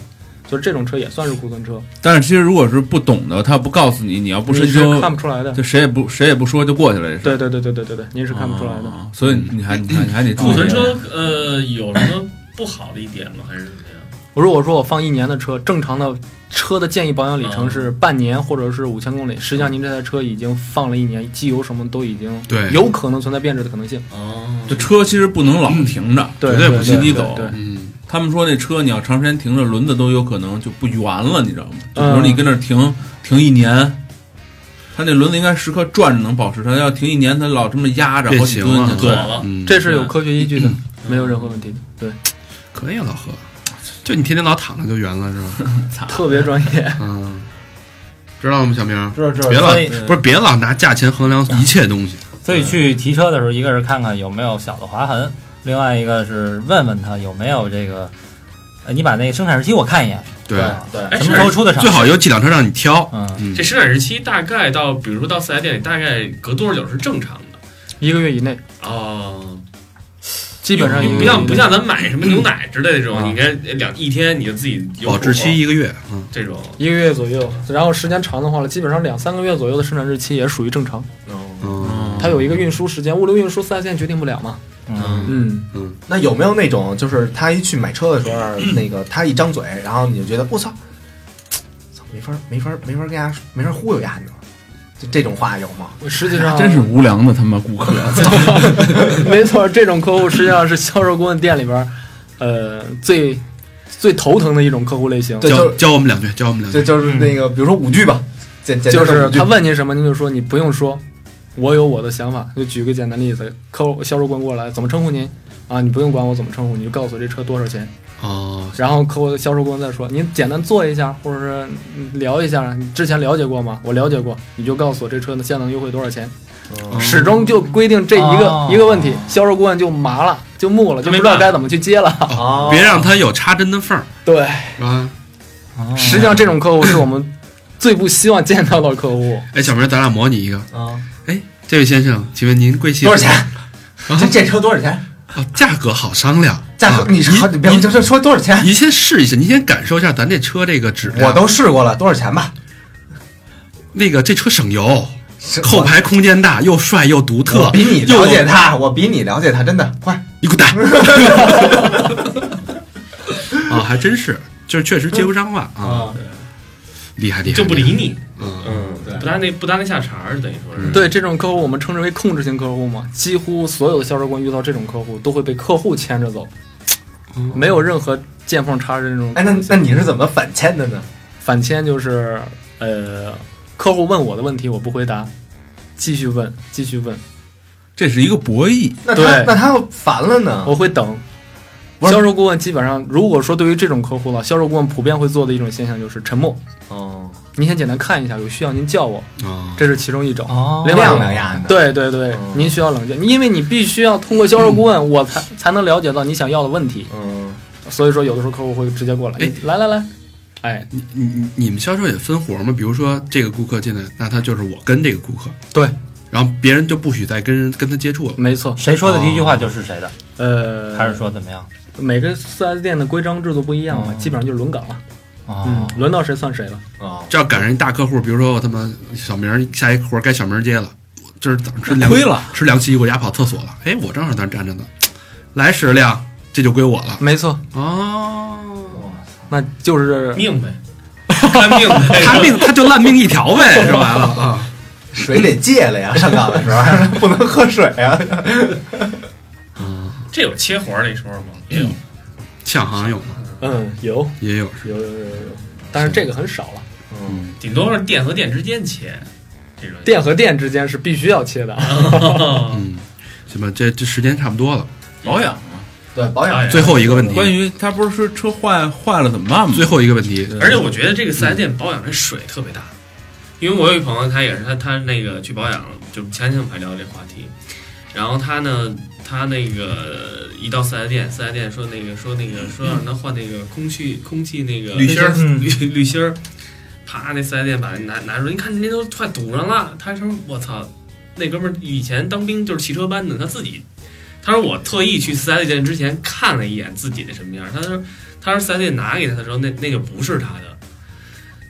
[SPEAKER 9] 就是这种车也算是库存车，
[SPEAKER 4] 但是其实如果是不懂的，他不告诉你，你要不深
[SPEAKER 9] 你是
[SPEAKER 4] 究，
[SPEAKER 9] 看不出来的。
[SPEAKER 4] 就谁也不谁也不说就过去了，这是
[SPEAKER 9] 对对对对对对对，您是看不出来的。
[SPEAKER 4] 啊所以你还你还你还得注意
[SPEAKER 8] 库存车呃有什么不好的一点吗？还是怎么样？
[SPEAKER 9] 我如果说我放一年的车，正常的车的建议保养里程是半年或者是五千公里，实际上您这台车已经放了一年，机油什么都已经
[SPEAKER 2] 对
[SPEAKER 9] 有可能存在变质的可能性。
[SPEAKER 8] 哦，
[SPEAKER 4] 这车其实不能老停着，
[SPEAKER 9] 对
[SPEAKER 4] 绝
[SPEAKER 9] 对
[SPEAKER 4] 不行，
[SPEAKER 9] 对
[SPEAKER 4] 你
[SPEAKER 9] 对
[SPEAKER 4] 走。
[SPEAKER 9] 对
[SPEAKER 2] 嗯，
[SPEAKER 4] 他们说那车你要长时间停着，轮子都有可能就不圆了，你知道吗？就比
[SPEAKER 9] 嗯
[SPEAKER 4] 如你跟那儿停停一年，它那轮子应该时刻转着能保持，它要停一年，它老这么压着
[SPEAKER 2] 变
[SPEAKER 4] 好几
[SPEAKER 2] 形
[SPEAKER 4] 吨
[SPEAKER 2] 了
[SPEAKER 4] 就，对。
[SPEAKER 8] 了，
[SPEAKER 2] 嗯
[SPEAKER 9] 这是有科学依据的，没有任何问题的。对，
[SPEAKER 2] 可以啊，老何，就你天天老躺着就圆了是吧？
[SPEAKER 9] 特别专 业。
[SPEAKER 2] 嗯，知道了吗，小明？
[SPEAKER 6] 这这
[SPEAKER 2] 别老
[SPEAKER 3] 所以
[SPEAKER 9] 嗯
[SPEAKER 2] 不是别老拿价钱衡量一切东西，
[SPEAKER 3] 所以去提车的时候，一个是看看有没有小的划痕，另外一个是问问他有没有这个，呃，你把那个生产日期我看一眼，
[SPEAKER 2] 对，
[SPEAKER 6] 对
[SPEAKER 8] 哎，
[SPEAKER 3] 什
[SPEAKER 8] 是
[SPEAKER 3] 么时候出的厂？
[SPEAKER 2] 最好有几辆车让你 挑。
[SPEAKER 3] 嗯，
[SPEAKER 2] 嗯
[SPEAKER 8] 这，生产日期大概到，比如说到四 S 店里，大概隔多少久是正常的？
[SPEAKER 9] 一个月以内，
[SPEAKER 8] 哦，
[SPEAKER 9] 基本上一
[SPEAKER 2] 嗯
[SPEAKER 9] 个
[SPEAKER 8] 不
[SPEAKER 9] 月以
[SPEAKER 8] 像
[SPEAKER 9] 内
[SPEAKER 8] 不像咱买什么牛奶之类的这种，
[SPEAKER 3] 嗯
[SPEAKER 8] 你看两一天你就自己有
[SPEAKER 2] 保质期一个月，嗯，
[SPEAKER 8] 这种。
[SPEAKER 9] 一个月左右，然后时间长的话了，基本上两三个月左右的生产日期也属于正常。
[SPEAKER 8] 哦，
[SPEAKER 2] 哦
[SPEAKER 9] 它有一个运输嗯时间，物流运输四 S 店 决定不了嘛。
[SPEAKER 3] 嗯
[SPEAKER 9] 嗯，
[SPEAKER 6] 那有没有那种，就是他一去买车的时候，那个他一张嘴，然后你就觉得我操，操没法儿没法儿没法儿跟人家没法儿忽悠人家，你知道吗？就这种话有吗？
[SPEAKER 9] 我实际上
[SPEAKER 4] 真 是无良的他妈顾客，
[SPEAKER 9] 没错，这种客户实际上是销售顾问店里边儿，呃，最最头疼的一种客户类型。
[SPEAKER 6] 对
[SPEAKER 2] 教
[SPEAKER 6] 就
[SPEAKER 2] 教我们两句，教我们两
[SPEAKER 6] 就
[SPEAKER 2] 句，
[SPEAKER 6] 就是那个，比如说五句吧，简简单
[SPEAKER 9] 就
[SPEAKER 6] 的
[SPEAKER 9] 是
[SPEAKER 6] 五句
[SPEAKER 9] 他问您什么，您就说你不用说，我有我的想法。就举个简单例子，客户销售顾问过来，怎么称呼您啊？你不用管我怎么称呼，你就告诉我这车多少钱。
[SPEAKER 2] 哦，
[SPEAKER 9] 然后客户销售顾问再说，您简单做一下，或者是嗯聊一下，你之前了解过吗？我了解过，你就告诉我这车的相当优惠多少钱。始终就规定这一个、
[SPEAKER 3] 哦
[SPEAKER 9] 一个问题，销售顾问就麻了，就木了，就不知道该怎么去 接了。
[SPEAKER 6] 哦
[SPEAKER 2] 别让它有插针的缝儿，
[SPEAKER 9] 对，
[SPEAKER 2] 是吧？
[SPEAKER 3] 哦
[SPEAKER 9] 实际上这种客户是我们最不希望见到的客户。
[SPEAKER 2] 哎，小明，咱俩模拟一个。
[SPEAKER 6] 啊，
[SPEAKER 2] 哎，这位先生，请问您贵姓？
[SPEAKER 6] 多少钱？？这这车多少钱？
[SPEAKER 2] 哦，价格好商量。
[SPEAKER 6] 价格
[SPEAKER 2] 啊
[SPEAKER 6] 你说你别就就说多少钱？
[SPEAKER 2] 您先试一下，您先感受一下咱这车这个质量。
[SPEAKER 6] 我都试过了，多少钱吧？
[SPEAKER 2] 那个这车省油，
[SPEAKER 6] 是
[SPEAKER 2] 后排空间大，又帅又独
[SPEAKER 6] 我
[SPEAKER 2] 特。
[SPEAKER 6] 我比你了解
[SPEAKER 2] 又，
[SPEAKER 6] 他，我比你了解他，真的快。
[SPEAKER 2] 你滚 蛋！啊，还真是，就是确实接不上话啊，厉害厉害，
[SPEAKER 8] 就不理你，
[SPEAKER 2] 嗯，
[SPEAKER 8] 嗯，不搭那不搭那下茬儿，等于说
[SPEAKER 3] 嗯
[SPEAKER 8] 是
[SPEAKER 9] 对这种客户，我们称之为控制型客户嘛。几乎所有的销售官遇到这种客户，都会被客户牵着走，
[SPEAKER 3] 哦
[SPEAKER 9] 没有任何见缝插针这种
[SPEAKER 6] 哎，那那你是怎么反签的呢？
[SPEAKER 9] 反牵。就是呃，客户问我的问题，我不回答，继续问，继续问，
[SPEAKER 4] 这是一个博弈。
[SPEAKER 6] 那他
[SPEAKER 9] 对
[SPEAKER 6] 那他要烦了呢？
[SPEAKER 9] 我会等。
[SPEAKER 6] 不是
[SPEAKER 9] 销售顾问基本上，如果说对于这种客户了，销售顾问普遍会做的一种现象就是沉默。
[SPEAKER 6] 哦，
[SPEAKER 9] 您先简单看一下，有需要您叫我，
[SPEAKER 2] 啊，
[SPEAKER 9] 这是其中一种。
[SPEAKER 3] 哦，
[SPEAKER 9] 另外
[SPEAKER 6] 亮亮呀，
[SPEAKER 9] 对对对
[SPEAKER 6] 哦，
[SPEAKER 9] 您需要冷静，因为你必须要通过销售顾问，我才才能了解到你想要的问题。
[SPEAKER 6] 嗯，
[SPEAKER 9] 所以说，有的时候客户会直接过来，
[SPEAKER 2] 哎
[SPEAKER 9] 你来来来，哎，
[SPEAKER 2] 你你你你们销售也分活吗？比如说这个顾客进来，那他就是我跟这个顾客，
[SPEAKER 9] 对，
[SPEAKER 2] 然后别人就不许再跟人跟他接触了。
[SPEAKER 9] 没错，
[SPEAKER 3] 谁说的第一句
[SPEAKER 2] 哦
[SPEAKER 3] 话就是谁的，
[SPEAKER 9] 呃，
[SPEAKER 3] 还是说怎么样？
[SPEAKER 9] 每个四 S 店的规章制度不一样嘛，
[SPEAKER 3] 哦
[SPEAKER 9] 基本上就轮岗了，嗯
[SPEAKER 3] 哦，
[SPEAKER 9] 轮到谁算谁了。
[SPEAKER 6] 哦，
[SPEAKER 2] 这要赶上一大客户，比如说我他妈小明儿下一活儿该小明儿接了，今儿早上吃凉
[SPEAKER 4] 亏了，
[SPEAKER 2] 吃凉西瓜，丫跑厕所了，哎，我正好在那儿站着呢，来十辆，这就归我了。
[SPEAKER 9] 没错，
[SPEAKER 2] 哦，
[SPEAKER 9] 那就是
[SPEAKER 8] 命 呗，看命呗。
[SPEAKER 2] 他命他就烂命一条呗，说白了啊。
[SPEAKER 6] 水得戒了呀，上岗的时 候不能喝水啊。
[SPEAKER 8] 这有切活儿那时候吗？也有，
[SPEAKER 2] 像好像有吗？
[SPEAKER 9] 嗯，有
[SPEAKER 2] 也有
[SPEAKER 9] 有有有有有，但是这个很少了。
[SPEAKER 8] 顶多是店和店之间切，这种
[SPEAKER 9] 店和店之间是必须要切的，啊
[SPEAKER 2] 啊嗯，行吧，这这时间差不多了。
[SPEAKER 4] 保养
[SPEAKER 6] 对保养
[SPEAKER 8] 哎
[SPEAKER 2] 最后一个问题，
[SPEAKER 4] 哎关于他不是说车坏坏了怎么办吗？
[SPEAKER 2] 最后一个问题，呃
[SPEAKER 8] 而且我觉得这个四 S 店保养这水特别大，因为我有一朋友，他也是他他那个去保养，就前两天我们还聊这话题，然后他呢，他那个一到四 S 店，四 S 店说那个说那个说让他换那个空气空气那个
[SPEAKER 6] 滤芯儿
[SPEAKER 8] 滤
[SPEAKER 2] 嗯
[SPEAKER 8] 滤芯儿，啪，那四 S 店把拿拿出来，你看人家都快堵上了，他说我操，那哥们儿以前当兵就是汽车班的，他自己。他说我特意去四 S 店之前看了一眼自己的什么样儿，他说他说四 S 店拿给他的时候，那那个不是他的。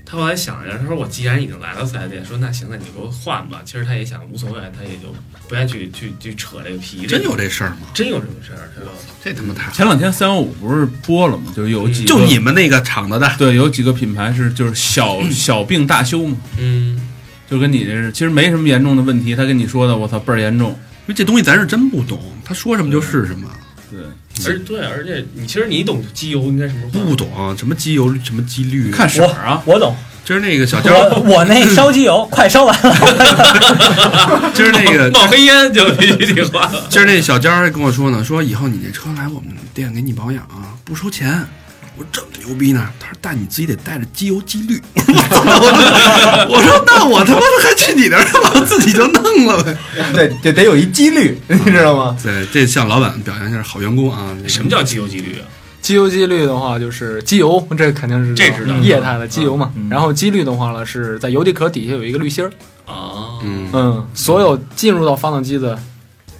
[SPEAKER 8] 他后来想了一下，他说我既然已经来到四 S 店，说那行，那你给我换吧。其实他也想无所谓，他也就不愿意去去去扯这个皮。
[SPEAKER 2] 真有这事儿吗？
[SPEAKER 8] 真有这种事儿，知道吧？
[SPEAKER 2] 这他妈太
[SPEAKER 4] 前两天三幺五不是播了吗？就有几个
[SPEAKER 2] 就你们那个厂子的，
[SPEAKER 4] 对，有几个品牌是就是小小病大修嘛，
[SPEAKER 8] 嗯，
[SPEAKER 4] 就跟你这是其实没什么严重的问题，他跟你说的我操倍儿严 重，
[SPEAKER 2] 因为这东西咱是真不懂，他说什么就是什么，
[SPEAKER 4] 对，
[SPEAKER 8] 而对，而且你其实你懂机油应该什么时候
[SPEAKER 2] 不
[SPEAKER 8] 换
[SPEAKER 2] 懂什么机油什么机滤，
[SPEAKER 4] 看色儿啊，
[SPEAKER 3] 我懂，
[SPEAKER 2] 今儿那个小娇，
[SPEAKER 3] 我我那烧机 油快烧完了，
[SPEAKER 2] 今儿 那个
[SPEAKER 8] 冒黑烟就必须得换了。
[SPEAKER 2] 今儿那小娇还跟我说呢，说以后你这车来我们店给你保养啊，不收钱。我说这么牛逼呢？他说但你自己得带着机油机滤。 我说我说那我他妈的还去你那儿了，我自己就弄了呗。
[SPEAKER 6] 对，得得有一几率，你知道吗？
[SPEAKER 2] 对，这向老板表扬一下好员工啊。
[SPEAKER 8] 什么叫机油机滤啊？
[SPEAKER 9] 机油机滤的话，就是机油，这肯定是
[SPEAKER 8] 这知道
[SPEAKER 9] 液态的机油嘛。
[SPEAKER 3] 嗯
[SPEAKER 9] 然后机滤的话呢，是在油底壳底下有一个滤芯儿，
[SPEAKER 8] 啊，
[SPEAKER 2] 嗯，
[SPEAKER 9] 嗯，所有进入到发动机的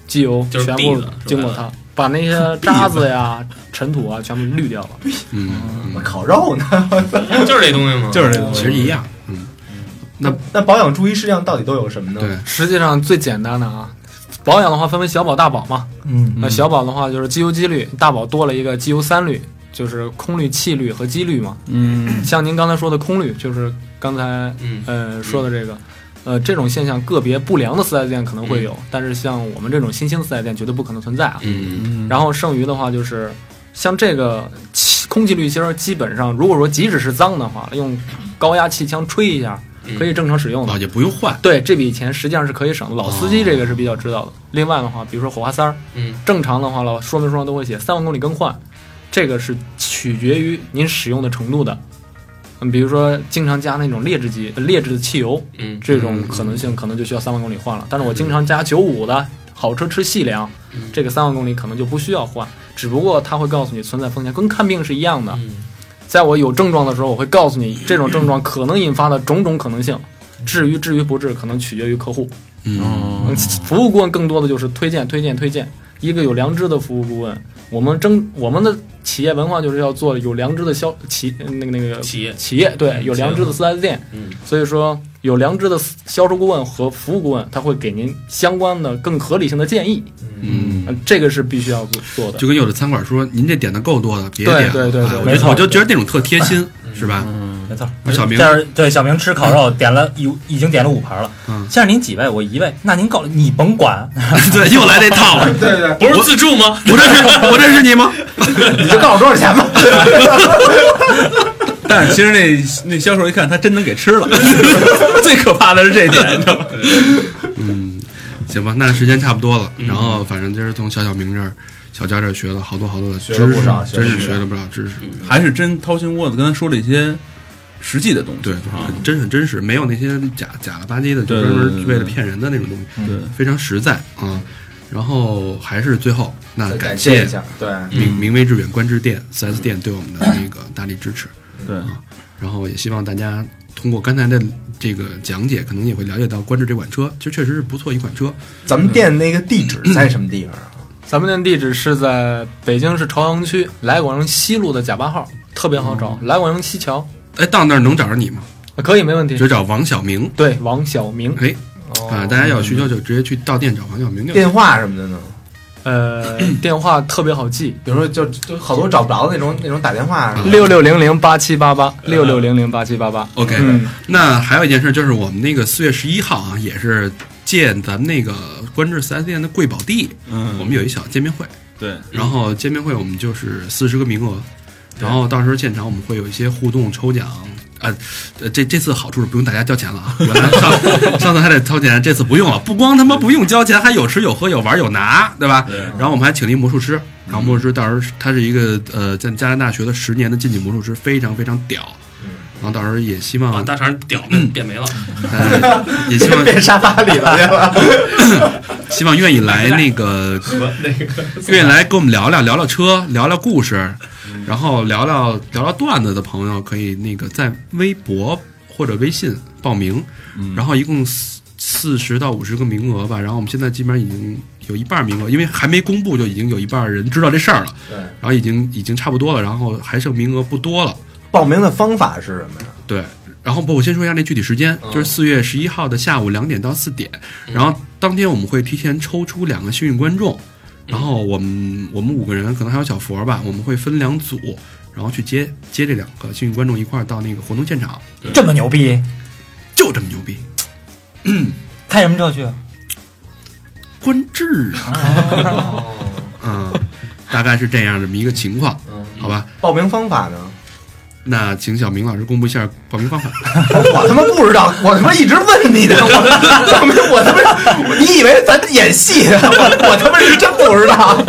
[SPEAKER 9] 机油
[SPEAKER 8] 就是
[SPEAKER 9] 全
[SPEAKER 8] 地
[SPEAKER 9] 部
[SPEAKER 8] 的是吧
[SPEAKER 9] 经过它，把那些渣子呀、尘土啊全部滤掉了。
[SPEAKER 2] 嗯
[SPEAKER 6] 我
[SPEAKER 2] 嗯，
[SPEAKER 6] 烤肉呢，
[SPEAKER 8] 就是这东西吗？
[SPEAKER 6] 就是这个。
[SPEAKER 2] 其实一样。嗯，那
[SPEAKER 6] 那保养注意事项到底都有什么呢？
[SPEAKER 2] 对，
[SPEAKER 9] 实际上最简单的啊，保养的话分为小保、大保嘛。
[SPEAKER 3] 嗯，
[SPEAKER 9] 那小保的话就是机油机滤，大保多了一个机油三滤，就是空滤、气滤和机滤嘛。
[SPEAKER 4] 嗯，
[SPEAKER 9] 像您刚才说的空滤，就是刚才
[SPEAKER 8] 嗯，
[SPEAKER 9] 呃说的这个，呃，这种现象个别不良的四 S 店可能会有，但是像我们这种新兴四 S 店绝对不可能存在啊。
[SPEAKER 8] 嗯
[SPEAKER 9] 然后剩余的话就是，像这个气空气滤芯儿，基本上如果说即使是脏的话，用高压气枪吹一下
[SPEAKER 8] 嗯，
[SPEAKER 9] 可以正常使用的
[SPEAKER 2] 啊。也不用换。
[SPEAKER 9] 对，这笔钱实际上是可以省的。老司机这个是比较知道的。另外的话，比如说火花塞儿，
[SPEAKER 8] 哦嗯，
[SPEAKER 9] 正常的话了，说明书上都会写三万公里更换，这个是取决于您使用的程度的。嗯，比如说经常加那种劣质机、呃劣质的汽油，
[SPEAKER 8] 嗯
[SPEAKER 9] 这种可能性可能就需要三万公里换了。但是我经常加九五的好车吃细粮
[SPEAKER 8] 嗯，
[SPEAKER 9] 这个三万公里可能就不需要换。只不过它会告诉你存在风险，跟看病是一样的。
[SPEAKER 8] 嗯
[SPEAKER 9] 在我有症状的时候，我会告诉你这种症状可能引发的种种可能性。至于至于不治，可能取决于客户。
[SPEAKER 2] 嗯，
[SPEAKER 9] 嗯，服务顾问更多的就是推荐、推荐、推荐。一个有良知的服务顾问，我们争我们的企业文化就是要做有良知的消企那个那个
[SPEAKER 8] 企业，
[SPEAKER 9] 企业，对，有良知的四 S 店。
[SPEAKER 8] 嗯
[SPEAKER 9] 所以说，有良知的销售顾问和服务顾问，他会给您相关的更合理性的建议。
[SPEAKER 2] 嗯，
[SPEAKER 9] 嗯，这个是必须要做的。
[SPEAKER 2] 就跟有的餐馆说，您这点的够多的，别
[SPEAKER 9] 对
[SPEAKER 2] 点了。
[SPEAKER 9] 对对
[SPEAKER 2] 啊
[SPEAKER 9] 对
[SPEAKER 2] 我
[SPEAKER 3] 没
[SPEAKER 2] 就
[SPEAKER 3] 错
[SPEAKER 2] 我就觉得那种特贴心，是吧？
[SPEAKER 3] 没错。
[SPEAKER 2] 小明，
[SPEAKER 3] 但是对小明吃烤肉点了已已经点了五盘了，
[SPEAKER 2] 嗯
[SPEAKER 3] 先生您几位？我一位，那您够了，你甭管，
[SPEAKER 2] 对，又来这套了。
[SPEAKER 6] 对对，
[SPEAKER 8] 不是自助吗？
[SPEAKER 2] 我认识 我认识你吗？
[SPEAKER 6] 你就告诉我多少 钱吧。
[SPEAKER 4] 但是其实那那销售一看他真能给吃 了，最可怕的是这一点，你知道吗？
[SPEAKER 2] 嗯，行吧，那时间差不多
[SPEAKER 6] 嗯
[SPEAKER 2] 了。然后反正今儿从小小明这儿、小佳这儿学了好多好多的知
[SPEAKER 6] 学了不
[SPEAKER 2] 识
[SPEAKER 6] 少，学了
[SPEAKER 2] 真是
[SPEAKER 6] 不少嗯
[SPEAKER 2] 学了不少知识。
[SPEAKER 4] 还是真掏心窝子跟他说了一些实际的东西，
[SPEAKER 2] 对，
[SPEAKER 4] 啊，
[SPEAKER 2] 很真很真实，没有那些假假了吧唧的，就
[SPEAKER 4] 对对
[SPEAKER 2] 专
[SPEAKER 4] 对
[SPEAKER 2] 门
[SPEAKER 4] 对
[SPEAKER 2] 为了
[SPEAKER 4] 对
[SPEAKER 2] 骗人的那种东西，
[SPEAKER 6] 嗯
[SPEAKER 4] 对，
[SPEAKER 2] 非常实在啊。然后还是最后，那
[SPEAKER 6] 再
[SPEAKER 2] 感
[SPEAKER 6] 感谢一下，对，
[SPEAKER 2] 明明威致远观致店四 S 店对我们的那个大力支持。
[SPEAKER 4] 对，
[SPEAKER 2] 然后也希望大家通过刚才的这个讲解，可能也会了解到观致这款车，其实确实是不错一款车。
[SPEAKER 6] 咱们店那个地址在什么地方啊？
[SPEAKER 9] 咱们店地址是在北京市朝阳区来广城西路的甲八号，特别好找，来广城西桥，
[SPEAKER 2] 哎，到那儿能找着你吗？
[SPEAKER 9] 啊可以没问题
[SPEAKER 2] 就。找王小明。
[SPEAKER 9] 对，王小明，
[SPEAKER 2] 哎，啊，大家有需求就直接去到店找王小明就行。
[SPEAKER 6] 电话什么的呢？
[SPEAKER 9] 呃，电话特别好记，
[SPEAKER 6] 比如说就就好多找不着的那种那种打电话，
[SPEAKER 2] 嗯
[SPEAKER 9] 六六零零八七八八，六六零零八七八八。
[SPEAKER 2] OK，、
[SPEAKER 9] 嗯，
[SPEAKER 2] 那还有一件事就是我们那个四月十一号啊，也是借咱们那个观致四 S 店的贵宝地，我
[SPEAKER 4] 嗯，
[SPEAKER 2] 们有一小见面会。
[SPEAKER 4] 对，
[SPEAKER 2] 然后见面会我们就是四十个名额，然后到时候现场我们会有一些互动抽奖，啊，呃这这次好处是不用大家交钱了啊，原来上上次还得掏钱，这次不用了，不光他妈不用交钱，还有吃有喝有玩有拿，对吧？然后我们还请了一魔术师，然后魔术师到时候他是一个呃在加拿大学了十年的竞技魔术师，非常非常屌。然后到时候也希
[SPEAKER 8] 把
[SPEAKER 2] 望，
[SPEAKER 8] 啊大肠屌变变没了，
[SPEAKER 2] 呃、 也希望
[SPEAKER 6] 变沙发里了，对吧？
[SPEAKER 2] 希望愿意来那 个
[SPEAKER 8] 和那个
[SPEAKER 2] 愿意来跟我们聊聊聊聊车，聊聊故事，然后聊聊聊聊段子的朋友，可以那个在微博或者微信报名，
[SPEAKER 8] 嗯
[SPEAKER 2] 然后一共四四十到五十个名额吧。然后我们现在基本上已经有一半名额，因为还没公布就已经有一半人知道这事儿了，
[SPEAKER 6] 对，
[SPEAKER 2] 然后已经已经差不多了，然后还剩名额不多了，
[SPEAKER 6] 报名的方法是什么呀？
[SPEAKER 2] 对。然后不，我先说一下那具体时间，
[SPEAKER 6] 嗯
[SPEAKER 2] 就是四月十一号的下午两点到四点，然后当天我们会提前抽出两个幸运观
[SPEAKER 6] 嗯
[SPEAKER 2] 众，然后我们我们五个人可能还有小佛吧，我们会分两组，然后去接接这两个幸运观众一块儿到那个活动现场，
[SPEAKER 3] 这么牛逼，
[SPEAKER 2] 就这么牛逼，
[SPEAKER 3] 开什么车去？
[SPEAKER 2] 观致啊，
[SPEAKER 6] 哦
[SPEAKER 2] 嗯，大概是这样这么一个情况，
[SPEAKER 6] 嗯
[SPEAKER 2] 好吧？
[SPEAKER 6] 报名方法呢？
[SPEAKER 2] 那请小明老师公布一下报名方法。
[SPEAKER 6] 我他妈不知道，我他妈一直问 你的，我我没我他妈，你以为咱演戏 呢？我我他妈是真不知道，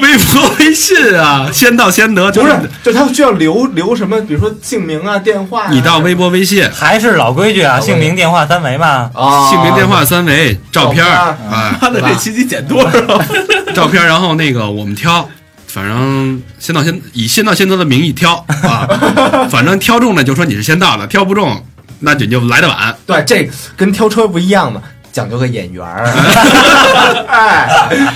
[SPEAKER 2] 微博、微信啊，先到先得，就
[SPEAKER 6] 不是， 就他需要留留什么，比如说姓名啊、电话啊、
[SPEAKER 2] 你到微博、微信。
[SPEAKER 3] 还是老规矩啊，姓名、电话、三维嘛。
[SPEAKER 6] 啊，
[SPEAKER 2] 姓名、电话、三维、照片儿，
[SPEAKER 6] 照
[SPEAKER 2] 哎，
[SPEAKER 4] 他的这期得剪多少？
[SPEAKER 2] 照片儿，然后那个我们挑，反正先到先以先到先得的名义挑啊，反正挑中了就说你是先到的，挑不中那你就来的晚。
[SPEAKER 6] 对，这跟挑车不一样嘛，讲究个眼 缘儿，哎，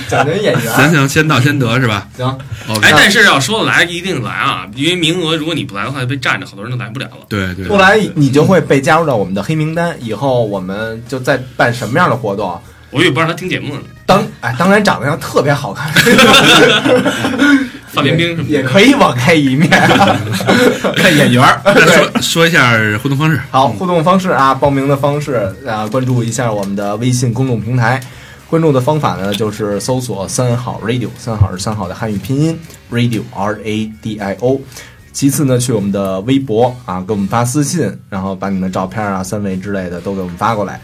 [SPEAKER 6] 讲究眼缘
[SPEAKER 2] 行
[SPEAKER 6] 儿。
[SPEAKER 2] 行，先到先得是吧？
[SPEAKER 6] 行，
[SPEAKER 8] 哎，
[SPEAKER 9] 嗯
[SPEAKER 2] OK，
[SPEAKER 8] 但是要说来一定来啊，因为名额如果你不来的话，被占着，好多人都来不了了。
[SPEAKER 2] 对对
[SPEAKER 6] 不，然你就会被加入到我们的黑名单。以后我们就再办什么样的活动，啊
[SPEAKER 8] 我也不让他听节目呢，
[SPEAKER 6] 当哎，当然长得要特别好看，
[SPEAKER 8] 范冰冰什么的
[SPEAKER 6] 也可以网开一面。啊
[SPEAKER 4] 看眼 缘儿，
[SPEAKER 2] 再说说一下互动方式，
[SPEAKER 6] 好，互动方式啊，报名的方式啊，关注一下我们的微信公众平台。关注的方法呢，就是搜索“三好 radio”，三好是三好的汉语拼音，radio r a d i o。其次呢，去我们的微博啊，给我们发私信，然后把你们的照片啊、三维之类的都给我们发过来。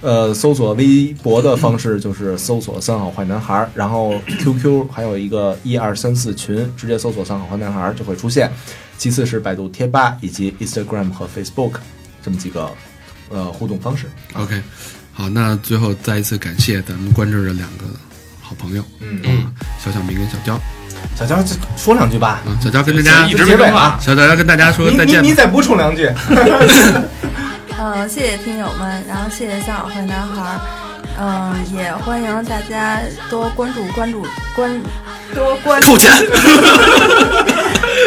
[SPEAKER 6] 呃，搜索微博的方式就是搜索“三好坏男孩儿”，然后 QQ 还有一个一二三四群，直接搜索“三好坏男孩儿”就会出现。其次是百度贴吧以及 Instagram 和 Facebook 这么几个呃互动方式。
[SPEAKER 2] OK，好，那最后再一次感谢咱们关注的两个好朋友，
[SPEAKER 6] 嗯，
[SPEAKER 8] 嗯，
[SPEAKER 2] 小小明跟小娇啊，
[SPEAKER 6] 小乔这说两句吧，
[SPEAKER 2] 小娇跟大家
[SPEAKER 8] 一直没
[SPEAKER 6] 结尾
[SPEAKER 8] 说
[SPEAKER 6] 啊
[SPEAKER 8] 话，
[SPEAKER 2] 小娇跟大家说
[SPEAKER 6] 你
[SPEAKER 2] 再
[SPEAKER 6] 你
[SPEAKER 2] 见吧
[SPEAKER 6] 你。再补充两句。
[SPEAKER 7] 呃，谢谢听友们，然后谢谢三好坏男孩儿，嗯、也欢迎大家多关注关注关多关注
[SPEAKER 2] 扣钱，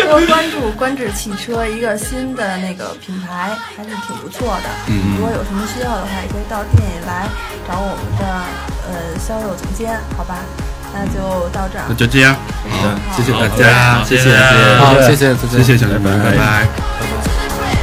[SPEAKER 7] 多关注观致汽车一个新的那个品牌，还是挺不错的。
[SPEAKER 9] 嗯
[SPEAKER 7] 如果有什么需要的话，也可以到店里来找我们的呃销售总监，好吧？那就到这儿
[SPEAKER 2] 那。就这样，好，谢谢大家，
[SPEAKER 8] 谢谢
[SPEAKER 2] 谢谢
[SPEAKER 3] 好，谢谢，
[SPEAKER 2] 谢谢小明，拜拜。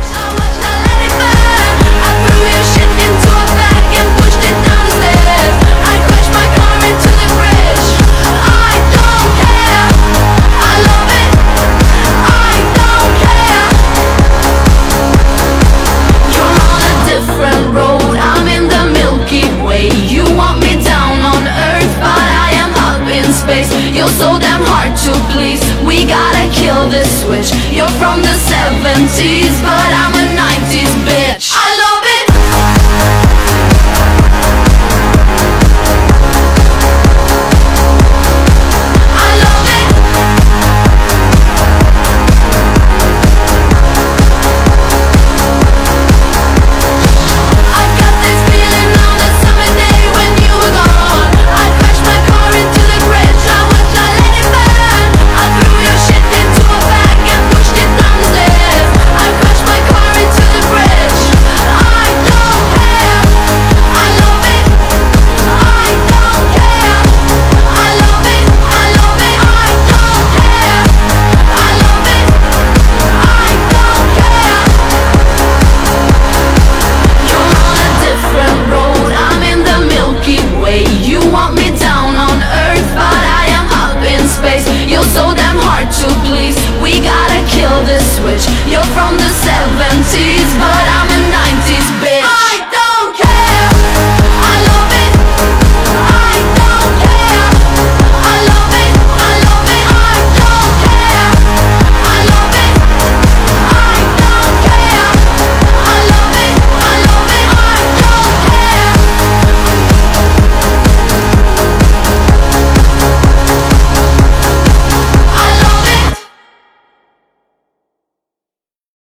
[SPEAKER 11] You're so damn hard to please. We gotta kill this switch. You're from the 70s, but I'm a